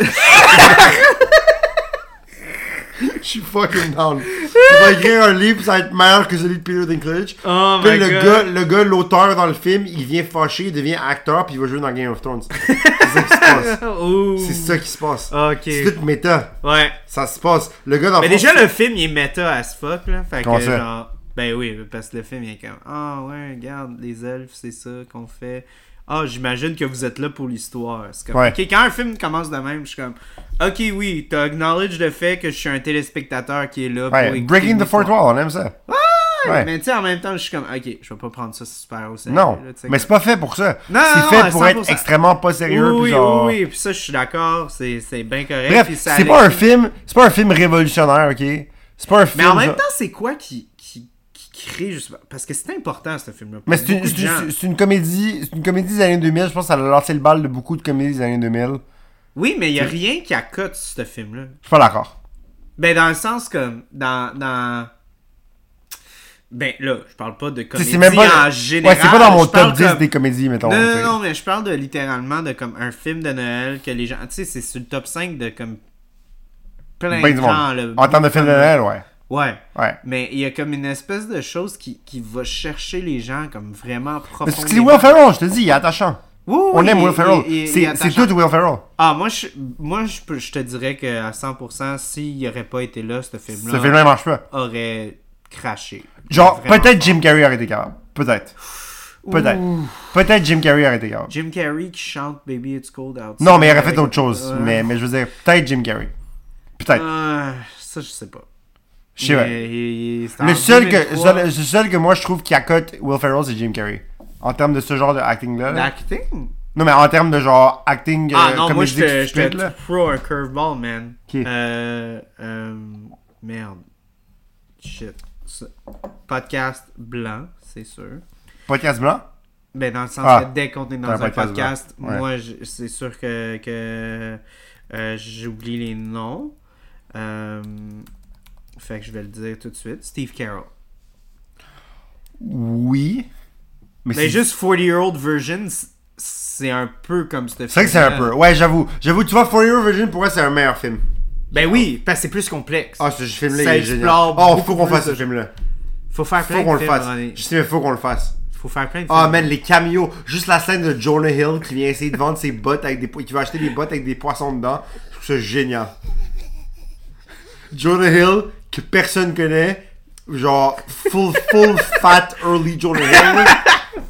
Speaker 2: Je suis fucking down. Il va écrire un livre, ça va être meilleur que celui de Peter Dinklage.
Speaker 1: Oh
Speaker 2: Puis le gars, le gars, l'auteur dans le film, il vient fâché, il devient acteur, puis il va jouer dans Game of Thrones. c'est ça qui se passe.
Speaker 1: Oh.
Speaker 2: C'est ça qui se passe.
Speaker 1: Ah, Ok.
Speaker 2: C'est tout méta.
Speaker 1: Ouais.
Speaker 2: Ça se passe. Le gars dans
Speaker 1: Mais
Speaker 2: le fond,
Speaker 1: déjà, le film, il est méta as fuck, là. Fait
Speaker 2: Comment
Speaker 1: que,
Speaker 2: ça?
Speaker 1: genre. Ben oui, parce que le film, il est comme. Ah, ouais, regarde, les elfes, c'est ça qu'on fait. Ah, j'imagine que vous êtes là pour l'histoire. C'est comme.
Speaker 2: Ouais.
Speaker 1: Ok, quand un film commence de même, je suis comme. Ok, oui, t'as acknowledge le fait que je suis un téléspectateur qui est là pour.
Speaker 2: Ouais,
Speaker 1: écouter
Speaker 2: Breaking the
Speaker 1: l'histoire.
Speaker 2: Fourth Wall, on aime ça. Ouais.
Speaker 1: Mais tu sais, en même temps, je suis comme. Ok, je vais pas prendre ça super au sérieux.
Speaker 2: Non,
Speaker 1: là, tu sais,
Speaker 2: mais
Speaker 1: comme-
Speaker 2: c'est pas fait pour ça.
Speaker 1: Non,
Speaker 2: C'est
Speaker 1: non,
Speaker 2: fait
Speaker 1: non,
Speaker 2: pour être
Speaker 1: 100%.
Speaker 2: extrêmement pas sérieux.
Speaker 1: Oui,
Speaker 2: puis
Speaker 1: oui,
Speaker 2: genre...
Speaker 1: oui, oui, puis ça, je suis d'accord, c'est, c'est bien correct.
Speaker 2: Bref,
Speaker 1: puis ça
Speaker 2: c'est
Speaker 1: allait-
Speaker 2: pas un film, c'est pas un film révolutionnaire, ok. C'est pas un film.
Speaker 1: Mais en même
Speaker 2: genre-
Speaker 1: temps, c'est quoi qui, qui, qui crée justement. Parce que c'est important, ce film-là. pour
Speaker 2: mais c'est une,
Speaker 1: beaucoup de
Speaker 2: c'est une-
Speaker 1: gens.
Speaker 2: c'est une comédie, c'est une comédie des années 2000. Je pense que ça a lancé le bal de beaucoup de comédies des années 2000.
Speaker 1: Oui, mais il n'y a rien qui accote ce film-là.
Speaker 2: Je suis pas d'accord.
Speaker 1: Ben, dans le sens comme. Dans. dans... Ben, là, je parle pas
Speaker 2: Tu
Speaker 1: de
Speaker 2: sais,
Speaker 1: comédie
Speaker 2: C'est même pas.
Speaker 1: en général.
Speaker 2: ouais, c'est pas dans mon
Speaker 1: je parle
Speaker 2: top 10
Speaker 1: comme-
Speaker 2: des comédies, mettons.
Speaker 1: Non,
Speaker 2: tu
Speaker 1: non,
Speaker 2: sais.
Speaker 1: non, mais je parle de littéralement de comme un film de Noël que les gens. Tu sais, c'est sur le top 5 de comme. Plein
Speaker 2: Ben
Speaker 1: de
Speaker 2: du
Speaker 1: temps,
Speaker 2: monde.
Speaker 1: là.
Speaker 2: En termes de film de Noël, ouais.
Speaker 1: Ouais.
Speaker 2: Ouais.
Speaker 1: Mais il y a comme une espèce de chose qui, qui va chercher les gens comme vraiment
Speaker 2: Mais
Speaker 1: profondément.
Speaker 2: c'est que c'est Will Ferrell, je te dis, il est attachant.
Speaker 1: Oui, oui,
Speaker 2: On aime
Speaker 1: il-
Speaker 2: Will Ferrell.
Speaker 1: il- il- il est
Speaker 2: C'est c'est
Speaker 1: attachant.
Speaker 2: tout Will Ferrell.
Speaker 1: Ah, moi, je, moi je, peux- je te dirais que à 100%, s'il n'aurait pas été là, ce
Speaker 2: Ce
Speaker 1: film-là
Speaker 2: film-là, il marche pas.
Speaker 1: aurait craché.
Speaker 2: Genre,
Speaker 1: Vraiment.
Speaker 2: peut-être Jim Carrey aurait été capable. Peut-être. Peut-être. Peut-être Jim Carrey aurait été capable.
Speaker 1: Jim Carrey qui chante Baby It's Cold Outside.
Speaker 2: Non, mais il aurait fait
Speaker 1: avec-
Speaker 2: autre chose.
Speaker 1: Ouais.
Speaker 2: Mais, mais je veux dire, peut-être Jim Carrey. Peut-être.
Speaker 1: Euh, ça, je sais pas.
Speaker 2: Je sais pas.
Speaker 1: Mais il- il- c'est en
Speaker 2: Le seul, que,
Speaker 1: 2003.
Speaker 2: seul- le seul que moi je trouve qui accote Will Ferrell, c'est Jim Carrey. En termes de ce genre de acting-là. là.
Speaker 1: L'acting?
Speaker 2: Non, mais en termes de genre acting,
Speaker 1: Ah
Speaker 2: euh,
Speaker 1: non, moi,
Speaker 2: comédie
Speaker 1: j'étais
Speaker 2: stupide,
Speaker 1: j'étais
Speaker 2: là.
Speaker 1: pro un curveball, man.
Speaker 2: Ok.
Speaker 1: Euh, euh, merde. Shit. Ce- Podcast blanc, c'est sûr.
Speaker 2: Podcast blanc?
Speaker 1: Ben, dans le sens
Speaker 2: Ah.
Speaker 1: que dès qu'on est dans
Speaker 2: Dans
Speaker 1: un
Speaker 2: un podcast
Speaker 1: podcast,
Speaker 2: blanc. Ouais.
Speaker 1: moi, je- c'est sûr que, que euh, j'oublie les noms. Euh, fait que je vais le dire tout de suite. Steve Carroll.
Speaker 2: Oui. Mais
Speaker 1: Mais
Speaker 2: c'est
Speaker 1: Ben, juste 40-year-old version, c- c'est un peu comme ce film.
Speaker 2: c'est vrai que c'est un peu. Ouais, j'avoue. J'avoue, tu vois, For Your Virgin, pour moi, c'est un meilleur film.
Speaker 1: Ben oui, parce que c'est plus complexe.
Speaker 2: Ah, ce film-là, il
Speaker 1: Ça
Speaker 2: est génial.
Speaker 1: explore
Speaker 2: Oh,
Speaker 1: beaucoup
Speaker 2: faut qu'on
Speaker 1: plus
Speaker 2: fasse
Speaker 1: de-
Speaker 2: ce film-là.
Speaker 1: Faut faire plein
Speaker 2: Faut qu'on
Speaker 1: de
Speaker 2: le
Speaker 1: films.
Speaker 2: fasse.
Speaker 1: dans les-
Speaker 2: Je sais, mais faut qu'on le fasse.
Speaker 1: Faut faire plein de films.
Speaker 2: Ah, man, les cameos. Juste la scène de Jonah Hill qui vient essayer de vendre ses bottes avec des. po- qui va acheter des bottes avec des poissons dedans. Je trouve ça génial. Jonah Hill, que personne connaît. Genre, full, full fat early Jonah Hill.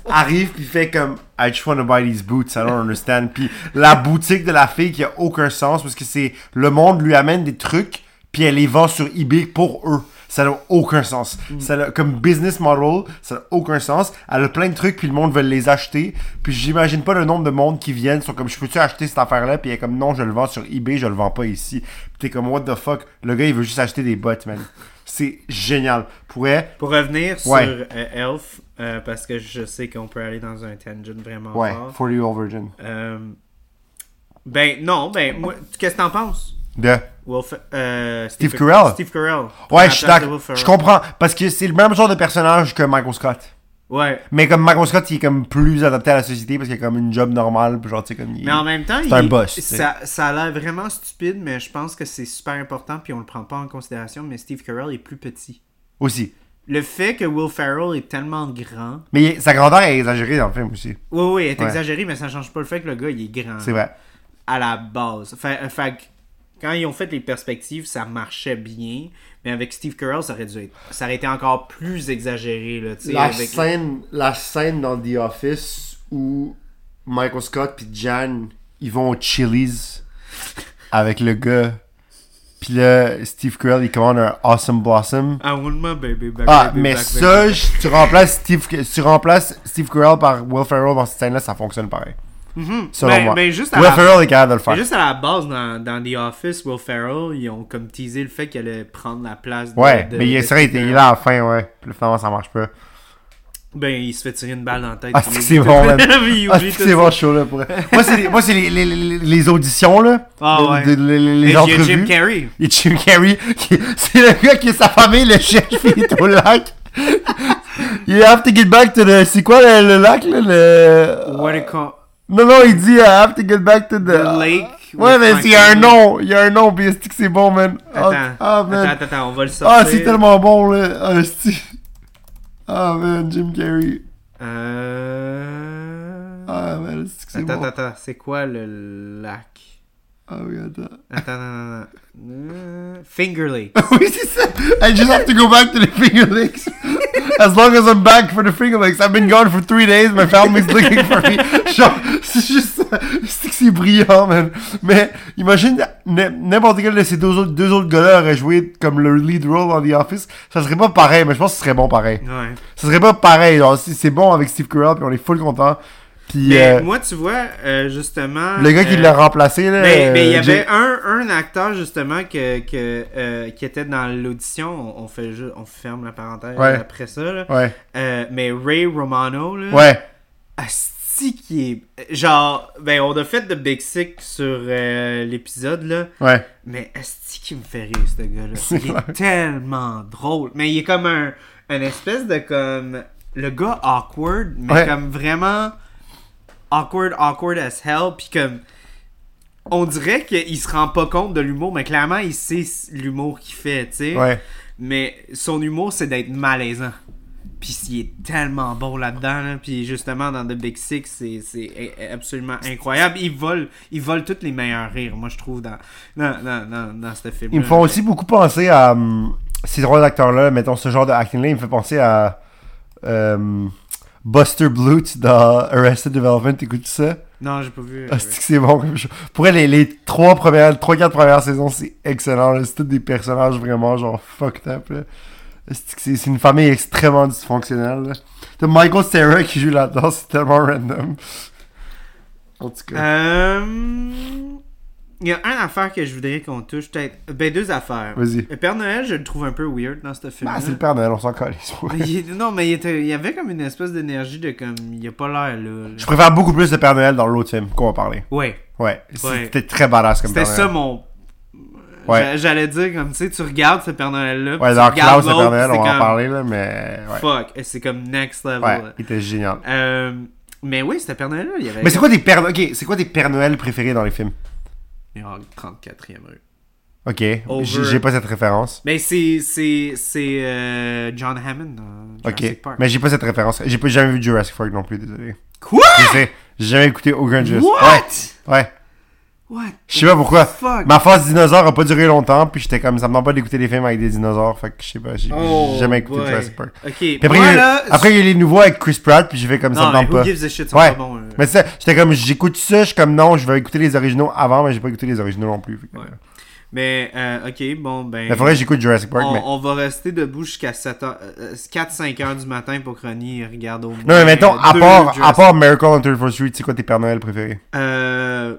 Speaker 2: Arrive puis fait comme I just wanna buy these boots, I don't understand. Puis la boutique de la fille qui a aucun sens parce que c'est le monde lui amène des trucs puis elle les vend sur eBay pour eux. Ça n'a aucun sens.
Speaker 1: Mm.
Speaker 2: Ça n'a- comme business model, ça n'a aucun sens. Elle a plein de trucs puis le monde veut les acheter. Puis j'imagine pas le nombre de monde qui viennent sont comme je peux-tu acheter cette affaire-là puis elle est comme non je le vends sur eBay, je le vends pas ici. Puis t'es comme what the fuck, le gars il veut juste acheter des bottes man. C'est génial. Pour elle,
Speaker 1: Pour revenir
Speaker 2: Ouais.
Speaker 1: sur euh, Elf, euh, parce que je sais qu'on peut aller dans un tangent vraiment
Speaker 2: ouais,
Speaker 1: fort.
Speaker 2: 40 year old virgin.
Speaker 1: Euh, ben non, ben moi, qu'est-ce que t'en penses?
Speaker 2: De
Speaker 1: Will Fe- euh,
Speaker 2: Steve Carell.
Speaker 1: Steve Carell. À
Speaker 2: Ouais,
Speaker 1: la
Speaker 2: je suis
Speaker 1: place de
Speaker 2: d'accord.
Speaker 1: Will Ferrell.
Speaker 2: Je comprends. Parce que c'est le même genre de personnage que Michael Scott.
Speaker 1: Ouais.
Speaker 2: Mais comme Michael Scott, il est comme plus adapté à la société parce qu'il a comme une job normale. puis Genre, tu sais, comme il...
Speaker 1: Mais en même temps,
Speaker 2: C'est un boss, tu sais.
Speaker 1: ça, ça a l'air vraiment stupide, mais je pense que c'est super important puis on le prend pas en considération. Mais Steve Carell est plus petit.
Speaker 2: Aussi.
Speaker 1: Le fait que Will Ferrell est tellement grand,
Speaker 2: Mais il- sa grandeur est exagérée dans le film aussi.
Speaker 1: oui oui, est
Speaker 2: Ouais.
Speaker 1: exagéré, mais ça change pas le fait que le gars il est grand.
Speaker 2: C'est vrai.
Speaker 1: à la base. Fait, euh, fait que quand ils ont fait les perspectives, ça marchait bien. Mais avec Steve Carell, ça aurait dû être, ça aurait été encore plus exagéré. Là, tu sais,
Speaker 2: La
Speaker 1: avec...
Speaker 2: scène, la scène dans The Office où Michael Scott puis Jan, ils vont au Chili's avec le gars. Puis là, Steve Carell, il commande un Awesome Blossom.
Speaker 1: I want my baby back,
Speaker 2: Ah,
Speaker 1: baby
Speaker 2: mais
Speaker 1: back,
Speaker 2: ça,
Speaker 1: baby.
Speaker 2: je- tu remplaces Steve, tu remplaces Steve Carell par Will Ferrell dans cette scène-là, ça fonctionne pareil. Selon
Speaker 1: Mm-hmm. Mais-
Speaker 2: moi.
Speaker 1: mais juste à
Speaker 2: Will
Speaker 1: la-
Speaker 2: Ferrell est capable de le
Speaker 1: Mais
Speaker 2: faire.
Speaker 1: juste à la base, dans, dans The Office, Will Ferrell, ils ont comme teasé le fait qu'il allait prendre la place de.
Speaker 2: Ouais,
Speaker 1: de-
Speaker 2: mais il
Speaker 1: de
Speaker 2: est vrai, il
Speaker 1: Steve
Speaker 2: était- il est
Speaker 1: Carell.
Speaker 2: là à la fin, ouais. Puis finalement, ça marche pas.
Speaker 1: Ben, il se fait tirer une balle dans la tête.
Speaker 2: Ah,
Speaker 1: puis
Speaker 2: c'est
Speaker 1: il
Speaker 2: que c'est
Speaker 1: oublie
Speaker 2: bon,
Speaker 1: tout-
Speaker 2: man.
Speaker 1: Puis il
Speaker 2: Ah,
Speaker 1: oublie
Speaker 2: c'est que
Speaker 1: tout
Speaker 2: c'est
Speaker 1: ça.
Speaker 2: bon show, là, pour vrai. Moi, c'est les, moi, c'est les, les, les- les auditions, là.
Speaker 1: Ah,
Speaker 2: De-
Speaker 1: ouais.
Speaker 2: de- les, les- les
Speaker 1: Mais il y a Jim
Speaker 2: entrevues.
Speaker 1: Carrey.
Speaker 2: Et Jim Carrey, qui- c'est le gars qui est sa famille, le chef, puis il est au lac. You have to get back to the... C'est quoi le, le lac, là? Le...
Speaker 1: What a con-
Speaker 2: Non, non, il dit I have to get back to the.
Speaker 1: The lake
Speaker 2: Ouais,
Speaker 1: with
Speaker 2: mais
Speaker 1: my
Speaker 2: il y a un
Speaker 1: family.
Speaker 2: nom, il y a un nom, puis est-ce que c'est bon, man? Ah,
Speaker 1: Attends,
Speaker 2: ah,
Speaker 1: attends,
Speaker 2: man.
Speaker 1: attends, attends, on va le sortir.
Speaker 2: Ah, c'est tellement bon, là. Ah, esti. Ah, man, Jim Carrey.
Speaker 1: Euh...
Speaker 2: Ah, man, est-ce que c'est
Speaker 1: Attends,
Speaker 2: bon?
Speaker 1: attends, attends, c'est quoi le lac?
Speaker 2: Ah, oui, attends.
Speaker 1: Attends, attends, attends. Euh, Finger Lake.
Speaker 2: oui, c'est ça. I just have to go back to the Finger Lakes. As long as I'm back for the Finger Lakes. I've been gone for three days. My family's looking for me. Genre, c'est juste. C'est que c'est brillant, man. Mais imagine n- n'importe quel de ces deux autres, deux autres gars-là aurait joué comme le lead role dans The Office. Ça serait pas pareil, mais je pense que ce serait bon pareil.
Speaker 1: Ouais.
Speaker 2: Ça serait pas pareil. Genre, si c'est bon avec Steve Carell, puis on est full content. Puis
Speaker 1: Mais
Speaker 2: euh,
Speaker 1: moi, tu vois, euh, justement.
Speaker 2: le gars qui
Speaker 1: euh,
Speaker 2: l'a remplacé, là.
Speaker 1: Mais mais il y
Speaker 2: euh,
Speaker 1: avait
Speaker 2: Jay-
Speaker 1: un, un acteur, justement, que, que, euh, qui était dans l'audition. On, on fait ju- on ferme la parenthèse
Speaker 2: Ouais.
Speaker 1: après ça. là.
Speaker 2: Ouais.
Speaker 1: Euh, mais Ray Romano, là.
Speaker 2: Ouais.
Speaker 1: Asti qui est. Genre, ben, on a fait de Big Sick sur euh, l'épisode, là.
Speaker 2: Ouais.
Speaker 1: Mais est-ce qui me fait rire, ce gars-là?
Speaker 2: C'est
Speaker 1: Il est
Speaker 2: clair.
Speaker 1: tellement drôle. Mais il est comme un, une espèce de comme. Le gars awkward, mais
Speaker 2: Ouais.
Speaker 1: comme vraiment awkward, awkward as hell. Puis comme. On dirait qu'il se rend pas compte de l'humour, mais clairement, il sait s- l'humour qu'il fait, tu sais.
Speaker 2: Ouais.
Speaker 1: Mais son humour, c'est d'être malaisant. Puis il est tellement bon là-dedans. là. Puis justement, dans The Big Six, c'est- c'est a- absolument incroyable. Ils volent, ils volent tous les meilleurs rires, moi, je trouve, dans, dans, dans, dans, dans ce film
Speaker 2: Ils me font aussi beaucoup penser à, hum, ces trois acteurs-là, mettons, ce genre de acting-là, il me fait penser à euh, Buster Bluth dans Arrested Development. T'écoutes ça?
Speaker 1: Non, j'ai pas vu. euh,
Speaker 2: Ah, c'est que c'est bon comme show. Pour elle, les, les trois premières, les trois, quatre premières saisons, c'est excellent. là. C'est tous des personnages vraiment genre fucked up. là. C'est que c'est- c'est une famille extrêmement dysfonctionnelle. là. T'as Michael Cera qui joue là-dedans, c'est tellement random. En tout cas.
Speaker 1: Euh, Il y a une affaire que je voudrais qu'on touche, peut-être. Ben, deux affaires.
Speaker 2: Vas-y.
Speaker 1: Le Père Noël, je le trouve un peu weird dans ce film.
Speaker 2: Bah, c'est le Père Noël, on s'en calisse. ouais.
Speaker 1: non, mais il, était- il y avait comme une espèce d'énergie de comme. Il a pas l'air là. là.
Speaker 2: Je préfère beaucoup plus le Père Noël dans l'autre film qu'on va parler.
Speaker 1: Ouais.
Speaker 2: Ouais.
Speaker 1: Ouais.
Speaker 2: C'était très badass comme
Speaker 1: C'était
Speaker 2: Père
Speaker 1: ça
Speaker 2: Noël.
Speaker 1: mon.
Speaker 2: Ouais.
Speaker 1: J'a- J'allais dire comme, tu sais, tu regardes ce Père Noël-là.
Speaker 2: Ouais,
Speaker 1: puis
Speaker 2: dans
Speaker 1: tu regardes
Speaker 2: Klaus, le Père
Speaker 1: l'autre,
Speaker 2: Noël,
Speaker 1: c'est
Speaker 2: on va en
Speaker 1: comme,
Speaker 2: parler, là, mais. Ouais.
Speaker 1: Fuck. Et c'est comme next level.
Speaker 2: Ouais,
Speaker 1: là.
Speaker 2: il était génial.
Speaker 1: Euh, mais oui, c'était Père Noël-là. Il y avait.
Speaker 2: Mais c'est quoi tes Pères Noël Ok, c'est quoi tes Pères Noël préférés dans les films
Speaker 1: Miracle 34e rue.
Speaker 2: Ok,
Speaker 1: Over.
Speaker 2: j'ai j'ai pas cette référence.
Speaker 1: Mais c'est. C'est. C'est. euh, John Hammond. dans
Speaker 2: Ok,
Speaker 1: Jurassic Park.
Speaker 2: mais j'ai pas cette référence. J'ai pas- jamais vu Jurassic Park non plus, désolé.
Speaker 1: Quoi?
Speaker 2: Je sais, j'ai jamais écouté aucun Jurassic Ouais,
Speaker 1: What?
Speaker 2: ouais.
Speaker 1: What?
Speaker 2: Je sais pas pourquoi.
Speaker 1: Fuck.
Speaker 2: Ma phase dinosaure a pas duré longtemps, puis j'étais comme ça me tente pas d'écouter les films avec des dinosaures, fait que je sais pas, j'ai
Speaker 1: Oh,
Speaker 2: j'ai jamais écouté
Speaker 1: boy.
Speaker 2: Jurassic Park.
Speaker 1: Ok.
Speaker 2: Puis après,
Speaker 1: moi,
Speaker 2: il y a-
Speaker 1: là,
Speaker 2: après, il y a les nouveaux avec Chris Pratt, puis j'ai fait comme
Speaker 1: non,
Speaker 2: ça me
Speaker 1: mais
Speaker 2: tente
Speaker 1: who
Speaker 2: pas.
Speaker 1: gives a shit, c'est
Speaker 2: Ouais.
Speaker 1: pas bon. euh.
Speaker 2: Mais c'est ça, j'étais comme j'écoute ça, je suis comme non, je vais écouter les originaux avant, mais j'ai pas écouté les originaux non plus. Fait que-
Speaker 1: Ouais. Mais, euh, ok, bon, ben.
Speaker 2: Il faudrait que j'écoute Jurassic Park,
Speaker 1: on,
Speaker 2: mais.
Speaker 1: on va rester debout jusqu'à 7 heures- euh, 4-5 heures du matin pour que Ronnie regarde au moins. euh,
Speaker 2: Non, mais mettons, à
Speaker 1: deux
Speaker 2: part, à
Speaker 1: Jurassic-
Speaker 2: part Miracle on 34th Street, c'est quoi tes Pères Noël préférés
Speaker 1: Euh,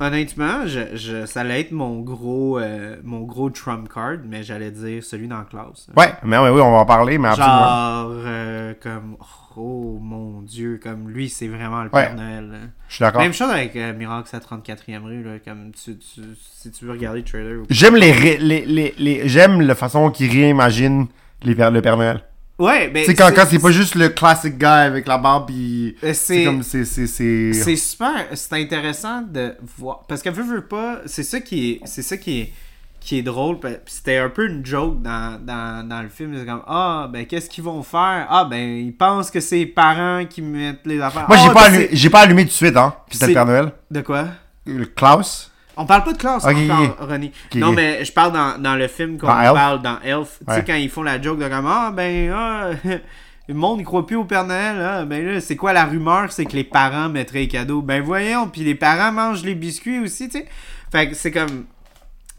Speaker 1: honnêtement, je, je- ça allait être mon gros, euh, mon gros trump card, mais j'allais dire celui dans la classe.
Speaker 2: Ouais, mais oui, oui, on va en parler, mais absolument.
Speaker 1: Genre, euh, comme, oh mon dieu, comme lui, c'est vraiment le
Speaker 2: Ouais.
Speaker 1: Père Noël. là.
Speaker 2: Je suis d'accord.
Speaker 1: Même chose avec euh, Miracle à 34e rue, là, comme tu, tu- si tu veux regarder le trailer. ou-
Speaker 2: J'aime les, ré- les, les, les- j'aime la façon qu'ils réimaginent les pères, le Père Noël.
Speaker 1: Ouais, ben, mais.
Speaker 2: Tu sais, quand, quand c'est pas juste le classic guy avec la barbe, pis.
Speaker 1: c'est-
Speaker 2: C'est comme, c'est. c'est- C'est
Speaker 1: C'est super, c'est intéressant de voir. Parce que veux, veux pas, c'est ça qui est, c'est ça qui est, qui est drôle. pa- pis C'était un peu une joke dans, dans, dans le film. C'est comme, ah, ben qu'est-ce qu'ils vont faire? Ah, ben ils pensent que c'est les parents qui mettent les affaires.
Speaker 2: Moi, j'ai
Speaker 1: Ah,
Speaker 2: pas,
Speaker 1: ben,
Speaker 2: allumé-
Speaker 1: c'est-
Speaker 2: j'ai pas allumé tout de suite, hein. Pis c'est le
Speaker 1: C'est-
Speaker 2: Père Noël.
Speaker 1: De quoi?
Speaker 2: Le Klaus.
Speaker 1: On parle pas de classe
Speaker 2: Ok,
Speaker 1: encore,
Speaker 2: ok.
Speaker 1: Ronnie.
Speaker 2: Ok,
Speaker 1: non,
Speaker 2: ok.
Speaker 1: mais je parle dans, dans le film qu'on
Speaker 2: Dans Elf?
Speaker 1: parle dans Elf. Tu
Speaker 2: Ouais.
Speaker 1: sais, quand ils font la joke de comme Ah, ben, ah, le monde ne croit plus au Père Noël. ah, ben là, c'est quoi la rumeur C'est que les parents mettraient les cadeaux. Ben voyons, puis les parents mangent les biscuits aussi, tu sais. Fait que c'est comme.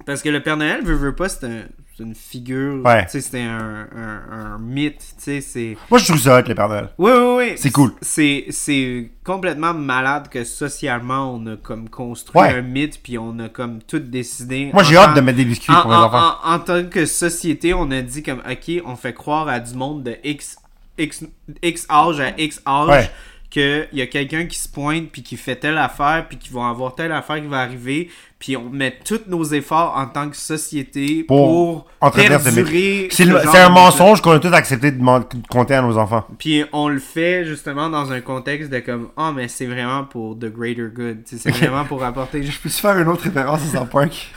Speaker 1: Parce que le Père Noël, veut, veut pas, c'est un- c'est une figure.
Speaker 2: Ouais.
Speaker 1: Tu sais, c'était un, un, un mythe, tu sais. C'est.
Speaker 2: Moi, je trouve ça hot, le Père Noël.
Speaker 1: Oui, oui, oui.
Speaker 2: C'est cool.
Speaker 1: C'est, c'est complètement malade que socialement, on a comme construit
Speaker 2: Ouais.
Speaker 1: un mythe, puis on a comme tout décidé.
Speaker 2: Moi, j'ai
Speaker 1: en
Speaker 2: hâte
Speaker 1: tant-
Speaker 2: de mettre des biscuits
Speaker 1: en,
Speaker 2: pour mes
Speaker 1: en-
Speaker 2: enfants.
Speaker 1: en- en tant que société, on a dit comme, OK, on fait croire à du monde de X, X, X âge à X âge
Speaker 2: Ouais.
Speaker 1: que qu'il y a quelqu'un qui se pointe, puis qui fait telle affaire, puis qui va avoir telle affaire qui va arriver, puis on met tous nos efforts en tant que société pour,
Speaker 2: Pour entretenir ce mythe.
Speaker 1: perdurer
Speaker 2: C'est
Speaker 1: ce
Speaker 2: le-
Speaker 1: genre
Speaker 2: c'est un
Speaker 1: de mythe-là.
Speaker 2: mensonge qu'on a tous accepté de, man- de compter à nos enfants.
Speaker 1: Puis on le fait justement dans un contexte de comme ah mais c'est vraiment pour the greater good, Tu sais, c'est vraiment pour apporter
Speaker 2: Je peux-tu faire une autre référence à South Park?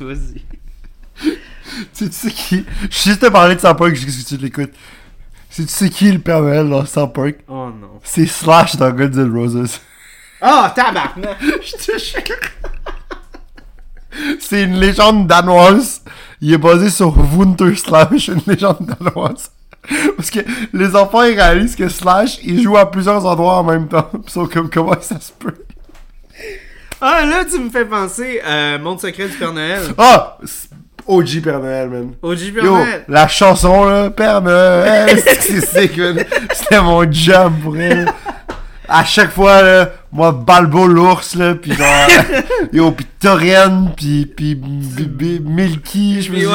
Speaker 1: Vas-y.
Speaker 2: tu sais- tu sais qui? Je suis juste te parler de South Park jusqu'à ce que tu l'écoutes. C'est tu sais qui le Père Noël dans South Park?
Speaker 1: Oh non.
Speaker 2: C'est Slash dans Guns N' Roses.
Speaker 1: Ah tabarnak.
Speaker 2: Je te jure. C'est une légende danoise. Il est basé sur Wunter Slash, une légende danoise. Parce que les enfants ils réalisent que Slash il joue à plusieurs endroits en même temps. Ils sont comme comment ça se peut.
Speaker 1: Ah là tu me fais penser euh, Monde secret du Père Noël.
Speaker 2: Ah! C'est OG Père Noël, man.
Speaker 1: OG Père
Speaker 2: Yo,
Speaker 1: Noël.
Speaker 2: la chanson là, Père Noël, c'est que c'est sick, man. C'était mon jam pour elle. À chaque fois là, moi Balbo l'ours là, puis genre yo, puis Torian, puis puis puis- puis Milky, je me dis-
Speaker 1: Puis, ouais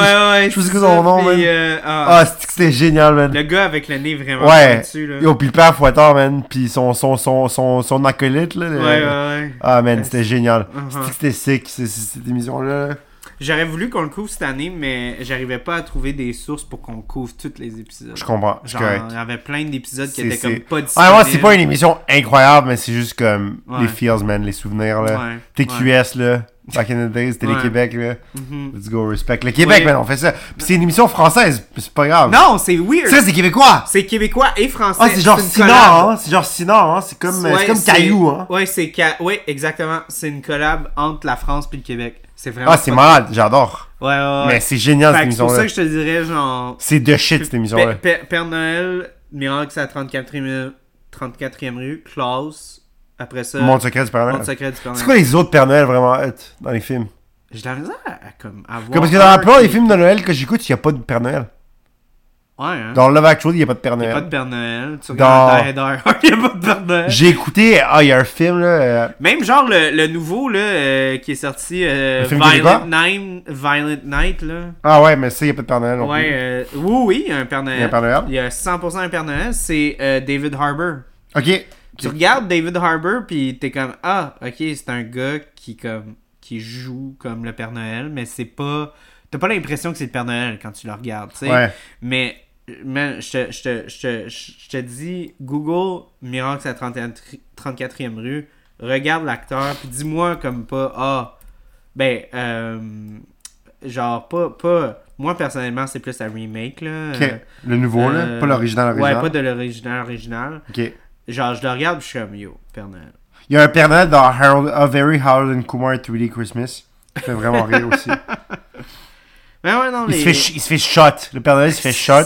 Speaker 2: je
Speaker 1: ouais.
Speaker 2: sais
Speaker 1: c'est
Speaker 2: que son
Speaker 1: ça,
Speaker 2: nom,
Speaker 1: puis,
Speaker 2: man.
Speaker 1: euh, ah,
Speaker 2: Ah, c'est que c'était génial, man.
Speaker 1: le gars avec le nez vraiment
Speaker 2: Ouais.
Speaker 1: dessus là.
Speaker 2: Yo, puis le père Fouettard, man, puis son son son son son acolyte là. le-
Speaker 1: Ouais, ouais, ouais.
Speaker 2: Ah man, c'était génial.
Speaker 1: Uh-huh.
Speaker 2: C'est que C'était sick c'est- c'est- cette émission là.
Speaker 1: J'aurais voulu qu'on le couvre cette année, mais j'arrivais pas à trouver des sources pour qu'on couvre tous les épisodes.
Speaker 2: Je comprends, c'est
Speaker 1: Genre,
Speaker 2: correct.
Speaker 1: il y avait plein d'épisodes qui
Speaker 2: C'est-
Speaker 1: étaient comme
Speaker 2: c'est-
Speaker 1: pas
Speaker 2: Ah,
Speaker 1: disponibles.
Speaker 2: moi, c'est pas une émission incroyable, mais c'est juste comme
Speaker 1: Ouais.
Speaker 2: les feels, man, les souvenirs, là.
Speaker 1: Ouais,
Speaker 2: TQS, là. Back in the days, Télé-Québec, là.
Speaker 1: Mhm.
Speaker 2: Let's go, respect. Le Québec,
Speaker 1: Ouais.
Speaker 2: man, on fait ça. Puis c'est une émission française, mais c'est pas grave.
Speaker 1: Non, c'est weird.
Speaker 2: Ça, c'est québécois!
Speaker 1: C'est québécois et français.
Speaker 2: Ah, c'est genre
Speaker 1: une
Speaker 2: Sinard,
Speaker 1: collab.
Speaker 2: hein? C'est genre Sinard, hein? C'est comme, euh,
Speaker 1: Ouais,
Speaker 2: c'est comme Caillou, hein?
Speaker 1: Ouais, c'est ca... ouais, exactement. C'est une collab entre la France puis le Québec. C'est vraiment.
Speaker 2: Ah, c'est
Speaker 1: pas-
Speaker 2: malade, j'adore.
Speaker 1: Ouais, ouais, ouais.
Speaker 2: Mais c'est génial
Speaker 1: Fait
Speaker 2: cette
Speaker 1: que c'est pour ça
Speaker 2: émission-là.
Speaker 1: que je te dirais, genre.
Speaker 2: C'est de shit cette émission-là.
Speaker 1: Père, Père- Père Noël, Miracle à 34e, 34e rue, Klaus, après ça,
Speaker 2: Mon secret du Père
Speaker 1: Monde
Speaker 2: Noël.
Speaker 1: secret du Père
Speaker 2: C'est
Speaker 1: Noël.
Speaker 2: quoi les autres Père Noël vraiment hot dans les films
Speaker 1: J'ai de la misère à, à comme, avoir.
Speaker 2: Comme Parce que dans la plupart des films de Noël que j'écoute, il n'y a pas de Père Noël.
Speaker 1: Ouais, hein.
Speaker 2: Dans Love Actually, il n'y a pas de Père
Speaker 1: Y a pas
Speaker 2: Noël.
Speaker 1: de Père Noël. Tu
Speaker 2: Dans-
Speaker 1: regardes Die Hard, y a pas de Père Noël.
Speaker 2: J'ai écouté, ah, il y a un film là. euh,
Speaker 1: Même genre le, le nouveau là, euh, qui est sorti euh,
Speaker 2: Le film
Speaker 1: Violent,
Speaker 2: québécois?
Speaker 1: Night, Violent Night là.
Speaker 2: Ah ouais, mais ça, il n'y a pas de Père Noël. non
Speaker 1: ouais,
Speaker 2: plus.
Speaker 1: euh, oui, oui, il y a un Père Noël.
Speaker 2: Il y a un Père Noël?
Speaker 1: Il y a 100% un Père Noël, c'est euh, David Harbour.
Speaker 2: Ok.
Speaker 1: Tu regardes David Harbour puis t'es comme ah ok c'est un gars qui comme qui joue comme le Père Noël mais c'est pas t'as pas l'impression que c'est le Père Noël quand tu le regardes tu sais
Speaker 2: Ouais.
Speaker 1: mais man, je te je te je te je te dis Google Miracle à 34e rue regarde l'acteur puis dis-moi comme pas ah ben euh, genre pas pas moi personnellement c'est plus un remake là
Speaker 2: Ok. Le nouveau
Speaker 1: Euh,
Speaker 2: là, pas l'original
Speaker 1: ouais
Speaker 2: original.
Speaker 1: pas de l'original original
Speaker 2: Ok.
Speaker 1: genre je le regarde puis je suis comme yo Père Noël
Speaker 2: Il y a un Père Noël dans Harold, A Very Harold and Kumar 3D Christmas. Ça fait vraiment rire aussi.
Speaker 1: Mais ouais, non,
Speaker 2: Il,
Speaker 1: les-
Speaker 2: se fait, ch- il se fait shot. Le Père Noël se fait shot.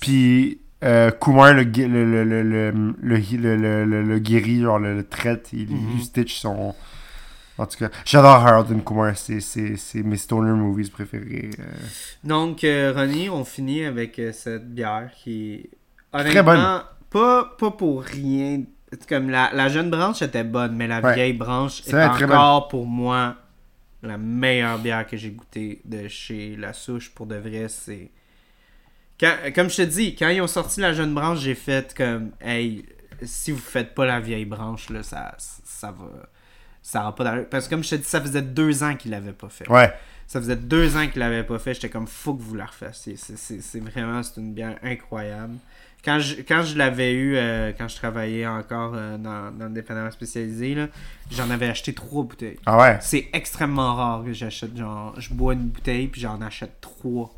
Speaker 2: Puis euh, Kumar le, gui- le, le, le, le, le, le, le- le- le guérit, genre le, le traite. Il
Speaker 1: Mhm.
Speaker 2: lui stitch son. En tout cas, j'adore Harold and Kumar. C'est, c'est, c'est mes stoner movies préférés. euh.
Speaker 1: Donc, euh, Ronnie, on finit avec euh, cette bière qui est honnêtement
Speaker 2: Très bonne.
Speaker 1: Pas, pas pour rien. C'est Comme la, la jeune branche était bonne, mais la
Speaker 2: Ouais.
Speaker 1: vieille branche est,
Speaker 2: C'est vrai, très
Speaker 1: encore pour moi la meilleure bière que j'ai goûtée de chez La Souche. Pour de vrai, c'est. Quand- comme je te dis, quand ils ont sorti la jeune branche, j'ai fait comme Hey, si vous faites pas la vieille branche, là, ça, ça va. Ça aura pas d'allure. Parce que comme je te dis, ça faisait deux ans qu'ils l'avaient pas fait.
Speaker 2: Ouais.
Speaker 1: Ça faisait deux ans qu'il l'avait pas fait. J'étais comme, faut que vous la refassiez. C'est- C'est c'est vraiment, c'est une bière incroyable. Quand je, quand je l'avais eu, euh, quand je travaillais encore euh, dans, dans le dépanneur spécialisé, là, j'en avais acheté trois bouteilles.
Speaker 2: Ah ouais.
Speaker 1: C'est extrêmement rare que j'achète, genre, je bois une bouteille puis j'en achète trois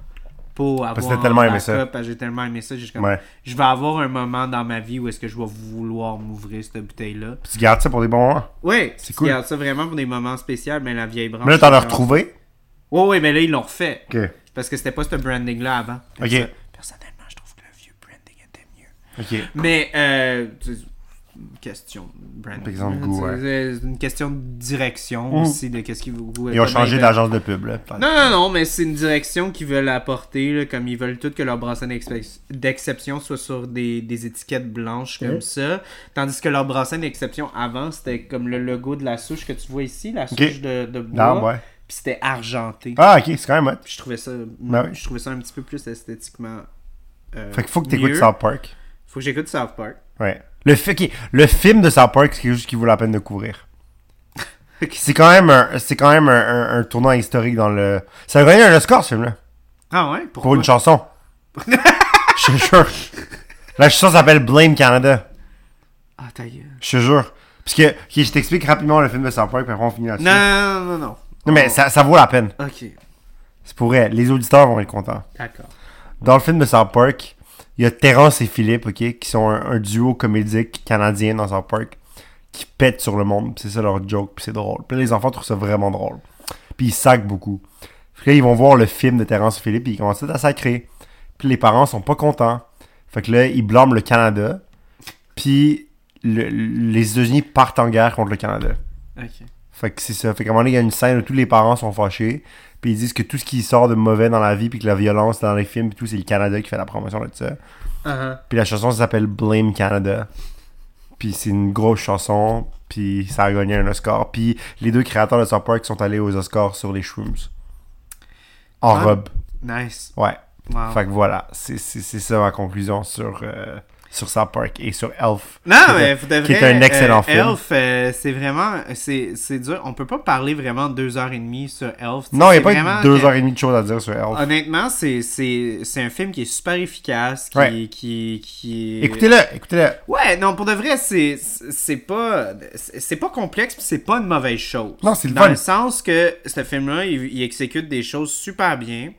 Speaker 1: pour avoir
Speaker 2: que t'as tellement
Speaker 1: en
Speaker 2: aimé ça.
Speaker 1: backup, parce que J'ai tellement aimé ça. j'ai comme,
Speaker 2: Ouais.
Speaker 1: Je vais avoir un moment dans ma vie où est-ce que je vais vouloir m'ouvrir cette bouteille-là.
Speaker 2: Puis tu gardes ça pour des bons moments.
Speaker 1: Ouais,
Speaker 2: C'est
Speaker 1: tu
Speaker 2: cool.
Speaker 1: gardes ça vraiment pour des moments spéciaux, mais la vieille branche.
Speaker 2: Mais là, t'en as
Speaker 1: genre-
Speaker 2: retrouvé.
Speaker 1: Ouais, ouais, mais là, ils l'ont refait.
Speaker 2: Ok.
Speaker 1: Parce que c'était pas ce branding-là avant.
Speaker 2: Ok.
Speaker 1: Perso- Personnellement, je trouve que le vieux branding était mieux.
Speaker 2: Ok.
Speaker 1: Mais, euh, tu sais, une question de branding.
Speaker 2: Par exemple,
Speaker 1: là,
Speaker 2: goût,
Speaker 1: tu sais, euh,
Speaker 2: ouais.
Speaker 1: c'est une question de direction
Speaker 2: Mm.
Speaker 1: aussi, de qu'est-ce qu'ils vous. vous-
Speaker 2: Ils ont
Speaker 1: comment
Speaker 2: changé
Speaker 1: veulent-
Speaker 2: d'agence de pub. Là. peut-être.
Speaker 1: Non, non, non, mais c'est une direction qu'ils veulent apporter, là, comme ils veulent tout que leur brassin d'expe- d'exception soit sur des, des étiquettes blanches comme ça. Tandis que leur brassin d'exception avant, c'était comme le logo de la souche que tu vois ici, la souche de, de bois.
Speaker 2: Non, ouais.
Speaker 1: Puis c'était argenté.
Speaker 2: Ah, ok, c'est quand même hot.
Speaker 1: Puis je trouvais ça,
Speaker 2: Ben oui.
Speaker 1: je trouvais ça un petit peu plus esthétiquement. euh,
Speaker 2: Fait qu'il faut que t'écoutes
Speaker 1: mieux.
Speaker 2: South Park.
Speaker 1: Faut que j'écoute South Park.
Speaker 2: Ouais. Le, fi- ok, le film de South Park, c'est quelque chose qui vaut la peine de couvrir. C'est quand même un, c'est quand même un, un- un tournant historique dans le. Ça a gagné un Oscar, ce film-là.
Speaker 1: Ah ouais?
Speaker 2: Pour
Speaker 1: Pourquoi?
Speaker 2: une chanson. Je te jure. La chanson s'appelle Blame Canada.
Speaker 1: Ah, ta gueule.
Speaker 2: Je te jure. Parce que, ok, je t'explique rapidement le film de South Park, puis après on finit là-dessus.
Speaker 1: Non, non, non, non, non.
Speaker 2: Non, mais ça, ça vaut la peine.
Speaker 1: Ok,
Speaker 2: C'est pour vrai. Les auditeurs vont être contents.
Speaker 1: d'accord.
Speaker 2: Dans le film de South Park, il y a Terrence et Philippe, ok, qui sont un, un duo comédique canadien dans South Park, qui pètent sur le monde. Puis C'est ça leur joke, puis c'est drôle. Puis là, les enfants trouvent ça vraiment drôle. Puis ils sacrent beaucoup. Puis là, ils vont voir le film de Terrence et Philippe, puis ils commencent tout à sacrer. Puis les parents sont pas contents. Fait que là, ils blâment le Canada. Puis le- les États-Unis partent en guerre contre le Canada.
Speaker 1: Ok.
Speaker 2: Fait que c'est ça. Fait qu'à un moment donné, il y a une scène où tous les parents sont fâchés. Puis ils disent que tout ce qui sort de mauvais dans la vie, puis que la violence dans les films, puis tout, c'est le Canada qui fait la promotion de ça.
Speaker 1: Ah,
Speaker 2: Puis la chanson ça s'appelle Blame Canada. Puis c'est une grosse chanson. Puis ça a gagné un Oscar. Puis les deux créateurs de South Park sont allés aux Oscars sur les shrooms. En
Speaker 1: Ah.
Speaker 2: robe.
Speaker 1: ah. Nice.
Speaker 2: Ouais.
Speaker 1: Wow.
Speaker 2: Fait que voilà. C'est c'est- c'est ça ma conclusion sur, euh, sur South Park et sur Elf.
Speaker 1: Non, mais vous devrez.
Speaker 2: qui est un excellent film.
Speaker 1: Elf, euh, c'est vraiment. C'est c'est dur. On peut pas parler vraiment deux heures et demie sur
Speaker 2: Non,
Speaker 1: Elf.
Speaker 2: il n'y a
Speaker 1: C'est
Speaker 2: pas
Speaker 1: vraiment
Speaker 2: deux
Speaker 1: que- Ah,
Speaker 2: heures et demie de choses à dire sur Elf.
Speaker 1: Honnêtement, c'est- c'est c'est un film qui est super efficace. Qui,
Speaker 2: Ouais.
Speaker 1: qui, qui est-
Speaker 2: Écoutez-le, écoutez-le.
Speaker 1: Ouais, non, pour de vrai, c'est c'est c'est pas c'est c'est pas complexe, puis c'est pas une mauvaise chose.
Speaker 2: Non, c'est le
Speaker 1: dans
Speaker 2: fun.
Speaker 1: le sens que ce film-là, il, il exécute des choses super bien,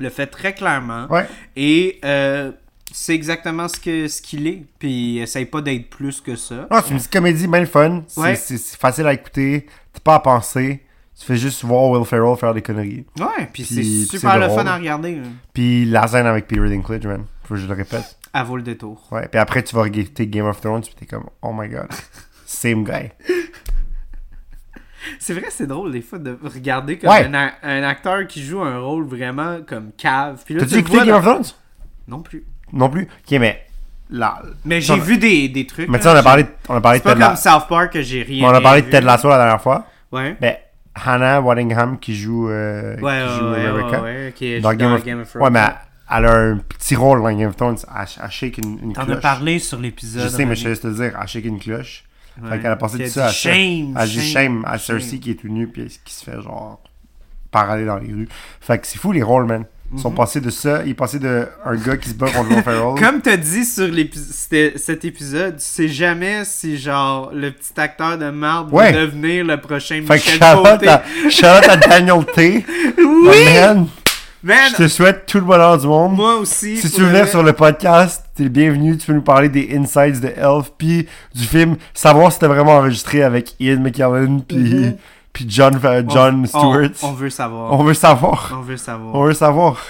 Speaker 1: le fait très clairement,
Speaker 2: Ouais.
Speaker 1: et euh, c'est exactement ce que ce qu'il est. Puis il essaye pas d'être plus que ça.
Speaker 2: Ah. Non, c'est une petite comédie bien le fun. C'est-
Speaker 1: Ouais.
Speaker 2: C'est c'est facile à écouter. T'as pas à penser. Tu fais juste voir Will Ferrell faire des conneries.
Speaker 1: Ouais, puis
Speaker 2: Puis-
Speaker 1: c'est
Speaker 2: puis
Speaker 1: super
Speaker 2: c'est
Speaker 1: le
Speaker 2: drôle.
Speaker 1: fun à regarder. hein, là.
Speaker 2: Puis la scène avec Peter Dinklage, man. Faut que je le répète.
Speaker 1: Elle vaut le détour.
Speaker 2: Ouais. Puis après, tu vas regarder Game of Thrones, puis t'es comme, oh my god, same guy.
Speaker 1: C'est vrai, c'est drôle des fois de regarder comme
Speaker 2: Ouais.
Speaker 1: un, a- un acteur qui joue un rôle vraiment comme cave. Puis là, tu
Speaker 2: T'as-tu
Speaker 1: le
Speaker 2: écouté
Speaker 1: vois
Speaker 2: Game
Speaker 1: dans-
Speaker 2: of Thrones
Speaker 1: Non plus.
Speaker 2: Non plus. Ok, mais. Là.
Speaker 1: Mais
Speaker 2: Ça,
Speaker 1: j'ai
Speaker 2: on-
Speaker 1: vu des, des trucs. hein.
Speaker 2: Mais tu sais,
Speaker 1: là,
Speaker 2: on a
Speaker 1: j'ai-
Speaker 2: parlé, on a parlé
Speaker 1: C'est
Speaker 2: de
Speaker 1: pas
Speaker 2: Ted
Speaker 1: comme
Speaker 2: La-
Speaker 1: South Park que j'ai rien.
Speaker 2: On a parlé de
Speaker 1: vu.
Speaker 2: Ted Lasso la dernière fois.
Speaker 1: Ouais.
Speaker 2: Ben, Hannah Waddingham qui joue, euh,
Speaker 1: Ouais, ouais,
Speaker 2: qui joue
Speaker 1: ouais,
Speaker 2: Rebecca.
Speaker 1: ouais, ouais, qui est
Speaker 2: Dans
Speaker 1: dans
Speaker 2: Game of...
Speaker 1: Game of Thrones.
Speaker 2: Ouais, mais elle a un petit rôle dans Game of Thrones. Elle, elle shake une, une
Speaker 1: T'en as
Speaker 2: cloche.
Speaker 1: parlé sur
Speaker 2: Je
Speaker 1: l'épisode.
Speaker 2: sais, mais je te
Speaker 1: René.
Speaker 2: laisse te le dire, elle shake une cloche.
Speaker 1: Ouais.
Speaker 2: Fait qu'elle a passé
Speaker 1: Qui
Speaker 2: de
Speaker 1: a
Speaker 2: ça à
Speaker 1: dit shame,
Speaker 2: Elle dit
Speaker 1: shame,
Speaker 2: shame à
Speaker 1: shame.
Speaker 2: Cersei qui est tout nu puis qui se fait genre parler dans les rues. Fait que c'est fou les rôles, man. Ils sont passés de ça, ils sont passés de un gars qui se bat contre Will Ferrell.
Speaker 1: Mhm. Comme t'as dit sur l'épis- c'était- cet épisode, tu sais jamais si genre le petit acteur de marde
Speaker 2: Ouais.
Speaker 1: va devenir le prochain
Speaker 2: Fait que
Speaker 1: Michel
Speaker 2: Charlotte
Speaker 1: Côté.
Speaker 2: à, shout-out à Daniel T.
Speaker 1: Oui,
Speaker 2: Man,
Speaker 1: man,
Speaker 2: je te souhaite tout le bonheur du monde.
Speaker 1: moi aussi.
Speaker 2: si tu
Speaker 1: pour
Speaker 2: veux
Speaker 1: vrai.
Speaker 2: venir sur le podcast, t'es le bienvenu. Tu peux nous parler des insights de Elf, puis du film, savoir si c'était vraiment enregistré avec Ian McKellen, puis puis John, euh,
Speaker 1: On-
Speaker 2: John
Speaker 1: on-
Speaker 2: Stewart.
Speaker 1: On,
Speaker 2: Mhm. On,
Speaker 1: veut savoir.
Speaker 2: veut savoir.
Speaker 1: On veut savoir.
Speaker 2: On veut savoir.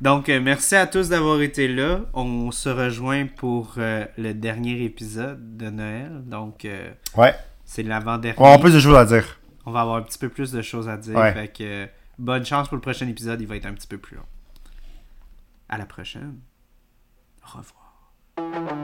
Speaker 1: Donc, euh, merci à tous d'avoir été là. On se rejoint pour euh, le dernier épisode de Noël. Donc, euh,
Speaker 2: Ouais.
Speaker 1: c'est l'avant-dernier.
Speaker 2: On a plus de choses à dire.
Speaker 1: On va avoir un petit peu plus de choses à dire.
Speaker 2: Ouais.
Speaker 1: Fait que, euh, bonne chance pour le prochain épisode. Il va être un petit peu plus long. À la prochaine. Au revoir.